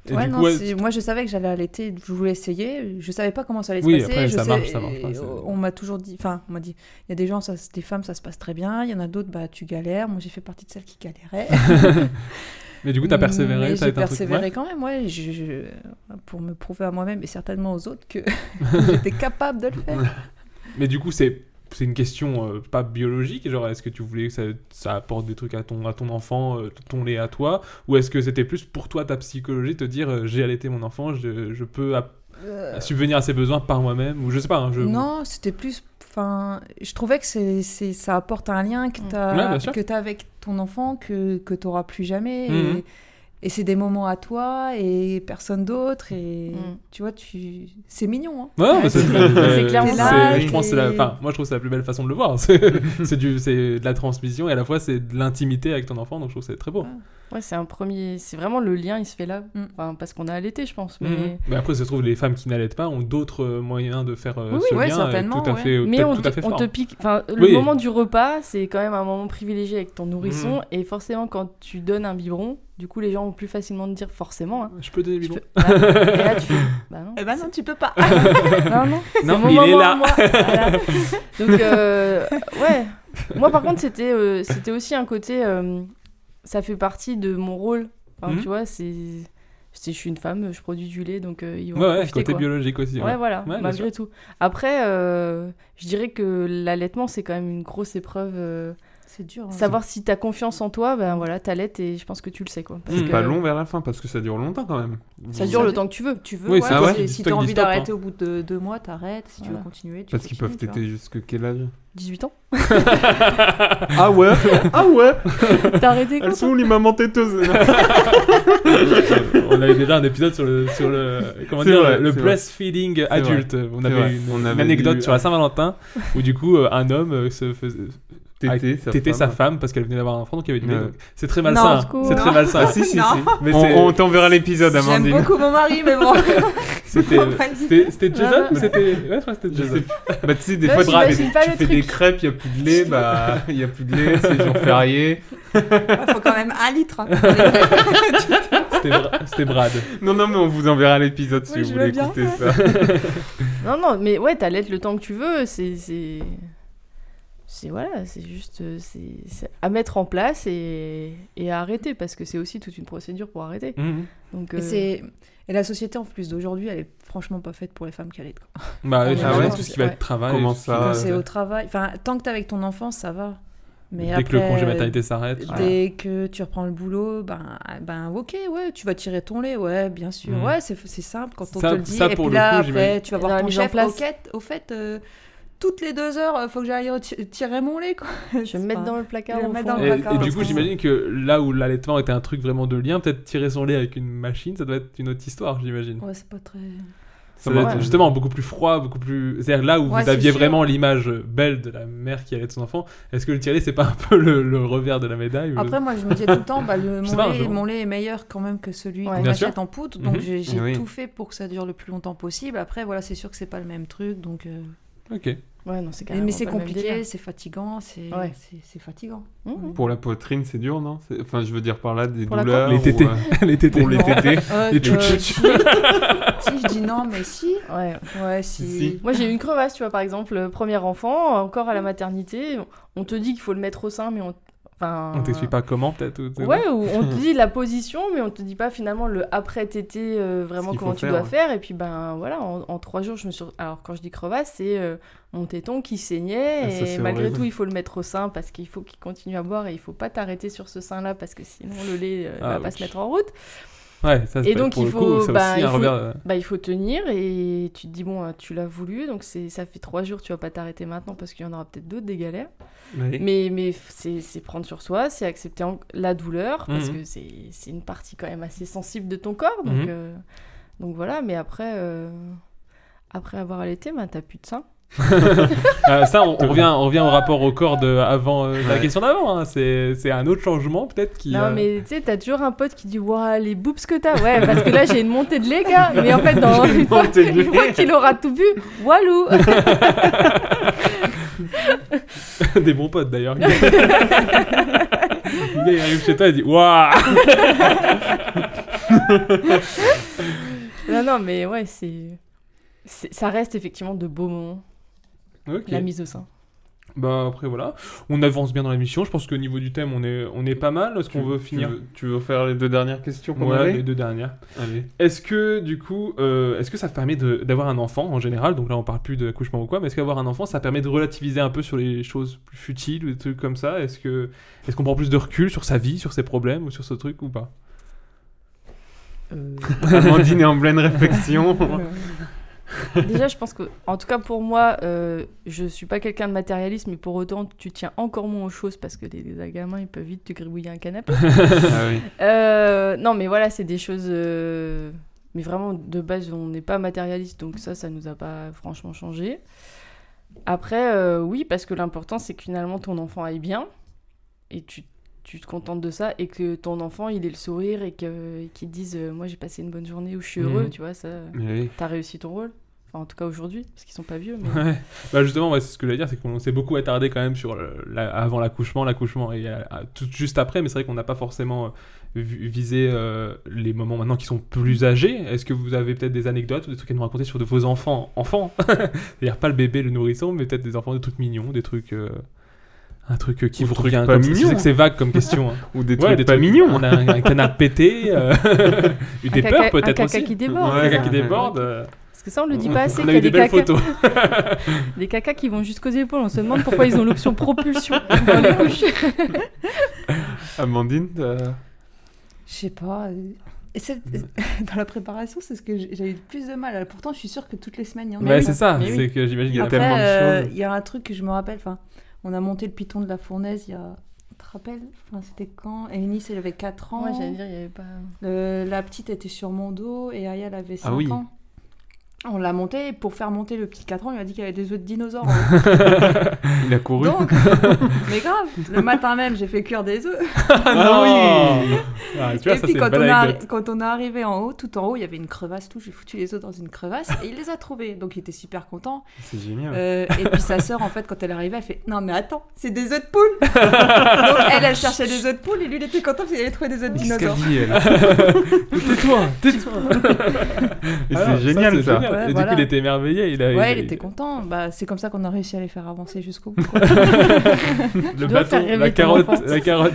Speaker 7: Et
Speaker 10: Ouais,
Speaker 7: du
Speaker 10: non,
Speaker 7: coup, ouais,
Speaker 10: c'est- moi je savais que j'allais allaiter, je voulais essayer, je savais pas comment ça allait
Speaker 7: Oui,
Speaker 10: se passer.
Speaker 7: après,
Speaker 10: je
Speaker 7: ça
Speaker 10: sais-
Speaker 7: marche, ça marche pas, c'est-
Speaker 10: On m'a toujours dit, enfin, on m'a dit, il y a des gens, ça, c'est des femmes, ça se passe très bien, il y en a d'autres, bah tu galères. Moi j'ai fait partie de celles qui galéraient.
Speaker 7: Mais du coup, t'as persévéré,
Speaker 10: Mais
Speaker 7: t'as
Speaker 10: J'ai
Speaker 7: été un truc-
Speaker 10: persévéré
Speaker 7: ouais.
Speaker 10: quand même, ouais, je- je- pour me prouver à moi-même et certainement aux autres que j'étais capable de le faire.
Speaker 7: Mais du coup, c'est c'est une question euh, pas biologique. Genre, est-ce que tu voulais que ça, ça apporte des trucs à ton, à ton enfant, euh, ton lait à toi Ou est-ce que c'était plus pour toi, ta psychologie, te dire euh, j'ai allaité mon enfant, je, je peux app- à subvenir à ses besoins par moi-même ou je sais pas. hein, je...
Speaker 10: Non, c'était plus. Enfin, je trouvais que c'est, c'est- ça apporte un lien que t'as,
Speaker 7: Ouais, bien sûr.
Speaker 10: que t'as avec ton enfant que, que t'auras plus
Speaker 9: Mm,
Speaker 10: jamais.
Speaker 7: Mhm.
Speaker 10: Et, et c'est des moments à toi et personne d'autre. Et tu vois, tu... c'est mignon. Hein.
Speaker 7: Ouais, mais c'est
Speaker 10: c'est clairement ça.
Speaker 7: c'est- Je pense que c'est la,
Speaker 10: t'es-
Speaker 7: enfin, moi je trouve que c'est la plus belle façon de le voir. C'est c'est du, c'est de la transmission et à la fois c'est de l'intimité avec ton enfant, donc je trouve que c'est très
Speaker 8: Ah,
Speaker 7: beau.
Speaker 8: Ouais, c'est un premier. C'est vraiment le lien, il se fait là. Enfin, parce qu'on a allaité, je pense. Mais,
Speaker 7: Mhm. Mais après, ça se trouve, les femmes qui n'allaitent pas ont d'autres euh, moyens de faire euh,
Speaker 8: Oui,
Speaker 7: ce
Speaker 8: oui, ouais,
Speaker 7: lien euh,
Speaker 8: certainement,
Speaker 7: tout à
Speaker 8: ouais.
Speaker 7: fait,
Speaker 8: Mais
Speaker 7: tout-
Speaker 8: on,
Speaker 7: tout
Speaker 8: te,
Speaker 7: à fait
Speaker 8: on
Speaker 7: fort.
Speaker 8: te pique. Enfin, le
Speaker 7: Oui.
Speaker 8: moment du repas, c'est quand même un moment privilégié avec ton nourrisson.
Speaker 7: Mhm.
Speaker 8: Et forcément, quand tu donnes un biberon, du coup, les gens vont plus facilement te dire forcément. hein.
Speaker 7: Je peux donner le biberon.
Speaker 8: Voilà. Et là, tu fais, Bah non.
Speaker 10: Eh ben non, tu peux pas.
Speaker 8: non, non. c'est
Speaker 7: Non,
Speaker 8: mon
Speaker 7: mais il est
Speaker 8: moment
Speaker 7: là.
Speaker 8: à moi. Voilà. Donc, euh, ouais. Moi, par contre, c'était euh, c'était aussi un côté. euh, ça fait partie de mon rôle. Enfin,
Speaker 7: Mhm.
Speaker 8: Tu vois, c'est. c'est- Je suis une femme, je produis du lait, donc euh, ils vont
Speaker 7: Ouais,
Speaker 8: en
Speaker 7: ouais,
Speaker 8: profiter,
Speaker 7: côté
Speaker 8: quoi.
Speaker 7: biologique aussi,
Speaker 8: Ouais,
Speaker 7: ouais.
Speaker 8: voilà,
Speaker 7: Ouais, bien
Speaker 8: malgré tout. Après, euh, je dirais que l'allaitement, c'est quand même une grosse épreuve. euh,
Speaker 10: C'est dur, hein.
Speaker 8: Savoir si t'as confiance en toi, ben voilà, t'allaites et je pense que tu le sais, quoi. Parce
Speaker 7: Hmm.
Speaker 9: C'est
Speaker 8: que-
Speaker 9: Hmm, pas long vers la fin parce que ça dure longtemps quand même.
Speaker 8: Ça dure le temps que tu veux.
Speaker 10: Tu veux,
Speaker 9: Oui,
Speaker 10: ouais,
Speaker 9: c'est vrai.
Speaker 10: si-
Speaker 9: Dis-toi
Speaker 10: si
Speaker 9: qu'il
Speaker 10: t'as
Speaker 9: dit
Speaker 10: envie
Speaker 9: stop, hein.
Speaker 10: d'arrêter au bout de deux mois, t'arrêtes. Si
Speaker 8: Voilà.
Speaker 10: tu veux continuer, tu
Speaker 9: Parce qu'ils peuvent
Speaker 10: continues, tu vois.
Speaker 9: têter
Speaker 7: hein.
Speaker 9: jusque quel âge
Speaker 8: 18 ans.
Speaker 9: Ah ouais Ah ouais
Speaker 8: T'as arrêté quand
Speaker 9: Elles sont où les mamans têteuses
Speaker 7: on avait déjà un épisode sur le, sur le comment
Speaker 9: C'est
Speaker 7: dire,
Speaker 9: vrai,
Speaker 7: le
Speaker 9: c'est
Speaker 7: breastfeeding
Speaker 9: vrai. C'est
Speaker 7: adulte.
Speaker 9: vrai.
Speaker 7: On
Speaker 9: C'est
Speaker 7: avait
Speaker 9: vrai.
Speaker 7: une,
Speaker 9: On
Speaker 7: une
Speaker 9: avait
Speaker 7: anecdote
Speaker 9: eu-
Speaker 7: sur la Saint-Valentin où du coup euh, un homme euh, se faisait
Speaker 9: Têter
Speaker 7: a-
Speaker 9: sa
Speaker 7: têter
Speaker 9: femme.
Speaker 7: parce qu'elle venait d'avoir un enfant donc il y avait du
Speaker 9: Ouais.
Speaker 7: lait, donc C'est très
Speaker 9: Non,
Speaker 7: malsain.
Speaker 9: au secours.
Speaker 7: C'est très
Speaker 9: Non.
Speaker 7: malsain.
Speaker 9: Ah, si, si,
Speaker 10: Non. si.
Speaker 7: Mais
Speaker 9: On-
Speaker 7: c'est-
Speaker 9: on t'enverra l'épisode,
Speaker 7: c'est-
Speaker 10: J'aime beaucoup mon mari, mais bon.
Speaker 7: C'était
Speaker 10: On va pas le dire.
Speaker 7: c'était- c'était Jason
Speaker 10: Voilà.
Speaker 7: ou c'était ouais je crois que c'était
Speaker 9: Je
Speaker 7: Jason.
Speaker 9: sais- Bah tu sais, des
Speaker 7: Là,
Speaker 9: fois tu fais,
Speaker 7: j'imagine
Speaker 9: des-
Speaker 7: pas
Speaker 9: tu
Speaker 7: le
Speaker 9: fais
Speaker 7: truc.
Speaker 9: des crêpes, il a plus de lait, bah il y a plus de lait, c'est jour férié.
Speaker 10: Faut quand même un litre. hein.
Speaker 7: C'était Bra- C'était Brad.
Speaker 9: Non, non, mais on vous enverra l'épisode si
Speaker 10: Oui,
Speaker 9: vous
Speaker 10: je
Speaker 9: voulez
Speaker 10: veux bien.
Speaker 9: écouter ça.
Speaker 8: Non, non, mais ouais, t'allaites le temps que tu veux, c'est. C'est, c'est- voilà, c'est juste. euh, C'est, c'est à mettre en place et, et à arrêter, parce que c'est aussi toute une procédure pour arrêter.
Speaker 7: Mhm.
Speaker 8: Donc,
Speaker 10: Et,
Speaker 8: euh,
Speaker 10: c'est- et la société en plus d'aujourd'hui, elle est franchement pas faite pour les femmes qui allaitent. quoi.
Speaker 7: Bah
Speaker 10: On
Speaker 7: ouais,
Speaker 10: est
Speaker 7: tu
Speaker 10: vraiment
Speaker 7: vois,
Speaker 10: tous-
Speaker 7: tout ce qui va
Speaker 10: Ah ouais.
Speaker 7: être travail.
Speaker 9: Comment
Speaker 7: tout ce qui-
Speaker 9: ça,
Speaker 10: Quand
Speaker 9: euh,
Speaker 10: c'est au travail, enfin, tant que t'es avec ton enfant, ça va. Mais
Speaker 7: Dès
Speaker 10: après,
Speaker 7: que le congé
Speaker 10: euh,
Speaker 7: maternité s'arrête, voilà.
Speaker 10: Dès que tu reprends le boulot, ben, ben ok, ouais, tu vas tirer ton lait, ouais, bien sûr.
Speaker 7: Mhm.
Speaker 10: Ouais, c'est c'est simple quand on
Speaker 7: Ça-
Speaker 10: te le dit.
Speaker 7: ça,
Speaker 10: et
Speaker 7: pour
Speaker 10: puis
Speaker 7: le
Speaker 10: là,
Speaker 7: coup, j'imagine.
Speaker 10: après, tu vas
Speaker 8: Dans
Speaker 10: voir
Speaker 8: la
Speaker 10: ton
Speaker 8: mise en
Speaker 10: chef.
Speaker 8: place.
Speaker 10: Au fait, au fait euh, toutes les deux heures, euh, faut que j'aille reti- tirer mon lait, quoi. Je vais
Speaker 8: me mettre dans le placard,
Speaker 10: Je vais
Speaker 8: au
Speaker 10: me mettre
Speaker 8: fond.
Speaker 10: dans
Speaker 7: Et,
Speaker 10: le
Speaker 7: et
Speaker 10: placard.
Speaker 7: du
Speaker 10: parce
Speaker 7: coup,
Speaker 10: que-
Speaker 7: j'imagine que là où l'allaitement était un truc vraiment de lien, peut-être tirer son lait avec une machine, ça doit être une autre histoire, j'imagine.
Speaker 10: Ouais, c'est pas très.
Speaker 7: Ça doit
Speaker 10: Ouais.
Speaker 7: être justement beaucoup plus froid, beaucoup plus. C'est-à-dire là où
Speaker 10: Ouais,
Speaker 7: vous
Speaker 10: c'est
Speaker 7: aviez
Speaker 10: sûr.
Speaker 7: vraiment l'image belle de la mère qui allait son enfant, est-ce que le tirer, c'est pas un peu le, le revers de la médaille ou-
Speaker 10: Après, moi, je me disais tout le temps, bah, le,
Speaker 7: Je
Speaker 10: mon,
Speaker 7: sais Euh, pas,
Speaker 10: lait,
Speaker 7: je-
Speaker 10: mon lait est meilleur quand même que celui
Speaker 7: Ouais.
Speaker 10: qu'on
Speaker 7: Bien sûr.
Speaker 10: achète en poudre. Donc,
Speaker 7: Mhm.
Speaker 10: j'ai j'ai
Speaker 7: Oui.
Speaker 10: tout fait pour que ça dure le plus longtemps possible. Après, voilà, c'est sûr que c'est pas le même truc. Donc, euh,
Speaker 7: Ok.
Speaker 8: Ouais, non, c'est
Speaker 10: mais,
Speaker 8: carrément
Speaker 10: c'est
Speaker 8: pas le même
Speaker 10: compliqué, Mmh.
Speaker 8: délire. Mmh.
Speaker 10: c'est fatigant, c'est
Speaker 8: Ouais.
Speaker 10: c'est- c'est fatigant.
Speaker 9: Pour la poitrine, c'est dur, non C'est- Enfin, je veux dire par là des
Speaker 10: Pour la
Speaker 9: douleurs.
Speaker 7: quoi Les tétés.
Speaker 9: ou, euh,
Speaker 7: Les tétés.
Speaker 9: Pour les
Speaker 7: Non.
Speaker 9: tétés.
Speaker 7: Euh,
Speaker 9: les
Speaker 7: euh,
Speaker 9: tchouchous.
Speaker 10: si, je dis non, mais si.
Speaker 8: Ouais,
Speaker 10: ouais si.
Speaker 9: Si.
Speaker 8: Moi, j'ai eu une crevasse, tu vois, par exemple, euh, premier enfant, encore à la maternité. On te dit qu'il faut le mettre au sein, mais on. Enfin,
Speaker 7: On t'explique pas comment, peut-être ou-
Speaker 8: Ouais, ou on te dit la position, mais on te dit pas finalement le après tété euh, vraiment
Speaker 7: Ce qu'il faut
Speaker 8: comment tu
Speaker 7: faire,
Speaker 8: dois
Speaker 7: ouais.
Speaker 8: faire. Et puis ben voilà, en, en trois jours, je me suis. Alors quand je dis crevasse, c'est euh, mon téton qui
Speaker 7: Ah,
Speaker 8: saignait
Speaker 7: ça,
Speaker 8: et
Speaker 7: c'est
Speaker 8: malgré
Speaker 7: horrible.
Speaker 8: tout, il faut le mettre au sein parce qu'il faut qu'il continue à boire et il faut pas t'arrêter sur ce sein là parce que sinon le lait euh,
Speaker 7: Ah,
Speaker 8: va pas
Speaker 7: ouch.
Speaker 8: se mettre en route.
Speaker 7: Ouais, ça, c'est
Speaker 8: et
Speaker 7: pas-
Speaker 8: donc
Speaker 7: pour
Speaker 8: il
Speaker 7: le coup,
Speaker 8: faut,
Speaker 7: c'est
Speaker 8: bah,
Speaker 7: aussi
Speaker 8: il
Speaker 7: un
Speaker 8: faut-
Speaker 7: revers, euh.
Speaker 8: bah, il faut tenir et tu te dis bon, hein, tu l'as voulu, donc c'est ça fait trois jours, tu vas pas t'arrêter maintenant parce qu'il y en aura peut-être d'autres des galères.
Speaker 7: Oui.
Speaker 8: Mais, mais c'est c'est prendre sur soi, c'est accepter en- la douleur, parce
Speaker 7: Mhm.
Speaker 8: que c'est c'est une partie quand même assez sensible de ton corps. Donc,
Speaker 7: Mhm.
Speaker 8: euh, donc voilà, mais après, euh, après avoir allaité, ben, t'as plus de ça.
Speaker 7: Euh, ça, on, on revient, on revient au rapport au corps de avant euh, de la
Speaker 9: Ouais.
Speaker 7: question d'avant. hein. C'est c'est un autre changement, peut-être, qui. euh,
Speaker 8: Non, mais tu sais, t'as toujours un pote qui dit Waouh, les boobs que t'as Ouais, parce que là, j'ai une montée de lait, gars. Mais en fait, dans
Speaker 7: J'ai une
Speaker 8: une fois,
Speaker 7: montée de
Speaker 8: une
Speaker 7: lait.
Speaker 8: fois qu'il aura tout bu, walou
Speaker 7: Des bons potes d'ailleurs. Le gars, il arrive chez toi et dit Waouh
Speaker 8: Non, non, mais ouais, c'est. c'est- Ça reste effectivement de beaux moments.
Speaker 7: Ok.
Speaker 8: La mise au sein.
Speaker 7: Bah après voilà, on avance bien dans l'émission. Je pense qu'au niveau du thème, on est, on est pas mal. Est-ce qu'on veut finir
Speaker 9: Tu veux, tu veux faire les deux dernières questions qu'on
Speaker 7: Ouais,
Speaker 9: avait
Speaker 7: les deux dernières.
Speaker 9: Allez.
Speaker 7: Est-ce que du coup, euh, est-ce que ça te permet de- d'avoir un enfant en général Donc là, on parle plus d'accouchement ou quoi, mais est-ce qu'avoir un enfant, ça permet de relativiser un peu sur les choses plus futiles ou des trucs comme ça Est-ce que est-ce qu'on prend plus de recul sur sa vie, sur ses problèmes ou sur ce truc ou pas
Speaker 8: Euh,
Speaker 9: Amandine est en pleine réflexion.
Speaker 8: Déjà, je pense que, en tout cas pour moi, euh, je suis pas quelqu'un de matérialiste, mais pour autant, tu tiens encore moins aux choses parce que les, les gamins, ils peuvent vite te gribouiller un canapé.
Speaker 9: Ah oui.
Speaker 8: Euh, non, mais voilà, c'est des choses. euh, mais vraiment, de base, on n'est pas matérialiste, donc ça, ça nous a pas franchement changé. Après, euh, oui, parce que l'important, c'est que finalement, ton enfant aille bien et tu, tu te contentes de ça et que ton enfant, il ait le sourire et que- et qu'il dise euh, Moi, j'ai passé une bonne journée ou je suis heureux,
Speaker 7: Mhm.
Speaker 8: tu vois, ça.
Speaker 7: Mais oui.
Speaker 8: T'as réussi ton rôle. Enfin, en tout cas aujourd'hui, parce qu'ils sont pas vieux. Mais...
Speaker 7: Ouais. Bah justement, ouais, c'est ce que je voulais dire, c'est qu'on s'est beaucoup attardé quand même sur le- la- avant l'accouchement, l'accouchement et euh, à- tout juste après, mais c'est vrai qu'on n'a pas forcément euh, vu- visé euh, les moments maintenant qui sont plus âgés. Est-ce que vous avez peut-être des anecdotes ou des trucs à nous raconter sur de vos enfants, enfants, c'est-à-dire pas le bébé, le nourrisson, mais peut-être des enfants, des trucs mignons, des trucs. euh, Un truc euh, qui
Speaker 9: Ou
Speaker 7: vous
Speaker 9: trucs
Speaker 7: revient
Speaker 9: pas
Speaker 7: comme ça. Je sais
Speaker 9: mignons.
Speaker 7: que c'est vague comme question. hein.
Speaker 9: Ou des
Speaker 7: Ouais,
Speaker 9: trucs pas hein. mignons.
Speaker 7: On a un, un canard pété, euh, eu
Speaker 8: Un
Speaker 7: des
Speaker 8: caca-
Speaker 7: peurs
Speaker 8: un
Speaker 7: peut-être
Speaker 8: caca
Speaker 7: aussi.
Speaker 8: qui déborde,
Speaker 7: Ouais,
Speaker 8: c'est
Speaker 7: un caca
Speaker 8: ça
Speaker 7: qui déborde. euh,
Speaker 8: Parce que ça, on le dit pas assez.
Speaker 7: On
Speaker 8: qu'il
Speaker 7: a
Speaker 8: y
Speaker 7: eu des belles
Speaker 8: cacas-
Speaker 7: photos.
Speaker 8: des cacas qui vont jusqu'aux épaules. On se demande pourquoi ils ont l'option propulsion dans les couches.
Speaker 9: Amandine, euh, t'as-
Speaker 10: Je sais pas. euh, et c'est- dans la préparation, c'est ce que j'ai j'ai eu le plus de mal. Alors, pourtant, je suis sûre que toutes les semaines, il y en a.
Speaker 7: Ouais,
Speaker 10: une.
Speaker 7: Bah, c'est ça, Mais c'est oui. que j'imagine qu'il y a
Speaker 10: Après,
Speaker 7: tellement de
Speaker 10: euh,
Speaker 7: choses.
Speaker 10: Il y a un truc que je me rappelle. Enfin, on a monté le piton de la fournaise il y a. Tu te rappelles Enfin, C'était quand Eleni, elle avait 4 ans.
Speaker 8: Moi, j'allais dire, il y avait pas.
Speaker 10: Euh, la petite était sur mon dos et Aya elle avait 5
Speaker 9: Ah oui.
Speaker 10: ans. On l'a monté et pour faire monter le petit 4 ans, il m'a dit qu'il y avait des œufs de dinosaures.
Speaker 9: il a couru.
Speaker 10: Donc, mais grave, le matin même, j'ai fait cuire des œufs.
Speaker 9: Ah non Ah, tu vois,
Speaker 10: et
Speaker 9: ça,
Speaker 10: puis
Speaker 9: c'est
Speaker 10: quand
Speaker 9: une belle
Speaker 10: on, a-
Speaker 9: anecdote.
Speaker 10: quand on est arrivé en haut, tout en haut, il y avait une crevasse, tout. J'ai foutu les œufs dans une crevasse et il les a trouvés. Donc il était super content.
Speaker 9: C'est génial.
Speaker 10: Euh, et puis sa sœur, en fait, quand elle arrivait, elle fait Non, mais attends, c'est des œufs de poule. Donc elle, elle cherchait des œufs de poule et lui, il était content parce qu'il avait trouvé des œufs de
Speaker 9: Qu'est-ce
Speaker 10: dinosaures.
Speaker 9: qu'elle dit, elle Tais-toi, tais-toi. Et
Speaker 7: Alors,
Speaker 9: c'est génial Ah, ça.
Speaker 7: c'est génial.
Speaker 10: Ouais,
Speaker 7: et
Speaker 10: voilà.
Speaker 7: du coup, il était émerveillé.
Speaker 9: Ah
Speaker 7: Il a,
Speaker 10: ouais,
Speaker 7: il-
Speaker 10: il était content. Bah, c'est comme ça qu'on a réussi à les faire avancer jusqu'au bout. quoi.
Speaker 7: Le bâton, la carotte, la carotte.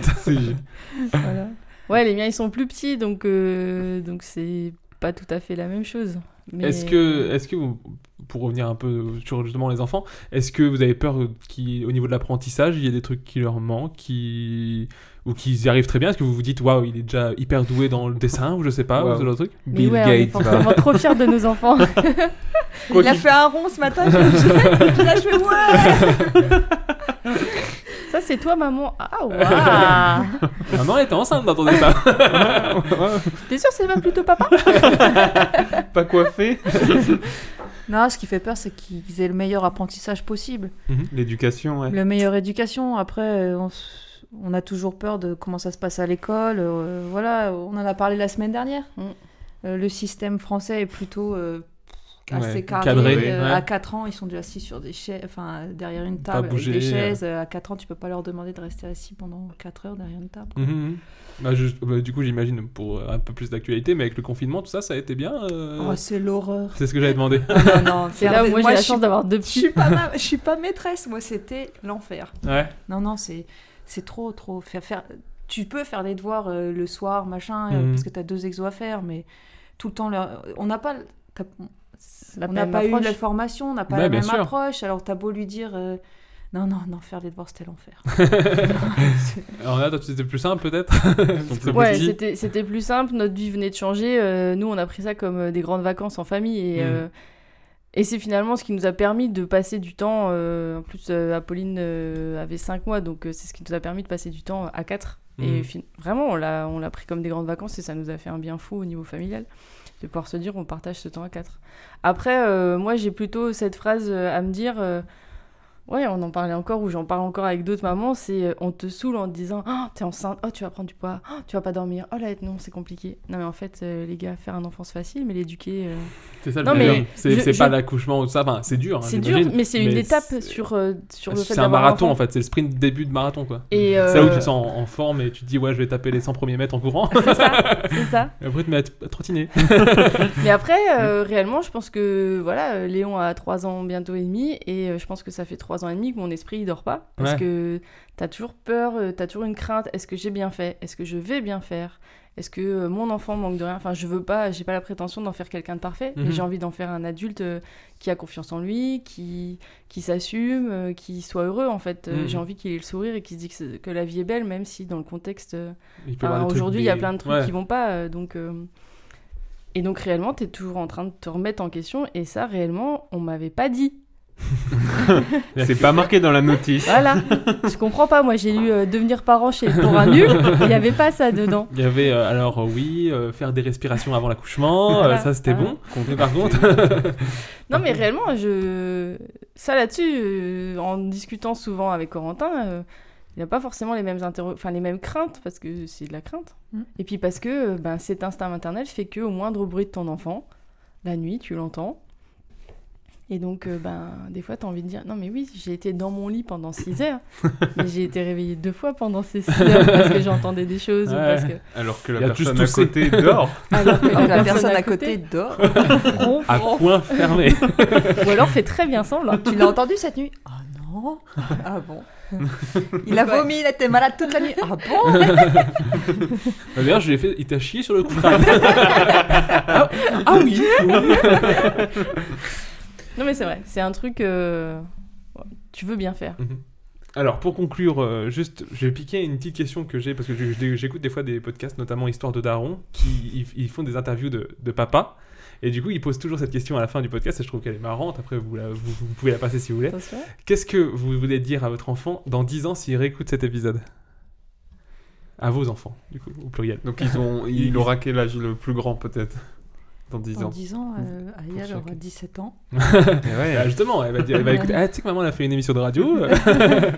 Speaker 10: Voilà.
Speaker 8: Ouais, les miens, ils sont plus petits, donc euh, donc c'est pas tout à fait la même chose. Mais-
Speaker 7: Est-ce que, est-ce que vous, pour revenir un peu sur justement les enfants, est-ce que vous avez peur qu'au niveau de l'apprentissage, il y ait des trucs qui leur manquent, qui ou qu'ils y arrivent très bien Est-ce que vous vous dites, waouw, il est déjà hyper doué dans le dessin ou je sais pas,
Speaker 9: Waouh.
Speaker 7: ou ce genre de truc
Speaker 8: Mais ouais, on est forcément trop fiers de nos enfants.
Speaker 10: Il a fait un rond ce matin, j'ai j'ai lâché ouais
Speaker 8: Ça, c'est toi, maman. Ah, waouh
Speaker 7: Maman était enceinte d'entendre ça.
Speaker 8: T'es sûr, c'est pas plutôt papa
Speaker 9: Pas coiffé.
Speaker 10: Non, ce qui fait peur, c'est qu'ils aient le meilleur apprentissage possible,
Speaker 9: L'éducation, ouais.
Speaker 10: la meilleure éducation. Après, euh, on, s- on a toujours peur de comment ça se passe à l'école. euh, voilà, on en a parlé la semaine dernière. Euh, le système français est plutôt euh, assez
Speaker 9: Ouais,
Speaker 10: carré.
Speaker 9: cadré,
Speaker 10: euh,
Speaker 9: ouais.
Speaker 10: À 4 ans, ils sont déjà assis sur des chaises, enfin derrière une
Speaker 9: Pas
Speaker 10: table, avec
Speaker 7: bouger,
Speaker 10: des
Speaker 7: euh.
Speaker 10: chaises. Euh, À 4 ans, tu peux pas leur demander de rester assis pendant 4 heures derrière une table. quoi.
Speaker 7: Mhm. Bah, juste- bah, du coup, j'imagine pour euh, un peu plus d'actualité, mais avec le confinement, tout ça, ça a été bien. euh,
Speaker 10: Oh, c'est l'horreur.
Speaker 7: C'est ce que j'avais demandé.
Speaker 10: non,
Speaker 8: C'est là où moi, j'ai la
Speaker 10: je suis-
Speaker 8: chance d'avoir deux
Speaker 10: Je
Speaker 8: petits.
Speaker 10: suis pas, ma- je suis pas maîtresse, moi c'était l'enfer.
Speaker 7: Ouais.
Speaker 10: Non, non, c'est c'est trop, trop. Faire, faire... Tu peux faire les devoirs euh, le soir, machin, euh,
Speaker 8: Mhm.
Speaker 10: parce que t'as deux exos à faire, mais tout le temps, leur- on n'a pas. le- t'as-
Speaker 8: La
Speaker 10: on n'a
Speaker 8: même
Speaker 10: pas eu
Speaker 8: approche.
Speaker 10: la formation, on n'a pas
Speaker 7: Ouais,
Speaker 10: la
Speaker 7: Bah, bien
Speaker 10: même
Speaker 7: sûr.
Speaker 10: approche, alors t'as beau lui dire. euh, Non, non, non, faire les devoirs, c'était l'enfer.
Speaker 7: Alors là, toi, c'était plus simple peut-être Parce que
Speaker 8: Ouais,
Speaker 7: petit.
Speaker 8: c'était c'était plus simple. Notre vie venait de changer. euh, nous, on a pris ça comme euh, des grandes vacances en famille. Et,
Speaker 7: Mm.
Speaker 8: euh, et c'est finalement ce qui nous a permis de passer du temps. euh, en plus, euh, Apolline euh, avait 5 mois, donc euh, c'est ce qui nous a permis de passer du temps à 4. Et
Speaker 7: Mm.
Speaker 8: fin- vraiment, on l'a on l'a pris comme des grandes vacances et ça nous a fait un bien fou au niveau familial de pouvoir se dire on partage ce temps à 4. Après, euh, moi, j'ai plutôt cette phrase euh, à me dire. euh, Ouais, on en parlait encore, ou j'en parle encore avec d'autres mamans, c'est euh, on te saoule en te disant Ah, t'es enceinte, oh, tu vas prendre du poids, Oh, tu vas pas dormir, oh là, non, c'est compliqué. Non, mais en fait, euh, les gars, faire un enfant, c'est facile, mais l'éduquer. euh,
Speaker 7: C'est ça le
Speaker 8: non,
Speaker 7: problème.
Speaker 8: mais
Speaker 7: C'est
Speaker 8: je-
Speaker 7: c'est pas
Speaker 8: je-
Speaker 7: l'accouchement ou ça. Enfin, c'est dur. hein,
Speaker 8: C'est dur,
Speaker 7: j'imagine,
Speaker 8: mais c'est une étape
Speaker 7: c'est-
Speaker 8: sur, euh, sur le fait
Speaker 7: C'est un
Speaker 8: d'avoir un
Speaker 7: marathon
Speaker 8: enfant.
Speaker 7: en fait, c'est le sprint début de marathon quoi.
Speaker 8: Et,
Speaker 7: C'est là où
Speaker 8: euh,
Speaker 7: tu te sens en, en forme et tu te dis ouais je vais taper les 100 premiers mètres en courant.
Speaker 8: C'est ça.
Speaker 7: Et après tu te mets à t- à trottiner.
Speaker 8: Mais après, euh, réellement, je pense que voilà, euh, Léon a 3 ans bientôt et demi, et euh, je pense que ça fait 3 ans et demi que mon esprit il dort pas. Parce
Speaker 7: Ouais.
Speaker 8: que t'as toujours peur, euh, t'as toujours une crainte est-ce que j'ai bien fait Est-ce que je vais bien faire Est-ce que euh, mon enfant manque de rien Enfin, je veux pas, j'ai pas la prétention d'en faire quelqu'un de parfait, mais
Speaker 7: Mhm.
Speaker 8: j'ai envie d'en faire un adulte euh, qui a confiance en lui, qui, qui s'assume, euh, qui soit heureux en fait. Euh,
Speaker 7: Mhm.
Speaker 8: J'ai envie qu'il ait le sourire et qu'il se dise que, c'est- que la vie est belle, même si dans le contexte. euh,
Speaker 7: Il peut y avoir
Speaker 8: enfin,
Speaker 7: des trucs
Speaker 8: Aujourd'hui, il y a
Speaker 7: des-
Speaker 8: plein de trucs
Speaker 7: ouais.
Speaker 8: qui vont pas, euh, donc. euh, Et donc réellement, t'es toujours en train de te remettre en question. Et ça, réellement, on m'avait pas dit.
Speaker 9: C'est pas marqué dans la notice.
Speaker 8: Voilà. Je comprends pas. Moi, j'ai lu euh, devenir parent chez pour un nul. Il y avait pas ça dedans.
Speaker 7: Il y avait euh, alors euh, oui, euh, faire des respirations avant l'accouchement, euh,
Speaker 8: Voilà.
Speaker 7: ça c'était
Speaker 8: Ah.
Speaker 7: bon. Mais par contre,
Speaker 8: Non, mais réellement, je ça là-dessus, euh, en discutant souvent avec Corentin, euh, il n'a pas forcément les mêmes interro- enfin les mêmes craintes parce que c'est de la crainte.
Speaker 10: Mhm.
Speaker 8: Et puis parce que euh, ben cet instinct maternel fait que au moindre bruit de ton enfant, la nuit, tu l'entends. Et donc, euh, ben, des fois, tu as envie de dire Non, mais oui, j'ai été dans mon lit pendant 6 heures, mais j'ai été réveillée deux fois pendant ces 6 heures parce que j'entendais des choses. Ou
Speaker 7: Ouais.
Speaker 8: parce que...
Speaker 9: Alors que la
Speaker 7: Il y a
Speaker 9: personne
Speaker 7: tous
Speaker 9: à
Speaker 7: toussé.
Speaker 9: côté dort.
Speaker 8: Alors que
Speaker 10: Alors que la personne à côté dort.
Speaker 8: ronfle.
Speaker 7: à point fermé.
Speaker 8: Ou alors fait très bien semblant.
Speaker 10: Tu l'as entendu cette nuit Ah non Ah bon Il a vomi, il était malade toute la nuit. Ah bon
Speaker 7: Bah, D'ailleurs, je l'ai fait. Il t'a chié sur le coup. de ah, ah oui. oui.
Speaker 8: Non mais c'est vrai, c'est un truc euh, tu veux bien faire.
Speaker 7: Alors, pour conclure, euh, juste, je vais piquer une petite question que j'ai, parce que je- je- j'écoute des fois des podcasts, notamment Histoire de Daron, qui ils, ils font des interviews de, de papa. Et du coup, ils posent toujours cette question à la fin du podcast, et je trouve qu'elle est marrante. Après, vous, la- vous, vous pouvez la passer si vous voulez.
Speaker 8: Attention.
Speaker 7: Qu'est-ce que vous voulez dire à votre enfant dans 10 ans s'il réécoute cet épisode À vos enfants, du coup, au pluriel.
Speaker 9: Donc ils ont, il,
Speaker 7: Ils-
Speaker 9: aura quel âge le plus grand peut-être dans 10
Speaker 10: Dans
Speaker 9: ans
Speaker 10: 10 ans, euh, Aya elle
Speaker 7: chacun.
Speaker 10: aura 17 ans.
Speaker 9: ouais.
Speaker 7: Bah, justement, elle va dire, elle va écouter, ah, tu sais que maman, elle a fait une émission de radio, euh,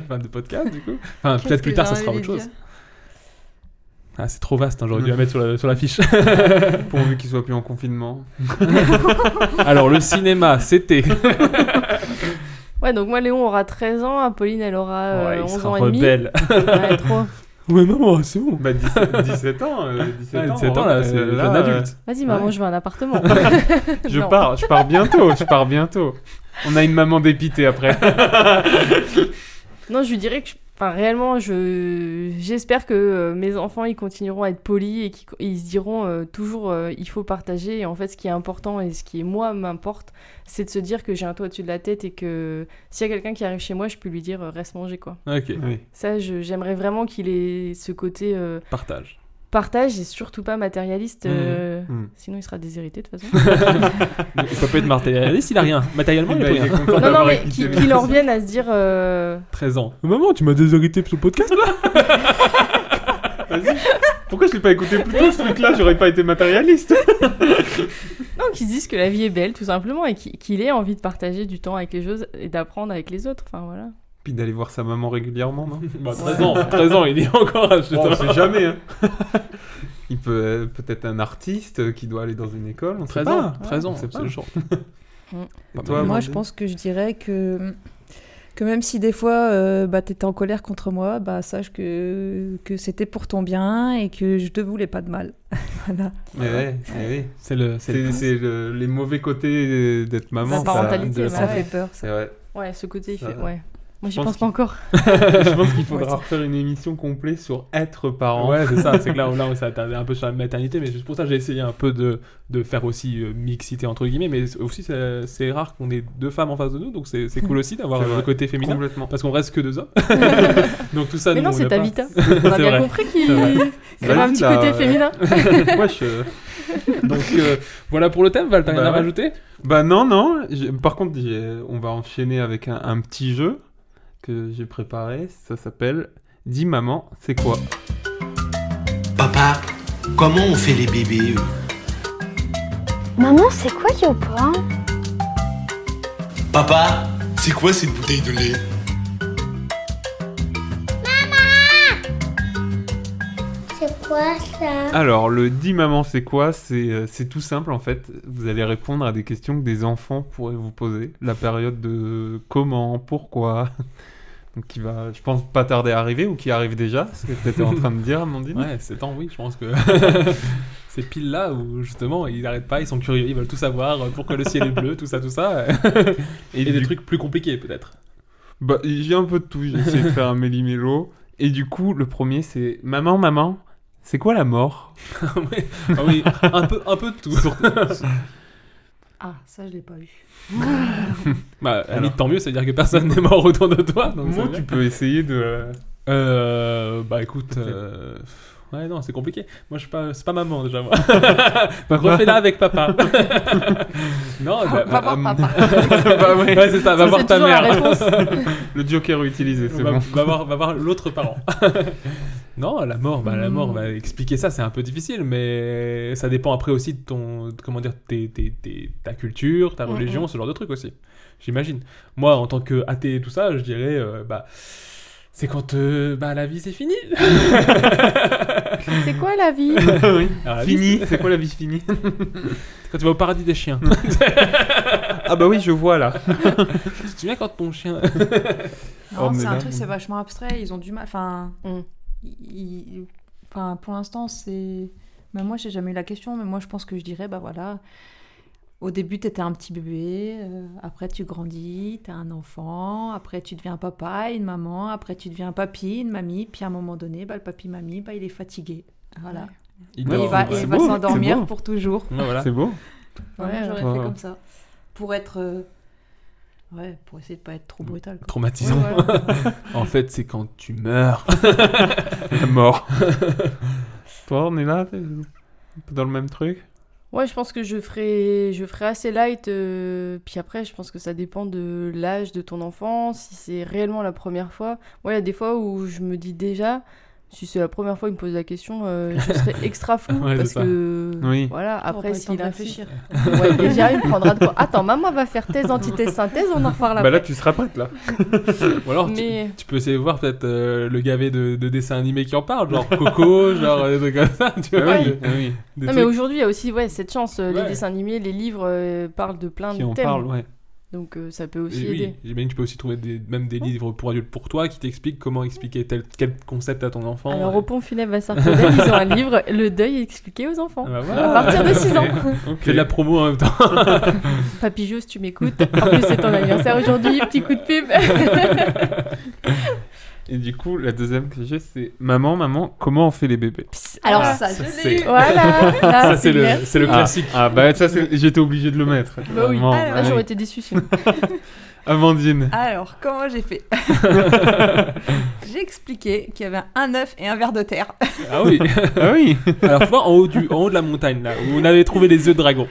Speaker 7: enfin de podcast, du coup. Enfin,
Speaker 10: Qu'est-ce
Speaker 7: peut-être plus
Speaker 10: que
Speaker 7: tard, ça
Speaker 10: j'ai
Speaker 7: sera
Speaker 10: envie
Speaker 7: autre
Speaker 10: de
Speaker 7: chose.
Speaker 10: dire
Speaker 7: Ah, c'est trop vaste, hein, j'aurais dû la mettre sur la, sur la fiche.
Speaker 9: Pourvu qu'ils soient plus en confinement.
Speaker 7: Alors, le cinéma, c'était.
Speaker 8: Ouais, donc moi Léon aura 13 ans, Apolline elle aura euh,
Speaker 7: Ouais, il
Speaker 8: 11
Speaker 7: sera
Speaker 8: ans
Speaker 7: rebelle.
Speaker 8: et demi. Ouais, trop.
Speaker 7: Ouais, maman, c'est bon.
Speaker 9: Bah 17, 17 ans, euh, 17
Speaker 7: Ah,
Speaker 9: ans,
Speaker 7: 17
Speaker 9: on
Speaker 7: ans, là,
Speaker 9: re-
Speaker 7: c'est
Speaker 9: euh,
Speaker 7: jeune
Speaker 9: là,
Speaker 7: adulte.
Speaker 8: Vas-y maman,
Speaker 9: Ouais.
Speaker 8: je veux un appartement.
Speaker 9: euh, Je
Speaker 8: Non.
Speaker 9: pars, je pars bientôt, je pars bientôt. On a une maman dépitée après.
Speaker 8: Non, je lui dirais que je- enfin réellement je j'espère que euh, mes enfants ils continueront à être polis et qu'ils ils se diront euh, toujours euh, il faut partager et en fait ce qui est important et ce qui moi m'importe, c'est de se dire que j'ai un toit au-dessus de la tête et que s'il y a quelqu'un qui arrive chez moi, je peux lui dire euh, reste manger quoi.
Speaker 7: Ok,
Speaker 9: Oui.
Speaker 8: Ça je- j'aimerais vraiment qu'il ait ce côté euh,
Speaker 7: partage.
Speaker 8: partage et surtout pas matérialiste. euh,
Speaker 7: Mmh.
Speaker 9: Mm.
Speaker 8: Sinon, il sera déshérité de toute façon.
Speaker 7: Il peut pas être matérialiste, il a rien. Matériellement, il a
Speaker 9: Bah, il est
Speaker 7: rien.
Speaker 9: content
Speaker 8: non, non,
Speaker 9: d'avoir
Speaker 8: mais
Speaker 9: écouté
Speaker 8: qu'il
Speaker 9: le-
Speaker 8: qu'il en revienne à se dire euh,
Speaker 7: 13 ans. Maman, tu m'as déshérité sur le podcast, là
Speaker 9: Vas-y. Pourquoi je l'ai pas écouté plus tôt ce truc-là J'aurais pas été matérialiste.
Speaker 8: Non, qu'ils se disent que la vie est belle, tout simplement, et qu'il qu'il ait envie de partager du temps avec les choses et d'apprendre avec les autres. Enfin, voilà.
Speaker 9: Puis d'aller voir sa maman régulièrement, non
Speaker 7: Bah, 13 ans, 13 ans, il est encore à
Speaker 9: Oh, On sait jamais. hein. Il peut euh, peut-être un artiste euh, qui doit aller dans une école. On sait
Speaker 7: 13
Speaker 9: pas.
Speaker 7: ans, 13 ans,
Speaker 9: On sait
Speaker 7: c'est
Speaker 9: pas.
Speaker 7: le genre.
Speaker 8: Mm.
Speaker 7: Bah, bah,
Speaker 9: Toi,
Speaker 14: Moi,
Speaker 9: Amandine
Speaker 14: je pense que je dirais que, que même si des fois euh, bah, tu étais en colère contre moi, bah, sache que, que c'était pour ton bien et que je te voulais pas de mal. voilà.
Speaker 9: Mais Eh ouais, mais oui.
Speaker 7: C'est le. c'est le-
Speaker 9: C'est c'est le- les mauvais côtés d'être maman.
Speaker 8: La
Speaker 9: ça-
Speaker 8: parentalité,
Speaker 9: de-
Speaker 8: bah
Speaker 14: Ça
Speaker 8: ouais.
Speaker 14: fait peur. ça.
Speaker 9: C'est vrai.
Speaker 8: Ouais, ce côté, il
Speaker 9: Ça-
Speaker 8: fait. Ouais. Moi, j'y
Speaker 9: pense
Speaker 8: pense pas encore.
Speaker 9: Je pense qu'il faudra
Speaker 14: Ouais, ça-
Speaker 9: refaire une émission complète sur être parent.
Speaker 7: Ouais, c'est ça, c'est que là, là, on s'est attardé un peu sur la maternité, mais juste pour ça, j'ai essayé un peu de, de faire aussi euh, mixité entre guillemets, mais aussi, c'est c'est rare qu'on ait deux femmes en face de nous, donc c'est c'est cool aussi d'avoir
Speaker 9: C'est vrai.
Speaker 7: le côté féminin,
Speaker 9: Complètement.
Speaker 7: parce qu'on reste que deux hommes. donc tout ça,
Speaker 8: mais
Speaker 7: nous,
Speaker 8: non,
Speaker 7: on
Speaker 8: c'est
Speaker 7: l'a
Speaker 8: ta
Speaker 7: pas.
Speaker 8: vita. On a
Speaker 7: C'est
Speaker 8: bien
Speaker 7: vrai.
Speaker 8: compris qu'il
Speaker 7: C'est vrai.
Speaker 8: qu'il y avait un
Speaker 9: Vas-y,
Speaker 8: petit
Speaker 9: là,
Speaker 8: côté
Speaker 9: ouais.
Speaker 8: féminin.
Speaker 9: Moi, je-
Speaker 7: Donc euh, voilà pour le thème, Val, t'as rien
Speaker 9: Bah
Speaker 7: à
Speaker 9: ouais.
Speaker 7: rajouter
Speaker 9: Bah non, non. j'ai- Par contre, j'ai- on va enchaîner avec un, un petit jeu que j'ai préparé. Ça s'appelle Dis maman, c'est quoi
Speaker 2: Papa, comment on fait les bébés eux
Speaker 15: Maman, c'est quoi Yopa
Speaker 2: Papa, c'est quoi cette bouteille de lait
Speaker 15: C'est quoi ça
Speaker 9: Alors, le dit maman, c'est quoi C'est euh, c'est tout simple en fait. Vous allez répondre à des questions que des enfants pourraient vous poser. La période de comment, pourquoi. Donc, qui va, je pense, pas tarder à arriver ou qui arrive déjà. Ce que tu étais en train de dire, Amandine.
Speaker 7: Ouais, c'est temps, oui, je pense que c'est pile là où justement ils n'arrêtent pas, ils sont curieux, ils veulent tout savoir, euh, pourquoi le ciel est bleu, tout ça, tout ça. Et,
Speaker 9: du
Speaker 7: des trucs plus compliqués peut-être.
Speaker 9: Bah, j'ai un peu de tout, j'ai essayé de faire un méli-mélo. Et du coup, le premier, c'est Maman, maman, c'est quoi la mort
Speaker 7: Ouais. Ah oui, un peu, un peu de tout.
Speaker 10: Ah, ça, je l'ai pas eu.
Speaker 7: Bah, à la limite, tant mieux, ça veut dire que personne n'est mort autour de toi. Donc c'est
Speaker 9: Moi,
Speaker 7: bien.
Speaker 9: tu peux essayer de.
Speaker 7: Euh, bah écoute, euh, Ouais, non, c'est compliqué. Moi, je suis pas, c'est pas maman déjà, moi. Bah, Refais-la avec papa. non, bah,
Speaker 9: Va voir
Speaker 7: bah,
Speaker 9: papa.
Speaker 7: Bah, ouais, ouais, c'est ça, va
Speaker 9: Ça,
Speaker 7: voir
Speaker 9: c'est
Speaker 7: ta
Speaker 9: toujours la
Speaker 7: mère.
Speaker 9: réponse. Le joker utilisé, c'est
Speaker 7: va,
Speaker 9: bon.
Speaker 7: Va voir, va voir l'autre parent. non, la mort, bah, la mort,
Speaker 9: Mm.
Speaker 7: bah, expliquer ça, c'est un peu difficile, mais ça dépend après aussi de ton, de comment dire, tes- tes- tes- ta culture, ta
Speaker 9: Mm,
Speaker 7: religion,
Speaker 9: mm.
Speaker 7: ce genre de truc aussi. J'imagine. Moi, en tant que athée et tout ça, je dirais, euh, bah, c'est quand euh, bah, la vie c'est fini.
Speaker 8: C'est quoi la vie
Speaker 7: bah, Oui. Alors, Ah, la vie,
Speaker 9: Fini, c'est quoi la vie finie
Speaker 7: Quand tu vas au paradis des chiens.
Speaker 9: Hmm. Ah bah oui, je vois là.
Speaker 7: tu te souviens quand ton chien.
Speaker 9: Oh,
Speaker 10: Non, c'est un truc, c'est vachement abstrait. Ils ont du mal. Enfin, ils- ils- enfin pour l'instant, c'est. Même moi, j'ai jamais eu la question, mais moi, je pense que je dirais, bah voilà. Au début, t'étais un petit bébé, euh, après tu grandis, t'as un enfant, après tu deviens un papa, une maman, après tu deviens un papy, une mamie, puis à un moment donné, bah, le papy-mamie, bah, il est fatigué. Voilà.
Speaker 9: Il
Speaker 10: Et Il,
Speaker 9: dort,
Speaker 10: va,
Speaker 9: ouais.
Speaker 10: et
Speaker 9: C'est
Speaker 10: il va
Speaker 9: beau, c'est beau.
Speaker 10: s'endormir pour toujours.
Speaker 9: Ouais, voilà. C'est beau.
Speaker 10: Ouais,
Speaker 9: Ouais,
Speaker 10: j'aurais
Speaker 9: ouais.
Speaker 10: fait comme ça. Pour être. euh, Ouais, pour essayer de pas être trop
Speaker 9: Mm.
Speaker 10: brutal. quoi.
Speaker 7: Traumatisant.
Speaker 10: Ouais, voilà.
Speaker 7: en fait, c'est quand tu meurs.
Speaker 9: La mort. Toi, on est là t'es- Dans le même truc
Speaker 8: Ouais, je pense que je ferai, je ferai assez light. euh, puis après, je pense que ça dépend de l'âge de ton enfant, si c'est réellement la première fois. Moi, il y a des fois où je me dis déjà, si c'est la première fois qu'il me pose la question, euh, je serai extra flou.
Speaker 7: Ouais, c'est
Speaker 8: parce
Speaker 7: ça.
Speaker 8: que,
Speaker 7: Oui.
Speaker 8: voilà,
Speaker 10: T'auras pas
Speaker 8: après,
Speaker 10: le temps
Speaker 8: s'il
Speaker 10: de
Speaker 8: réfléchit.
Speaker 10: réfléchir.
Speaker 8: Ouais, déjà, il me prendra de quoi. Attends, maman va faire thèse, antithèse, synthèse, on en reparle
Speaker 7: Bah là,
Speaker 8: après.
Speaker 7: tu seras prête, là. Ou alors, tu-
Speaker 8: Mais-
Speaker 7: tu, peux essayer de voir peut-être euh, le gavé de, de dessins animés qui en parle, genre Coco, genre euh, des trucs comme ça, tu vois.
Speaker 8: Ouais.
Speaker 7: des- des
Speaker 8: Non, mais
Speaker 7: trucs-
Speaker 8: aujourd'hui, il y a aussi ouais, cette chance. euh,
Speaker 7: Ouais.
Speaker 8: Les dessins animés, les livres euh, parlent de plein
Speaker 7: Qui
Speaker 8: de
Speaker 7: en
Speaker 8: thèmes.
Speaker 7: parlent, ouais.
Speaker 8: Donc, euh, ça peut aussi
Speaker 7: Et oui,
Speaker 8: aider.
Speaker 7: j'imagine que tu peux aussi trouver des- même des livres pour adultes pour toi qui t'expliquent comment expliquer tel, quel concept à ton enfant.
Speaker 8: Alors, au pont funèbre à Sarkodel, ils ont un livre, Le deuil expliqué aux enfants.
Speaker 7: Ah bah voilà.
Speaker 8: À partir de 6 ans.
Speaker 7: Ok. Fais de la promo en même temps.
Speaker 8: Papy Joe, si tu m'écoutes, en plus c'est ton anniversaire aujourd'hui, petit coup de pub.
Speaker 9: Et du coup, la deuxième que j'ai, c'est Maman, maman, comment on fait les bébés
Speaker 10: Alors ça, je l'ai eu.
Speaker 9: c'est-
Speaker 10: Voilà, là,
Speaker 9: Ça,
Speaker 10: c'est
Speaker 9: c'est le,
Speaker 10: merci.
Speaker 9: c'est le
Speaker 10: Ah.
Speaker 9: classique. Ah, bah ça, c'est- j'étais obligé de le mettre.
Speaker 10: Bah oui.
Speaker 9: Vraiment,
Speaker 10: Ah, là,
Speaker 9: ouais.
Speaker 10: j'aurais été déçue, sinon.
Speaker 9: Amandine.
Speaker 10: Alors, comment j'ai fait J'ai expliqué qu'il y avait un œuf et un verre de terre.
Speaker 7: Ah oui.
Speaker 9: ah oui.
Speaker 7: Alors tu vois en haut du en haut de la montagne là où on avait trouvé les œufs de dragon.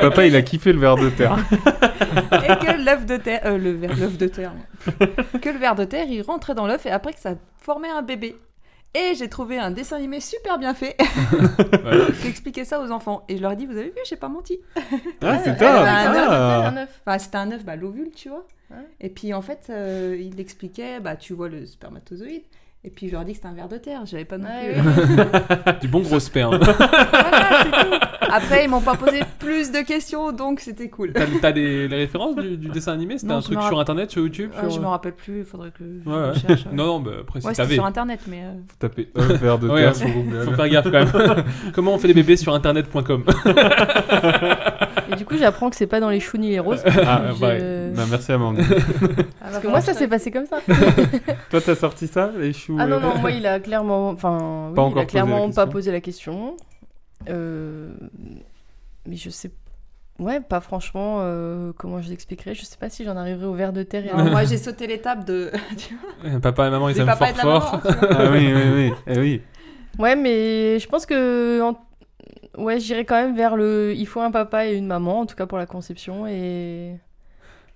Speaker 9: Papa il a kiffé le verre de terre.
Speaker 10: et que l'œuf de terre, euh, le ver- l'œuf de terre, non. que le verre de terre, il rentrait dans l'œuf et après que ça formait un bébé. Et j'ai trouvé un dessin animé super bien fait qui expliquait ça aux enfants. Et je leur ai dit, vous avez vu, j'ai pas menti.
Speaker 9: Ah, c'est
Speaker 10: Ouais,
Speaker 9: top, Ah.
Speaker 10: bah,
Speaker 9: ça.
Speaker 10: un œuf.
Speaker 9: Un
Speaker 10: Enfin, c'était un œuf, bah, l'ovule, tu vois. Et puis en fait, euh, il expliquait, bah, tu vois le spermatozoïde. Et puis je leur ai dit que c'était un verre de terre, j'avais pas non plus. euh,
Speaker 7: du bon gros hein. sperme.
Speaker 10: Après, ils m'ont pas posé plus de questions, donc c'était cool.
Speaker 7: T'as, t'as des, les références du, du dessin animé C'était
Speaker 10: Non,
Speaker 7: un
Speaker 10: je
Speaker 7: truc
Speaker 10: me
Speaker 7: sur
Speaker 10: rapp-
Speaker 7: internet, sur YouTube
Speaker 10: Ah,
Speaker 7: sur-
Speaker 10: Je me rappelle plus, il faudrait que je
Speaker 7: Ouais, ouais.
Speaker 10: cherche.
Speaker 7: Non, non, bah, après, si
Speaker 10: ouais, c'était
Speaker 7: t'avais-
Speaker 10: sur internet, mais... euh,
Speaker 9: Faut taper un verre de
Speaker 7: Ouais,
Speaker 9: terre
Speaker 7: faut-
Speaker 9: sur Google.
Speaker 7: Faut faire gaffe quand même. Comment on fait les bébés sur internet.com
Speaker 8: Et du coup, j'apprends que c'est pas dans les choux ni les roses.
Speaker 9: Ah,
Speaker 8: Je-
Speaker 9: bah, bah, merci Amandine.
Speaker 10: bah,
Speaker 8: Parce que moi, ça s'est passé comme ça.
Speaker 9: Toi t'as sorti ça, les choux
Speaker 8: ah non,
Speaker 9: euh,
Speaker 8: non, moi, il a clairement, enfin, oui,
Speaker 9: Pas encore
Speaker 8: il a
Speaker 9: posé la
Speaker 8: clairement pas
Speaker 9: question.
Speaker 8: posé la question. Euh, Mais je sais Ouais, pas franchement, euh, comment je l'expliquerai Je sais pas si j'en arriverai au verre de terre. et à-
Speaker 10: non, moi, j'ai sauté l'étape de... tu vois.
Speaker 7: Euh, Papa et maman, ils
Speaker 10: Des
Speaker 7: aiment
Speaker 10: papas et
Speaker 7: fort
Speaker 10: de la
Speaker 7: fort.
Speaker 10: maman, tu vois.
Speaker 9: Ah oui, oui, oui. Eh oui.
Speaker 8: Ouais, mais je pense que. en- Ouais, j'irai quand même vers le. Il faut un papa et une maman, en tout cas pour la conception. Et.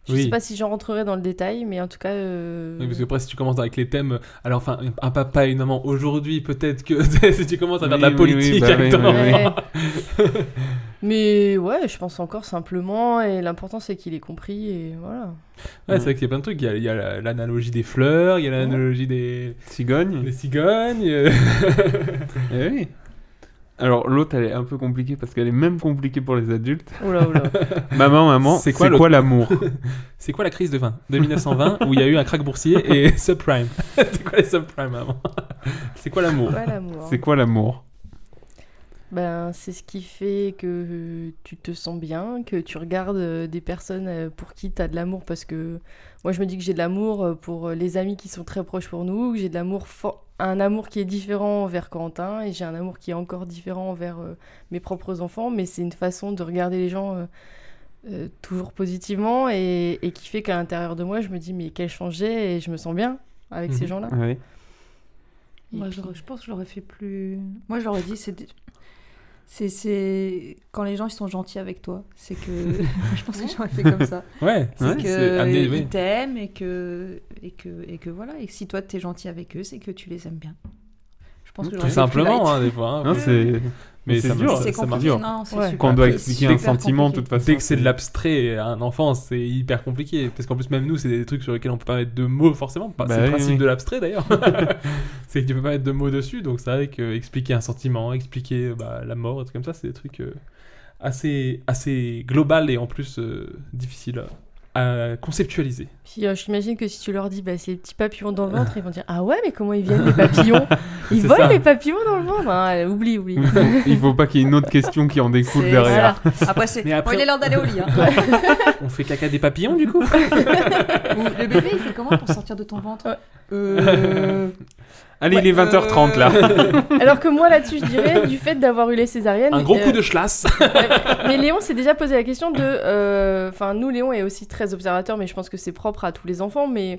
Speaker 8: Je
Speaker 7: Oui.
Speaker 8: sais pas si j'en rentrerai dans le détail, mais en tout cas. euh,
Speaker 7: Oui, parce que après, si tu commences avec les thèmes, alors enfin, un papa et une maman aujourd'hui, peut-être que si tu commences à faire de la
Speaker 9: Oui, oui, oui,
Speaker 7: politique
Speaker 9: bah
Speaker 7: avec
Speaker 9: oui,
Speaker 7: ton
Speaker 9: oui, oui.
Speaker 7: enfant.
Speaker 8: Mais ouais, je pense encore simplement, et l'important c'est qu'il ait compris, et voilà.
Speaker 7: Ouais, c'est vrai qu'il y a plein de trucs. Il y a- il y a la- l'analogie des fleurs, il y a l'analogie des
Speaker 9: cigognes.
Speaker 7: Des cigognes. euh.
Speaker 9: Eh oui. Alors l'autre elle est un peu compliquée parce qu'elle est même compliquée pour les adultes.
Speaker 8: Oh
Speaker 7: Oula, oula.
Speaker 9: maman, maman, c'est quoi,
Speaker 7: le-
Speaker 9: l'amour
Speaker 7: C'est quoi la crise de 20 de 1920 où il y a eu un crack boursier et subprime C'est quoi les subprimes avant C'est quoi l'amour
Speaker 8: C'est quoi l'amour
Speaker 9: C'est quoi l'amour
Speaker 8: Ben, c'est ce qui fait que euh, tu te sens bien, que tu regardes euh, des personnes euh, pour qui tu as de l'amour. Parce que moi, je me dis que j'ai de l'amour euh, pour euh, les amis qui sont très proches pour nous, que j'ai de l'amour fort- un amour qui est différent envers Quentin et j'ai un amour qui est encore différent envers euh, mes propres enfants. Mais c'est une façon de regarder les gens euh, euh, toujours positivement et, et qui fait qu'à
Speaker 9: Mhm.
Speaker 8: l'intérieur de moi, je me dis mais quel changé et je me sens bien avec ces gens-là.
Speaker 9: Oui.
Speaker 10: Moi, j'aurais- je pense que je l'aurais fait plus. Moi, je l'aurais dit, c'est. des- C'est, c'est quand les gens ils sont gentils avec toi, c'est que je pense que j'aurais fait comme ça.
Speaker 7: Ouais,
Speaker 10: c'est
Speaker 7: ouais,
Speaker 10: que
Speaker 7: c'est amener,
Speaker 10: ils
Speaker 7: oui.
Speaker 10: t'aiment et que et que et que voilà et que si toi t'es gentil avec eux, c'est que tu les aimes bien. Je pense que j'aurais
Speaker 7: Tout
Speaker 10: fait plus
Speaker 7: simplement,
Speaker 10: light.
Speaker 7: hein, des fois. hein.
Speaker 8: Ah,
Speaker 9: Non, c'est- mais c'est
Speaker 7: ça
Speaker 9: dur,
Speaker 7: marche-
Speaker 9: c'est
Speaker 7: ça marche.
Speaker 9: compliqué, non, c'est Ouais. super Quand on doit compliqué. expliquer un Super sentiment, de toute compliqué. façon,
Speaker 7: Ah, Dès que c'est de l'abstrait à un enfant, c'est hyper compliqué. Parce qu'en plus, même nous, c'est des trucs sur lesquels on peut pas mettre de mots, forcément. Pas-
Speaker 9: Bah
Speaker 7: c'est le
Speaker 9: oui,
Speaker 7: principe
Speaker 9: oui.
Speaker 7: de l'abstrait, d'ailleurs. c'est que tu peux pas mettre de mots dessus. Donc, c'est vrai que expliquer un sentiment, expliquer euh, bah, la mort, et tout comme ça, c'est des trucs euh, assez, assez global et en plus euh, difficiles à, à conceptualiser.
Speaker 8: Puis euh, j'imagine que si tu leur dis, bah, c'est les petits papillons dans le ventre, ils vont dire Ah ouais, mais comment ils viennent les papillons Ils
Speaker 9: C'est
Speaker 8: volent
Speaker 9: ça.
Speaker 8: les papillons dans le ventre Hein, euh, Oublie, oublie.
Speaker 9: Il faut, il faut pas qu'il y ait une autre question qui en découle
Speaker 8: C'est-
Speaker 9: derrière.
Speaker 8: voilà. Après,
Speaker 10: c'est-
Speaker 7: Mais après-
Speaker 10: Bon, il est l'heure d'aller au lit. hein.
Speaker 7: on fait caca des papillons, du coup
Speaker 10: Ou le bébé, il fait comment pour sortir de ton ventre
Speaker 9: Euh, Allez,
Speaker 7: Ouais.
Speaker 9: il est 20h30 là.
Speaker 8: Alors que moi, là-dessus, je dirais, du fait d'avoir eu les césariennes.
Speaker 7: Un gros
Speaker 8: euh,
Speaker 7: coup de schlass
Speaker 8: Mais Léon s'est déjà posé la question de. euh, Enfin, nous, Léon est aussi très observateur, mais je pense que c'est propre à tous les enfants. Mais.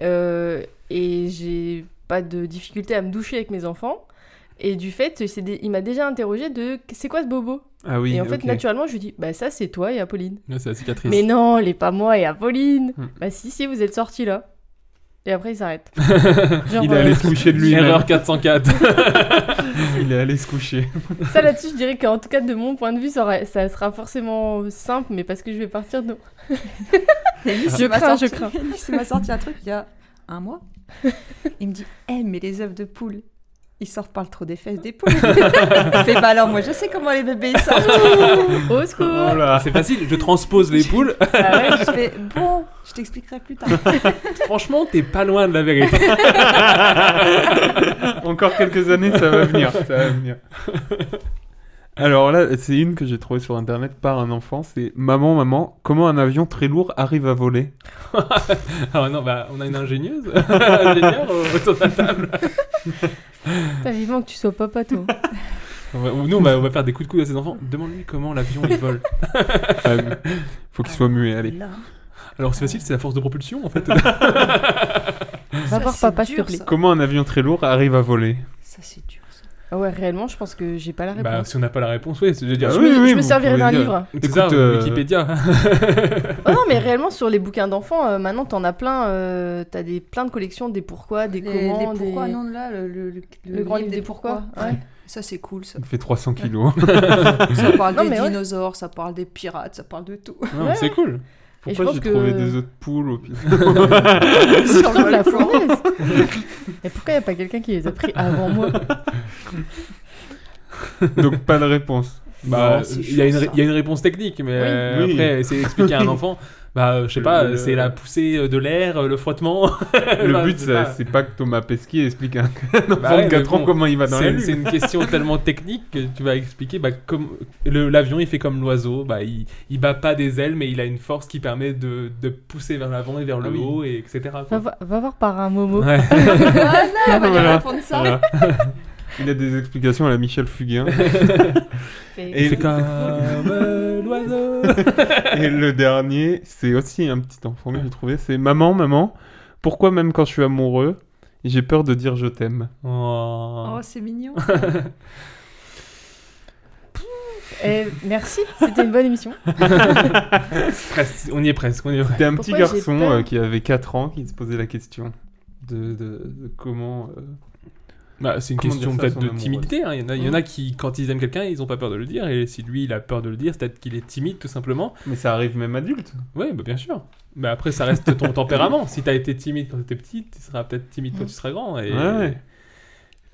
Speaker 8: euh, et j'ai pas de difficulté à me doucher avec mes enfants. Et du fait, c'est des- il m'a déjà interrogé de c'est quoi ce bobo
Speaker 7: Ah oui,
Speaker 8: Et en fait,
Speaker 7: ok.
Speaker 8: naturellement, je lui dis bah ça, c'est toi et Apolline.
Speaker 7: Ouais, c'est la cicatrice.
Speaker 8: Mais non, les pas moi et Apolline.
Speaker 7: Hmm.
Speaker 8: Bah si, si, vous êtes sortis là. Et après, il s'arrête. Genre,
Speaker 9: il est allé
Speaker 8: euh,
Speaker 9: se coucher de lui-même.
Speaker 7: Erreur 404.
Speaker 9: il est allé se coucher.
Speaker 8: Ça là-dessus, je dirais qu'en tout cas, de mon point de vue, ça, aura- ça sera forcément simple, mais parce que je vais partir de.
Speaker 10: Nice
Speaker 8: je
Speaker 10: m'a
Speaker 8: crains, je
Speaker 10: sorti-
Speaker 8: crains.
Speaker 10: Nice m'a sorti un truc il y a un mois. Il me dit Eh, mais les œufs de poule, ils sortent par le trou des fesses des poules. je fais Bah alors, moi, je sais comment les bébés ils sortent.
Speaker 8: Au secours
Speaker 7: C'est facile, je transpose les poules.
Speaker 10: Ah ouais, je fais Bon, je t'expliquerai plus tard.
Speaker 7: Franchement, t'es pas loin de la vérité.
Speaker 9: Encore quelques années, ça va venir. Ça va venir. Alors là, c'est une que j'ai trouvée sur internet par un enfant. C'est Maman, maman, comment un avion très lourd arrive à voler
Speaker 7: Ah non, bah, on a une ingénieuse. Ingénieure au- autour de la table.
Speaker 8: T'as vivement que tu sois papa, toi.
Speaker 7: On va- ou Nous, on va, on va faire des coups de coude à ses enfants. Demande-lui comment l'avion il vole.
Speaker 9: Euh, Faut qu'il soit muet, allez.
Speaker 7: Alors, c'est facile, c'est la force de propulsion en fait.
Speaker 8: Va voir papa, s'il te plaît.
Speaker 9: Comment un avion très lourd arrive à voler
Speaker 10: Ça, c'est dur.
Speaker 8: Ah ouais, réellement, je pense que j'ai pas la réponse.
Speaker 7: Bah, si on n'a pas la réponse, oui. Je, veux dire,
Speaker 9: Ah
Speaker 8: Je
Speaker 9: oui,
Speaker 8: me-
Speaker 9: oui,
Speaker 8: je me
Speaker 9: vous
Speaker 8: servirai
Speaker 9: pouvez
Speaker 8: d'un
Speaker 9: dire.
Speaker 8: livre.
Speaker 7: C'est ça,
Speaker 9: Écoute, euh,
Speaker 7: Wikipédia.
Speaker 8: Oh non, mais réellement, sur les bouquins d'enfants, euh, maintenant, t'en as plein. euh, T'as des, plein de collections des pourquoi, des
Speaker 10: Les-
Speaker 8: comment,
Speaker 10: les pourquoi,
Speaker 8: des...
Speaker 10: non, là, le, le- le-
Speaker 8: Le grand livre des pourquoi, ouais.
Speaker 10: Ça, c'est cool, ça.
Speaker 9: Il fait 300 kilos.
Speaker 10: Ça parle
Speaker 8: Non,
Speaker 10: des
Speaker 8: mais ouais.
Speaker 10: dinosaures, ça parle des pirates, ça parle de tout.
Speaker 9: Non, mais c'est cool.
Speaker 8: Et je
Speaker 9: Pourquoi
Speaker 8: pense
Speaker 9: j'ai
Speaker 8: que-
Speaker 9: trouvé des œufs de poule au pire
Speaker 8: Sur de la fournaise Et pourquoi y a pas quelqu'un qui les a pris avant moi
Speaker 9: Donc pas de réponse.
Speaker 7: Bah,
Speaker 9: Non, c'est
Speaker 7: il y, a
Speaker 9: chaud,
Speaker 7: une ré-
Speaker 9: ça.
Speaker 7: il y a une réponse technique, mais
Speaker 9: Oui.
Speaker 7: euh,
Speaker 9: Oui.
Speaker 7: après, essayer d'expliquer à un enfant, bah, euh, je sais pas,
Speaker 9: Le-
Speaker 7: c'est la poussée de l'air, euh, le frottement.
Speaker 9: Le
Speaker 7: Bah,
Speaker 9: but,
Speaker 7: c'est
Speaker 9: ça-
Speaker 7: pas-
Speaker 9: c'est pas que Thomas Pesquet explique à un
Speaker 7: Bah
Speaker 9: enfant
Speaker 7: ouais,
Speaker 9: de
Speaker 7: mais
Speaker 9: 4 ans
Speaker 7: bon,
Speaker 9: comment il va dans
Speaker 7: c'est-
Speaker 9: la lune.
Speaker 7: C'est une question tellement technique que tu vas expliquer. Bah, comme le- l'avion, il fait comme l'oiseau. Bah, il, il bat pas des ailes, mais il a une force qui permet de, de pousser vers l'avant et vers le
Speaker 9: Ah oui.
Speaker 7: haut, et etc.
Speaker 8: va,
Speaker 7: quoi.
Speaker 8: vo- va voir par un Momo.
Speaker 7: Ouais.
Speaker 8: on va lui
Speaker 9: Voilà.
Speaker 8: répondre ça.
Speaker 9: Voilà. Il a des explications à la Michel Fugain.
Speaker 7: Il fait comme l'oiseau.
Speaker 9: Et le dernier, c'est aussi un petit enfant que j'ai trouvé. C'est Maman, maman, pourquoi même quand je suis amoureux, j'ai peur de dire je t'aime
Speaker 7: Hein.
Speaker 10: Oh, c'est mignon.
Speaker 7: Ah,
Speaker 8: Eh, merci, c'était une bonne émission.
Speaker 7: Presque, on y est presque. On y est presque.
Speaker 9: C'était un petit
Speaker 8: Pourquoi j'ai
Speaker 9: garçon
Speaker 8: peur
Speaker 9: euh, qui avait 4 ans qui se posait la question de, de- de comment. euh,
Speaker 7: Bah, c'est une
Speaker 9: comment
Speaker 7: question
Speaker 9: dire ça à
Speaker 7: peut-être
Speaker 9: son
Speaker 7: de
Speaker 9: amoureuse.
Speaker 7: timidité. hein. Il, y en a, il y en a qui, quand ils aiment quelqu'un, ils ont pas peur de le dire. Et si lui, il a peur de le dire, c'est peut-être qu'il est timide, tout simplement.
Speaker 9: Mais ça arrive même adulte.
Speaker 7: Oui, bah, bien sûr. Mais après, ça reste ton tempérament. Si t'as été timide quand t'étais petit, tu seras peut-être timide quand tu seras grand. Et...
Speaker 9: Ouais, ouais.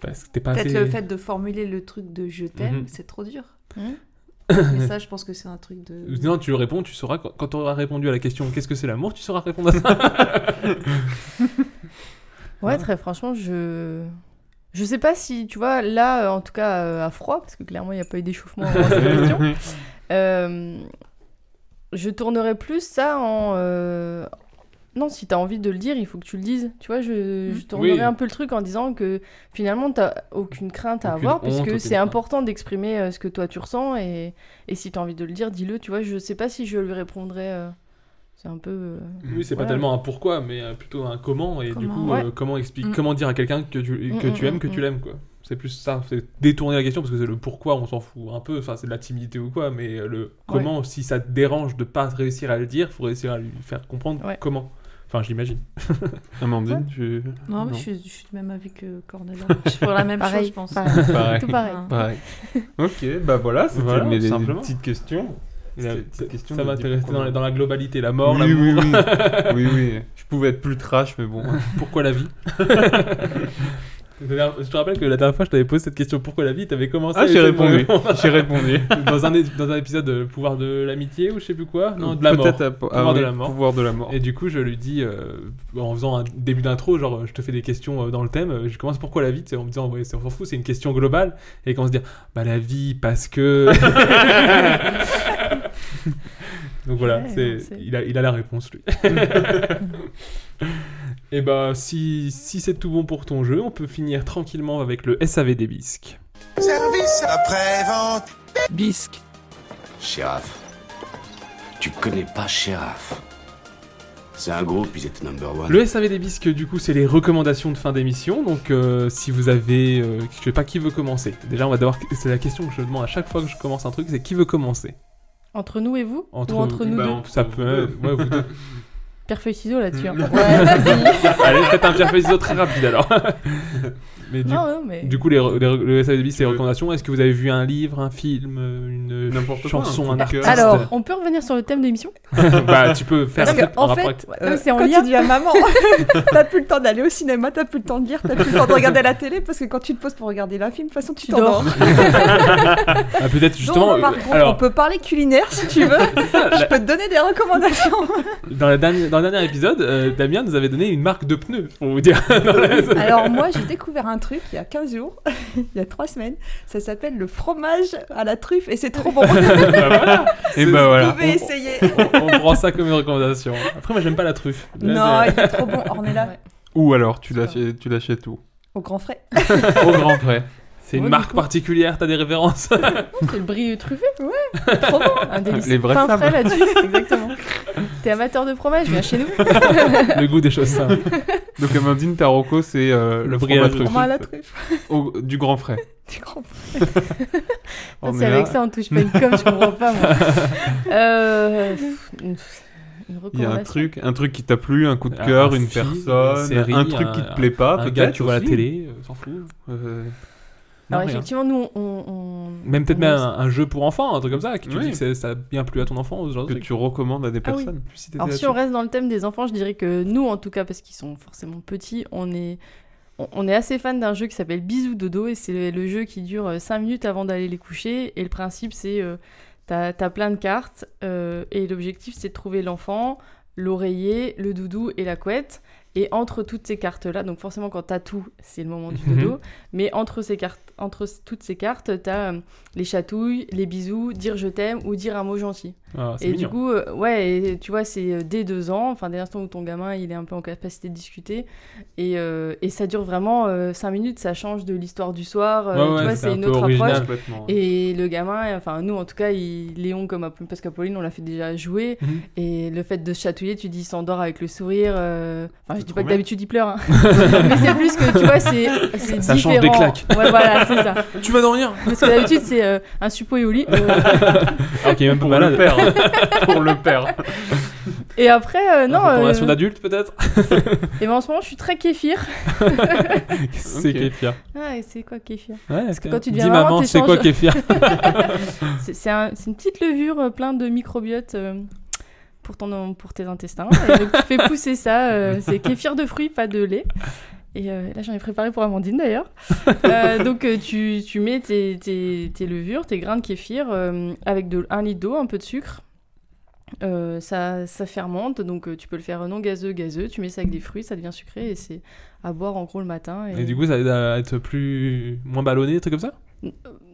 Speaker 7: Parce que t'es pas
Speaker 10: Peut-être
Speaker 7: assez-
Speaker 10: le fait de formuler le truc de je t'aime,
Speaker 7: Mhm.
Speaker 10: c'est trop dur. Mais ça, je pense que c'est un truc de.
Speaker 7: Non, tu réponds, tu sauras. Quand tu auras répondu à la question qu'est-ce que c'est l'amour, tu sauras répondre à ça.
Speaker 8: Ouais, très franchement, je. Je sais pas si, tu vois, là, euh, en tout cas, euh, à froid, parce que clairement, il n'y a pas eu d'échauffement avant cette question. euh, je tournerais plus ça en. euh, Non, si t'as envie de le dire, il faut que tu le dises. Tu vois, je, je tournerais
Speaker 10: Oui.
Speaker 8: un peu le truc en disant que finalement, t'as aucune crainte à
Speaker 10: Aucune
Speaker 8: avoir,
Speaker 10: honte,
Speaker 8: puisque
Speaker 10: aucune
Speaker 8: c'est
Speaker 10: crainte.
Speaker 8: important d'exprimer euh, ce que toi tu ressens, et, et si t'as envie de le dire, dis-le. Tu vois, je sais pas si je lui répondrais. euh, C'est un peu. euh,
Speaker 7: Oui, c'est
Speaker 8: voilà.
Speaker 7: pas tellement un pourquoi, mais euh, plutôt un comment. Et du
Speaker 8: Comment,
Speaker 7: coup,
Speaker 8: ouais.
Speaker 7: euh, comment, explique,
Speaker 8: Mm.
Speaker 7: comment dire à quelqu'un que tu,
Speaker 8: Mm,
Speaker 7: que
Speaker 8: mm,
Speaker 7: tu aimes,
Speaker 8: mm,
Speaker 7: que tu
Speaker 8: mm.
Speaker 7: l'aimes, quoi. C'est plus ça, c'est détourner la question parce que c'est le pourquoi, on s'en fout un peu, enfin c'est de la timidité ou quoi, mais euh, le comment, si ça te dérange de pas réussir à le dire, faut réussir à lui faire comprendre comment. Enfin, je l'imagine.
Speaker 9: Amandine, tu.
Speaker 10: Non, mais je suis, je suis du même avis que Cornelia. Je suis pour la même
Speaker 8: Pareil,
Speaker 10: chose, je pense.
Speaker 8: pareil.
Speaker 9: Pareil.
Speaker 8: Tout pareil.
Speaker 9: Pareil. ok, bah voilà, c'était
Speaker 7: Voilà,
Speaker 9: mes
Speaker 7: tout
Speaker 9: les
Speaker 7: simplement.
Speaker 9: petites questions.
Speaker 7: Ça-
Speaker 9: C'était des petites questions
Speaker 7: ça
Speaker 9: de-
Speaker 7: m'intéressait
Speaker 9: du
Speaker 7: dans, la- dans la globalité, la mort,
Speaker 9: Oui,
Speaker 7: l'amour.
Speaker 9: oui, oui. Oui, oui. Je pouvais être plus trash, mais bon.
Speaker 7: Pourquoi la vie Je te rappelle que la dernière fois, je t'avais posé cette question pourquoi la vie T'avais commencé.
Speaker 9: Ah,
Speaker 7: à
Speaker 9: j'ai
Speaker 7: essayer de
Speaker 9: répondu.
Speaker 7: me répondre.
Speaker 9: J'ai répondu.
Speaker 7: dans, un, é- dans un épisode de Pouvoir de l'amitié ou je sais plus quoi. Non, de la mort.
Speaker 9: Peut-être à- ah
Speaker 7: pouvoir de
Speaker 9: oui,
Speaker 7: la mort.
Speaker 9: Pouvoir de la mort.
Speaker 7: Et du coup, je lui dis, euh, en faisant un début d'intro, genre, euh, je te fais des questions euh, dans le thème, euh, je commence pourquoi la vie, tu sais, en me disant, ouais, c'est- on s'en fout, c'est une question globale, et il commence à dire, bah la vie, parce que. Donc voilà,
Speaker 9: Ouais,
Speaker 7: c'est,
Speaker 9: non, c'est-
Speaker 7: il, a, il a la réponse, lui. et bah, si, si c'est tout bon pour ton jeu, on peut finir tranquillement avec le SAV des bisques.
Speaker 16: Service après-vente.
Speaker 6: bisque,
Speaker 17: Sheriff. Tu connais pas Sheriff. C'est un groupe, ils étaient number one.
Speaker 7: Le SAV des bisques, du coup, c'est les recommandations de fin d'émission. Donc, euh, si vous avez. euh, je sais pas qui veut commencer. Déjà, on va d'abord. C'est la question que je demande à chaque fois que je commence un truc c'est qui veut commencer
Speaker 8: Entre nous et vous Ou entre nous
Speaker 7: bah,
Speaker 8: deux
Speaker 7: on- Ça peut. euh, ouais, vous deux.
Speaker 8: Pierre feuille ciseaux là-dessus. hein.
Speaker 7: Allez, faites un pierre feuille ciseaux très rapide alors. mais du,
Speaker 8: Non, non, hein, mais-
Speaker 7: du coup, les, re- les re- le SAV des bisques, c'est les recommandations. Est-ce que vous avez vu un livre, un film, euh, une chanson, un, artiste
Speaker 8: Alors, on peut revenir sur le thème de l'émission
Speaker 7: Bah, tu peux faire
Speaker 14: Parce
Speaker 7: un
Speaker 14: que,
Speaker 7: truc en
Speaker 14: en
Speaker 7: rapport
Speaker 14: fait,
Speaker 7: avec-
Speaker 14: euh,
Speaker 8: Non, c'est en
Speaker 14: quand
Speaker 8: lien.
Speaker 14: tu dis à maman, t'as plus le temps d'aller au cinéma, t'as plus le temps de lire, t'as plus le temps de regarder la télé, parce que quand tu te poses pour regarder un film, de toute façon, tu t'endors.
Speaker 7: Ah, peut-être justement.
Speaker 14: Donc, par
Speaker 7: euh,
Speaker 14: contre,
Speaker 7: alors,
Speaker 14: on peut parler culinaire si tu veux. Je peux te donner des recommandations.
Speaker 7: Dans, la dernière- dans le dernier épisode, euh, Damien nous avait donné une marque de pneus, pour vous dire. Dans la-
Speaker 14: Alors moi, j'ai découvert un truc il y a 15 jours, il y a 3 semaines. Ça s'appelle le fromage à la truffe et c'est trop bon.
Speaker 7: Bah voilà.
Speaker 9: Et bah
Speaker 14: Vous
Speaker 9: voilà.
Speaker 14: pouvez essayer.
Speaker 7: On prend ça comme une recommandation. Après, moi, j'aime pas la truffe. Là,
Speaker 14: Non,
Speaker 7: c'est-
Speaker 14: il est trop bon. Ornella,
Speaker 9: Ou alors, tu l'achètes tu l'achètes où
Speaker 14: au grand frais.
Speaker 7: Au grand frais. C'est une
Speaker 14: Ouais, du
Speaker 7: marque particulière, t'as des références
Speaker 8: C'est le brie truffé Ouais Trop bon Un délice.
Speaker 7: Les vrais
Speaker 8: Pain
Speaker 7: sables.
Speaker 8: frais là-dessus, exactement. T'es amateur de fromage, viens chez nous.
Speaker 9: Oh,
Speaker 7: Le goût des choses simples.
Speaker 9: Donc, euh, Amandine, ta reco, c'est euh, le
Speaker 7: brie à la
Speaker 9: fromage
Speaker 8: Fromage à la
Speaker 9: Au- du grand frais.
Speaker 14: Du grand frais.
Speaker 8: Ah,
Speaker 9: On
Speaker 8: C'est
Speaker 9: est
Speaker 8: avec
Speaker 9: là.
Speaker 8: ça, on touche pas une com, je comprends pas, moi. Euh, pff, une, une
Speaker 9: Il y a un
Speaker 8: recommandation.
Speaker 9: truc, un truc qui t'a plu, un coup de
Speaker 7: Un
Speaker 9: cœur, une
Speaker 7: film,
Speaker 9: personne,
Speaker 7: une série,
Speaker 9: un truc
Speaker 7: un-
Speaker 9: qui te plaît pas,
Speaker 7: un
Speaker 9: Ah, peut-être.
Speaker 7: gars que tu vois à la
Speaker 9: aussi.
Speaker 7: télé, euh, s'en fout.
Speaker 9: Euh,
Speaker 7: Non,
Speaker 8: Alors,
Speaker 7: rien.
Speaker 8: effectivement, nous, on. on-
Speaker 7: Même peut-être
Speaker 8: on-
Speaker 7: même un, un jeu pour enfants, un truc comme ça, qui tu
Speaker 9: Oui.
Speaker 7: dis que c'est- ça a bien plu à ton enfant. ce genre de
Speaker 9: que
Speaker 7: truc.
Speaker 9: tu recommandes à des
Speaker 8: Ah oui.
Speaker 9: personnes.
Speaker 8: Alors, si on reste dans le thème des enfants, je dirais que nous, en tout cas, parce qu'ils sont forcément petits, on est, on, on est assez fan d'un jeu qui s'appelle Bisous Dodo, et c'est le, le jeu qui dure 5 minutes avant d'aller les coucher. Et le principe, c'est euh, t'as t'as plein de cartes, euh, et l'objectif, c'est de trouver l'enfant, l'oreiller, le doudou et la couette. Et entre toutes ces cartes-là, donc forcément, quand t'as tout, c'est le moment du
Speaker 18: Mhm.
Speaker 8: dodo. Mais entre, ces cartes, entre toutes ces cartes, t'as euh, les chatouilles, les bisous, dire je t'aime ou dire un mot gentil.
Speaker 7: Ah, c'est
Speaker 8: et
Speaker 7: mignon.
Speaker 8: du coup, euh, ouais, et tu vois, c'est euh, dès deux ans, enfin dès l'instant où ton gamin il est un peu en capacité de discuter, et, euh, et ça dure vraiment euh, cinq minutes, ça change de l'histoire du soir, euh,
Speaker 7: Ouais, ouais,
Speaker 8: tu vois,
Speaker 7: c'est un
Speaker 8: c'est une
Speaker 7: peu
Speaker 8: autre
Speaker 7: original,
Speaker 8: approche.
Speaker 7: complètement, ouais.
Speaker 8: Et le gamin, enfin nous en tout cas, il, Léon comme à- parce qu'à Pauline on l'a fait déjà jouer,
Speaker 7: Mhm.
Speaker 8: et le fait de se chatouiller, tu dis il s'endort avec le sourire, euh, enfin je dis
Speaker 7: trop
Speaker 8: pas que
Speaker 7: bien.
Speaker 8: d'habitude il pleure, hein. mais c'est plus que tu vois, c'est c'est
Speaker 7: Ça change des
Speaker 8: différent.
Speaker 7: claques.
Speaker 8: Ouais, voilà, c'est ça.
Speaker 7: Tu vas dormir
Speaker 8: Parce que d'habitude c'est euh, un suppôt et au lit. euh,
Speaker 7: Ah, qui est même pas
Speaker 9: Pour
Speaker 7: malade.
Speaker 9: le père. Pour le père.
Speaker 8: Et après, euh, non.
Speaker 7: Une relation
Speaker 8: euh,
Speaker 7: d'adulte, peut-être
Speaker 8: Et ben en ce moment, je suis très kéfir.
Speaker 7: C'est
Speaker 9: Ok.
Speaker 7: kéfir.
Speaker 8: ah, et c'est quoi kéfir
Speaker 7: Ouais,
Speaker 8: Parce que
Speaker 7: ok.
Speaker 8: quand tu deviens
Speaker 7: Dis,
Speaker 8: maman,
Speaker 7: maman, c'est
Speaker 8: t'échanges-
Speaker 7: quoi kéfir
Speaker 8: C'est- C'est un- c'est une petite levure euh, plein de microbiote euh, pour, ton, pour tes intestins. Et donc, tu fais pousser ça. euh, c'est kéfir de fruits, pas de lait. Et euh, là, j'en ai préparé pour Amandine d'ailleurs. Euh, donc, euh, tu, tu mets tes, tes- tes levures, tes grains de kéfir euh, avec de, un litre d'eau, un peu de sucre. Euh, ça, ça fermente, donc euh, tu peux le faire non gazeux, gazeux. Tu mets ça avec des fruits, ça devient sucré et c'est à boire en gros le matin.
Speaker 7: Et du coup, ça aide à être plus. moins ballonné, des trucs comme ça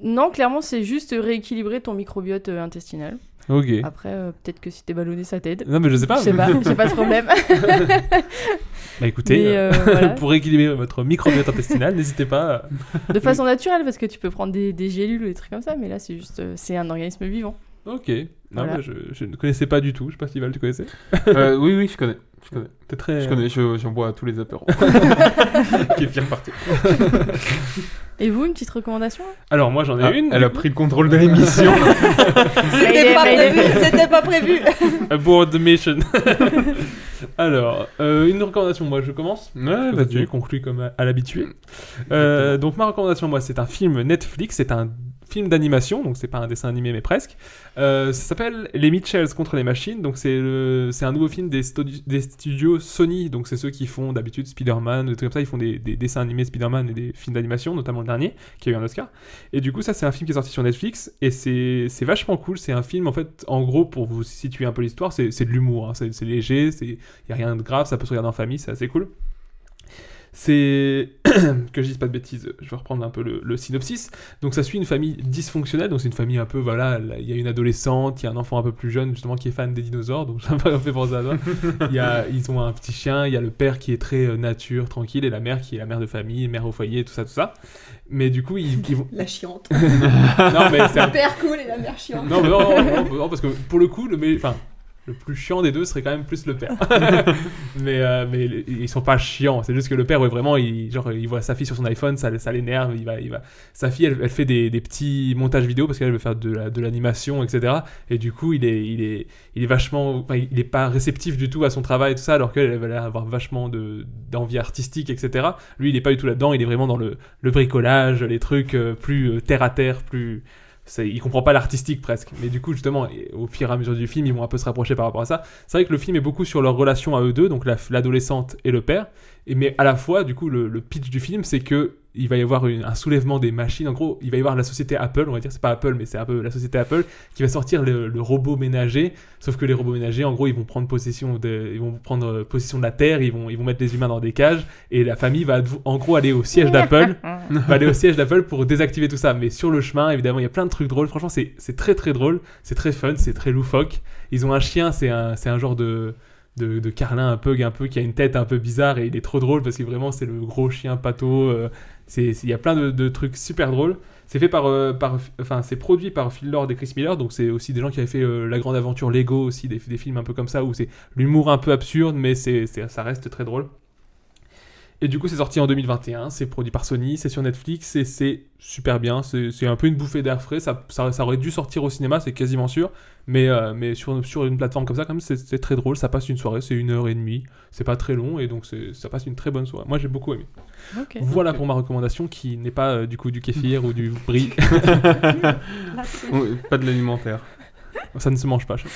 Speaker 8: Non, clairement, c'est juste rééquilibrer ton microbiote euh, intestinal.
Speaker 7: Ok.
Speaker 8: Après, euh, peut-être que si t'es ballonné, ça t'aide.
Speaker 7: Non, mais je sais
Speaker 9: Ah.
Speaker 7: pas.
Speaker 8: Je sais pas, j'ai pas de problème.
Speaker 7: Bah écoutez,
Speaker 8: Mais, euh,
Speaker 7: euh,
Speaker 8: voilà.
Speaker 7: pour équilibrer votre microbiote intestinal, n'hésitez pas.
Speaker 8: De façon naturelle, parce que tu peux prendre des, des gélules ou des trucs comme ça, mais là, c'est juste. euh, c'est un organisme vivant.
Speaker 7: Ok. Non,
Speaker 9: Voilà.
Speaker 7: mais je, je ne connaissais pas du tout. Je sais pas si Val, tu connaissais
Speaker 9: Euh, oui, oui, je connais. Je connais.
Speaker 7: T'es très-
Speaker 9: Je connais, je- j'en bois à tous les apéros. Qui est bien parti.
Speaker 8: Et vous, une petite recommandation
Speaker 7: Alors, moi, j'en ai
Speaker 9: Ah,
Speaker 7: une.
Speaker 9: Elle a pris le contrôle de l'émission.
Speaker 14: C'était pas prévu, c'était pas prévu.
Speaker 7: Aboard the mission. Alors, euh, une recommandation, moi je commence. Ouais,
Speaker 9: vas-y.
Speaker 7: Tu conclus comme à, à l'habitué. Euh, donc ma recommandation, moi, c'est un film Netflix, c'est un film d'animation, donc c'est pas un dessin animé mais presque. Euh, ça s'appelle Les Mitchells contre les machines, donc c'est le- c'est un nouveau film des, studi- des studios Sony, donc c'est ceux qui font d'habitude Spider-Man, des trucs comme ça, ils font des, des dessins animés Spider-Man et des films d'animation, notamment le dernier, qui a eu un Oscar. Et du coup, ça c'est un film qui est sorti sur Netflix, et c'est c'est vachement cool, c'est un film, en fait, en gros, pour vous situer un peu l'histoire, c'est c'est de l'humour, hein. c'est c'est léger, il n'y a rien de grave, ça peut se regarder en famille, c'est assez cool c'est que je dise pas de bêtises, je vais reprendre un peu le, le synopsis. Donc ça suit une famille dysfonctionnelle, donc c'est une famille un peu voilà, là, il y a une adolescente, il y a un enfant un peu plus jeune justement qui est fan des dinosaures, donc ça m'a fait penser à ça. Il y a- ils ont un petit chien, il y a le père qui est très euh, nature, tranquille, et la mère qui est la mère de famille, mère au foyer, tout ça, tout ça. Mais du coup ils, ils vont
Speaker 18: La chiante.
Speaker 7: non mais c'est un-
Speaker 18: Le père cool et la mère chiante.
Speaker 7: non, mais non, non, non, non, non, parce que pour le coup, le, mais, enfin, le plus chiant des deux serait quand même plus le père. mais, euh, mais les- ils sont pas chiants, c'est juste que le père, ouais, vraiment, il, genre, il voit sa fille sur son iPhone, ça, ça l'énerve. Il va, il va... Sa fille, elle, elle fait des, des petits montages vidéo parce qu'elle veut faire de la- de l'animation, etc. Et du coup, il est, il est, il est vachement. enfin, il est pas réceptif du tout à son travail, tout ça, alors qu'elle elle va l'air avoir vachement de- d'envie artistique, etc. Lui, il est pas du tout là-dedans, il est vraiment dans le, le bricolage, les trucs euh, plus euh, terre à terre, plus ça, il comprend pas l'artistique presque. Mais du coup, justement, et au fur et à mesure du film, ils vont un peu se rapprocher par rapport à ça. C'est vrai que le film est beaucoup sur leur relation à eux deux, donc la- l'adolescente et le père. Et mais à la fois, du coup, le, le pitch du film, c'est que il va y avoir une- un soulèvement des machines. En gros, il va y avoir la société Apple, on va dire, c'est pas Apple, mais c'est un peu la société Apple qui va sortir le, le robot ménager. Sauf que les robots ménagers, en gros, ils vont prendre possession de, ils vont prendre euh, possession de la terre, ils vont, ils vont mettre les humains dans des cages, et la famille va, dev- en gros, aller au siège d'Apple, va aller au siège d'Apple pour désactiver tout ça. Mais sur le chemin, évidemment, il y a plein de trucs drôles. Franchement, c'est c'est très très drôle, c'est très fun, c'est très loufoque. Ils ont un chien, c'est un, c'est un genre de, de, de carlin un peu, un peu, qui a une tête un peu bizarre et il est trop drôle parce que vraiment, c'est le gros chien pâteau. euh, c'est- c'est- Il y a plein de, de trucs super drôles. C'est fait par, euh, par enfin, c'est produit par Phil Lord et Chris Miller, donc c'est aussi des gens qui avaient fait euh, La Grande Aventure Lego aussi, des, des films un peu comme ça où c'est l'humour un peu absurde, mais c'est c'est- ça reste très drôle. Et du coup, c'est sorti en 2021, c'est produit par Sony, c'est sur Netflix, et c'est super bien. C'est c'est un peu une bouffée d'air frais. Ça, ça, ça aurait dû sortir au cinéma, c'est quasiment sûr. Mais, euh, mais sur, sur une plateforme comme ça, quand même, c'est- c'est très drôle. Ça passe une soirée, c'est une heure et demie. C'est pas très long, et donc c'est- ça passe une très bonne soirée. Moi, j'ai beaucoup aimé.
Speaker 8: Ok.
Speaker 7: Voilà pour ma recommandation qui n'est pas euh, du coup du kéfir ou du brie.
Speaker 9: Oui, pas de l'alimentaire.
Speaker 7: Ça ne se mange pas. je-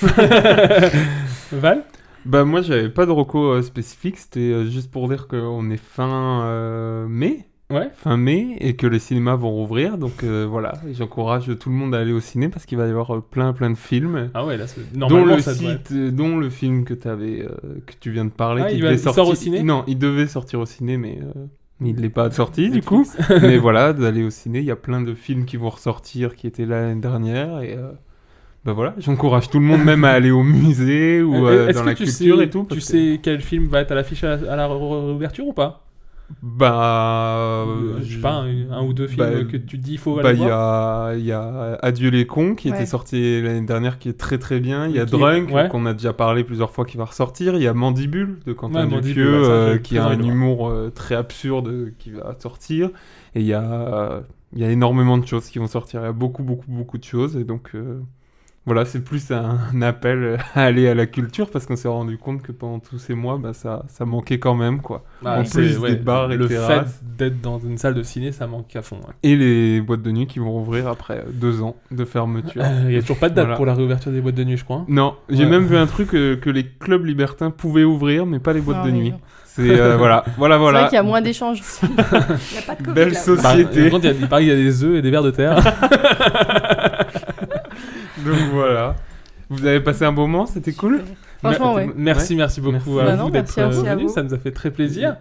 Speaker 9: Val Bah moi j'avais pas de reco euh, spécifique, c'était euh, juste pour dire qu'on est fin euh, mai.
Speaker 7: Ouais.
Speaker 9: Fin mai et que les cinémas vont rouvrir, donc euh, voilà, j'encourage tout le monde à aller au ciné parce qu'il va y avoir euh, plein plein de films.
Speaker 7: Ah ouais, là, c'est-
Speaker 9: dont
Speaker 7: normalement,
Speaker 9: le
Speaker 7: ça devrait-
Speaker 9: site, euh, dont le film que t'avais, euh, que tu viens de parler,
Speaker 7: Ah,
Speaker 9: qui
Speaker 7: il va-
Speaker 9: devait
Speaker 7: il sort
Speaker 9: sortir-
Speaker 7: au ciné
Speaker 9: Non, il devait sortir au ciné, mais euh, il l'est pas sorti du coup. mais voilà, d'aller au ciné, il y a plein de films qui vont ressortir, qui étaient là l'année dernière et euh, bah voilà, j'encourage tout le monde même à aller au musée ou euh,
Speaker 7: Est-ce
Speaker 9: dans
Speaker 7: que
Speaker 9: la
Speaker 7: tu
Speaker 9: culture
Speaker 7: sais,
Speaker 9: et tout.
Speaker 7: Tu
Speaker 9: parce que-
Speaker 7: sais quel film va être à l'affiche à, la- à la réouverture ou pas
Speaker 9: Bah.
Speaker 7: Euh, Je sais pas, un, un ou deux films
Speaker 9: Bah,
Speaker 7: que tu dis il faut aller
Speaker 9: Bah, il y
Speaker 7: voir.
Speaker 9: a, il y a Adieu les cons qui
Speaker 7: Ouais.
Speaker 9: était sorti l'année dernière qui est très très bien. Il y a
Speaker 7: Qui est-
Speaker 9: Drunk
Speaker 7: ouais.
Speaker 9: qu'on a déjà parlé plusieurs fois qui va ressortir. Il y a Mandibule de Quentin
Speaker 7: Ouais, Mandibule,
Speaker 9: Dupieux
Speaker 7: ouais, ça,
Speaker 9: euh,
Speaker 7: j'ai
Speaker 9: qui
Speaker 7: très
Speaker 9: a
Speaker 7: envie
Speaker 9: un
Speaker 7: de le voir.
Speaker 9: humour euh, très absurde euh, qui va sortir. Et il y a, euh, il y a énormément de choses qui vont sortir. Il y a beaucoup beaucoup beaucoup de choses et donc. euh, Voilà, c'est plus un appel à aller à la culture parce qu'on s'est rendu compte que pendant tous ces mois, bah, ça, ça manquait quand même quoi.
Speaker 7: Ah,
Speaker 9: en
Speaker 7: c'est-
Speaker 9: plus
Speaker 7: ouais,
Speaker 9: des bars et
Speaker 7: Le
Speaker 9: terrasses.
Speaker 7: fait d'être dans une salle de ciné, ça manque à fond. hein. ouais.
Speaker 9: Et les boîtes de nuit qui vont rouvrir après euh, deux ans de fermeture.
Speaker 7: Il y a toujours pas de date
Speaker 9: Voilà.
Speaker 7: pour la réouverture des boîtes de nuit, je crois.
Speaker 9: Non, j'ai
Speaker 7: Ouais.
Speaker 9: même vu un truc euh, que les clubs libertins pouvaient ouvrir, mais pas les boîtes
Speaker 8: Ah,
Speaker 9: de
Speaker 8: mais
Speaker 9: nuit.
Speaker 8: non.
Speaker 9: C'est euh, voilà, voilà,
Speaker 8: C'est
Speaker 9: voilà.
Speaker 8: vrai qu'il y a moins d'échanges. Il n'y a pas de
Speaker 9: Belle société.
Speaker 7: Par contre, il, y a- il paraît qu'il y a des œufs et des verres de terre.
Speaker 9: Donc voilà. Vous avez passé un bon moment, c'était cool.
Speaker 7: Franchement,
Speaker 9: Mer-
Speaker 7: ouais. Merci, merci beaucoup à Bah vous non, d'être, merci à euh, vous. venus, ça nous a fait très plaisir.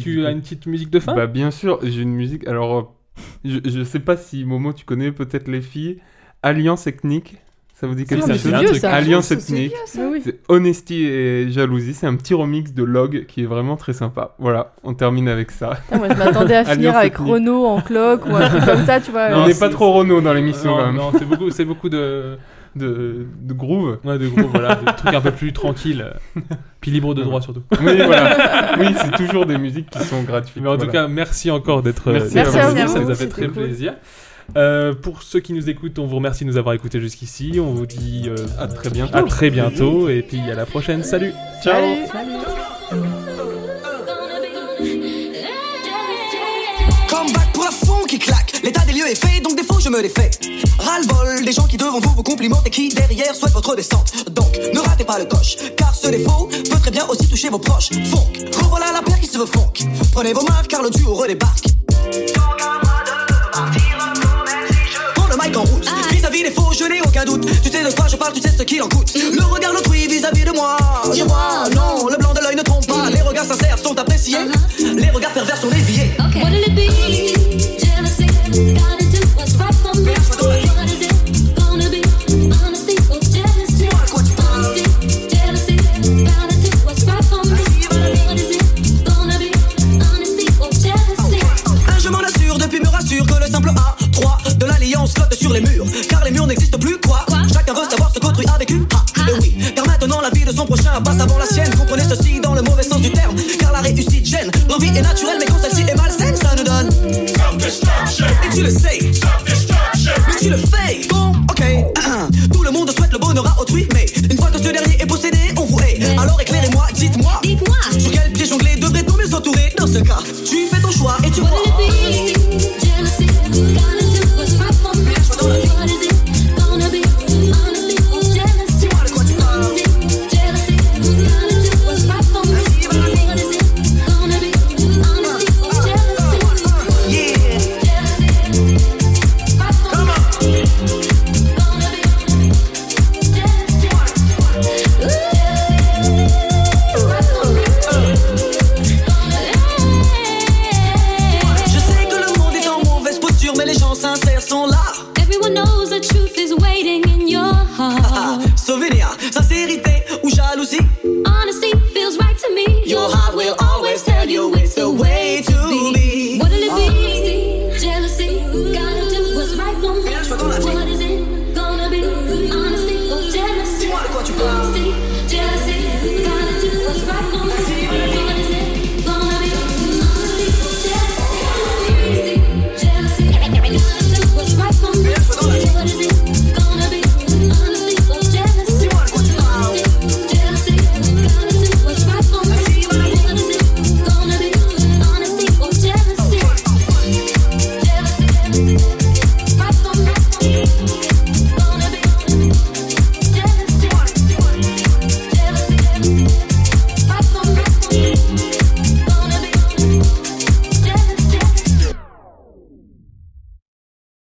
Speaker 9: tu as une
Speaker 7: petite musique de fin
Speaker 9: Bah bien sûr, j'ai une musique. Alors, euh, je, je sais pas si Momo, tu connais peut-être les filles. Alliance Ethnique, ça vous dit
Speaker 7: Ah,
Speaker 9: quelque
Speaker 7: mais
Speaker 9: chose
Speaker 7: c'est vieux, ça.
Speaker 9: Alliance
Speaker 7: C'est vieux,
Speaker 9: Ethnique,
Speaker 7: ça. Mais oui.
Speaker 9: c'est Honesty et Jalousie, c'est un petit remix de Log qui est vraiment très sympa. Voilà, on termine avec ça.
Speaker 8: Putain, moi, je m'attendais à finir
Speaker 9: Alliance
Speaker 8: avec
Speaker 9: Ethnique.
Speaker 8: Renault en cloque ou un truc comme ça, tu vois.
Speaker 9: Non, on
Speaker 8: Euh,
Speaker 9: n'est pas hein. trop Renault dans l'émission
Speaker 7: Non,
Speaker 9: quand même.
Speaker 7: non, c'est beaucoup, c'est beaucoup de.
Speaker 9: de, de groove.
Speaker 7: Ouais, de groove, voilà, des trucs un peu plus tranquilles. Puis libre de droit surtout.
Speaker 9: Oui, voilà. Oui, c'est toujours des musiques qui sont gratuites.
Speaker 7: Mais en tout
Speaker 9: voilà.
Speaker 7: cas, merci encore d'être
Speaker 9: Merci
Speaker 7: d'être
Speaker 9: à
Speaker 7: venu,
Speaker 9: vous,
Speaker 7: ça nous a fait
Speaker 9: c'était
Speaker 7: très
Speaker 9: cool.
Speaker 7: plaisir. Euh, pour ceux qui nous écoutent, on vous remercie de nous avoir écoutés jusqu'ici. On vous dit euh, à très bientôt. Et puis à la prochaine. Salut. Ciao.
Speaker 18: Comeback profond qui claque, l'état des lieux est fait, donc des faux je me les fais. Ras-le-bol des gens qui devant vous vous complimentent et qui derrière souhaitent votre descente. Donc ne ratez pas le coche, car ce défaut peut très bien aussi toucher vos proches. Funk, revoilà la paire qui se veut funk. Prenez vos marques car le duo redébarque. Prends le mic en route, vis-à-vis des faux je n'ai aucun doute. Tu sais de quoi je parle, tu sais ce qu'il en coûte. Le regard d'autrui vis-à-vis de moi, je vois, non, le blanc de l'œil ne trompe pas. Les regards sincères sont appréciés, les regards pervers sont déviés.
Speaker 8: What'll it be? Jealousy. Gotta do what's right for me. What is it gonna be? Honesty or jealousy? Honesty, jealousy. Gotta do what's right for me. What is it gonna be? Honesty or jealousy?
Speaker 18: Un je m'en assure depuis me rassure que le simple A3 de l'alliance flotte sur les murs Car les murs n'existent plus quoi, Chacun veut savoir ce qu'autrui a vécu Ah, et oui, car maintenant la vie de son prochain passe avant la sienne Comprenez ceci dans le mauvais sens du terme Car la réussite gêne, l'envie est naturelle mais quand celle-ci est malsaine ça nous donne Et tu le sais Mais tu le fais Bon, ok Tout le monde souhaite le bonheur à autrui Mais une fois que ce dernier est possédé, on vous hait Alors éclairez-moi, dites-moi Dites-moi Sur quel pied jongler devrait-on mieux s'entourer Dans ce cas, tu Ah,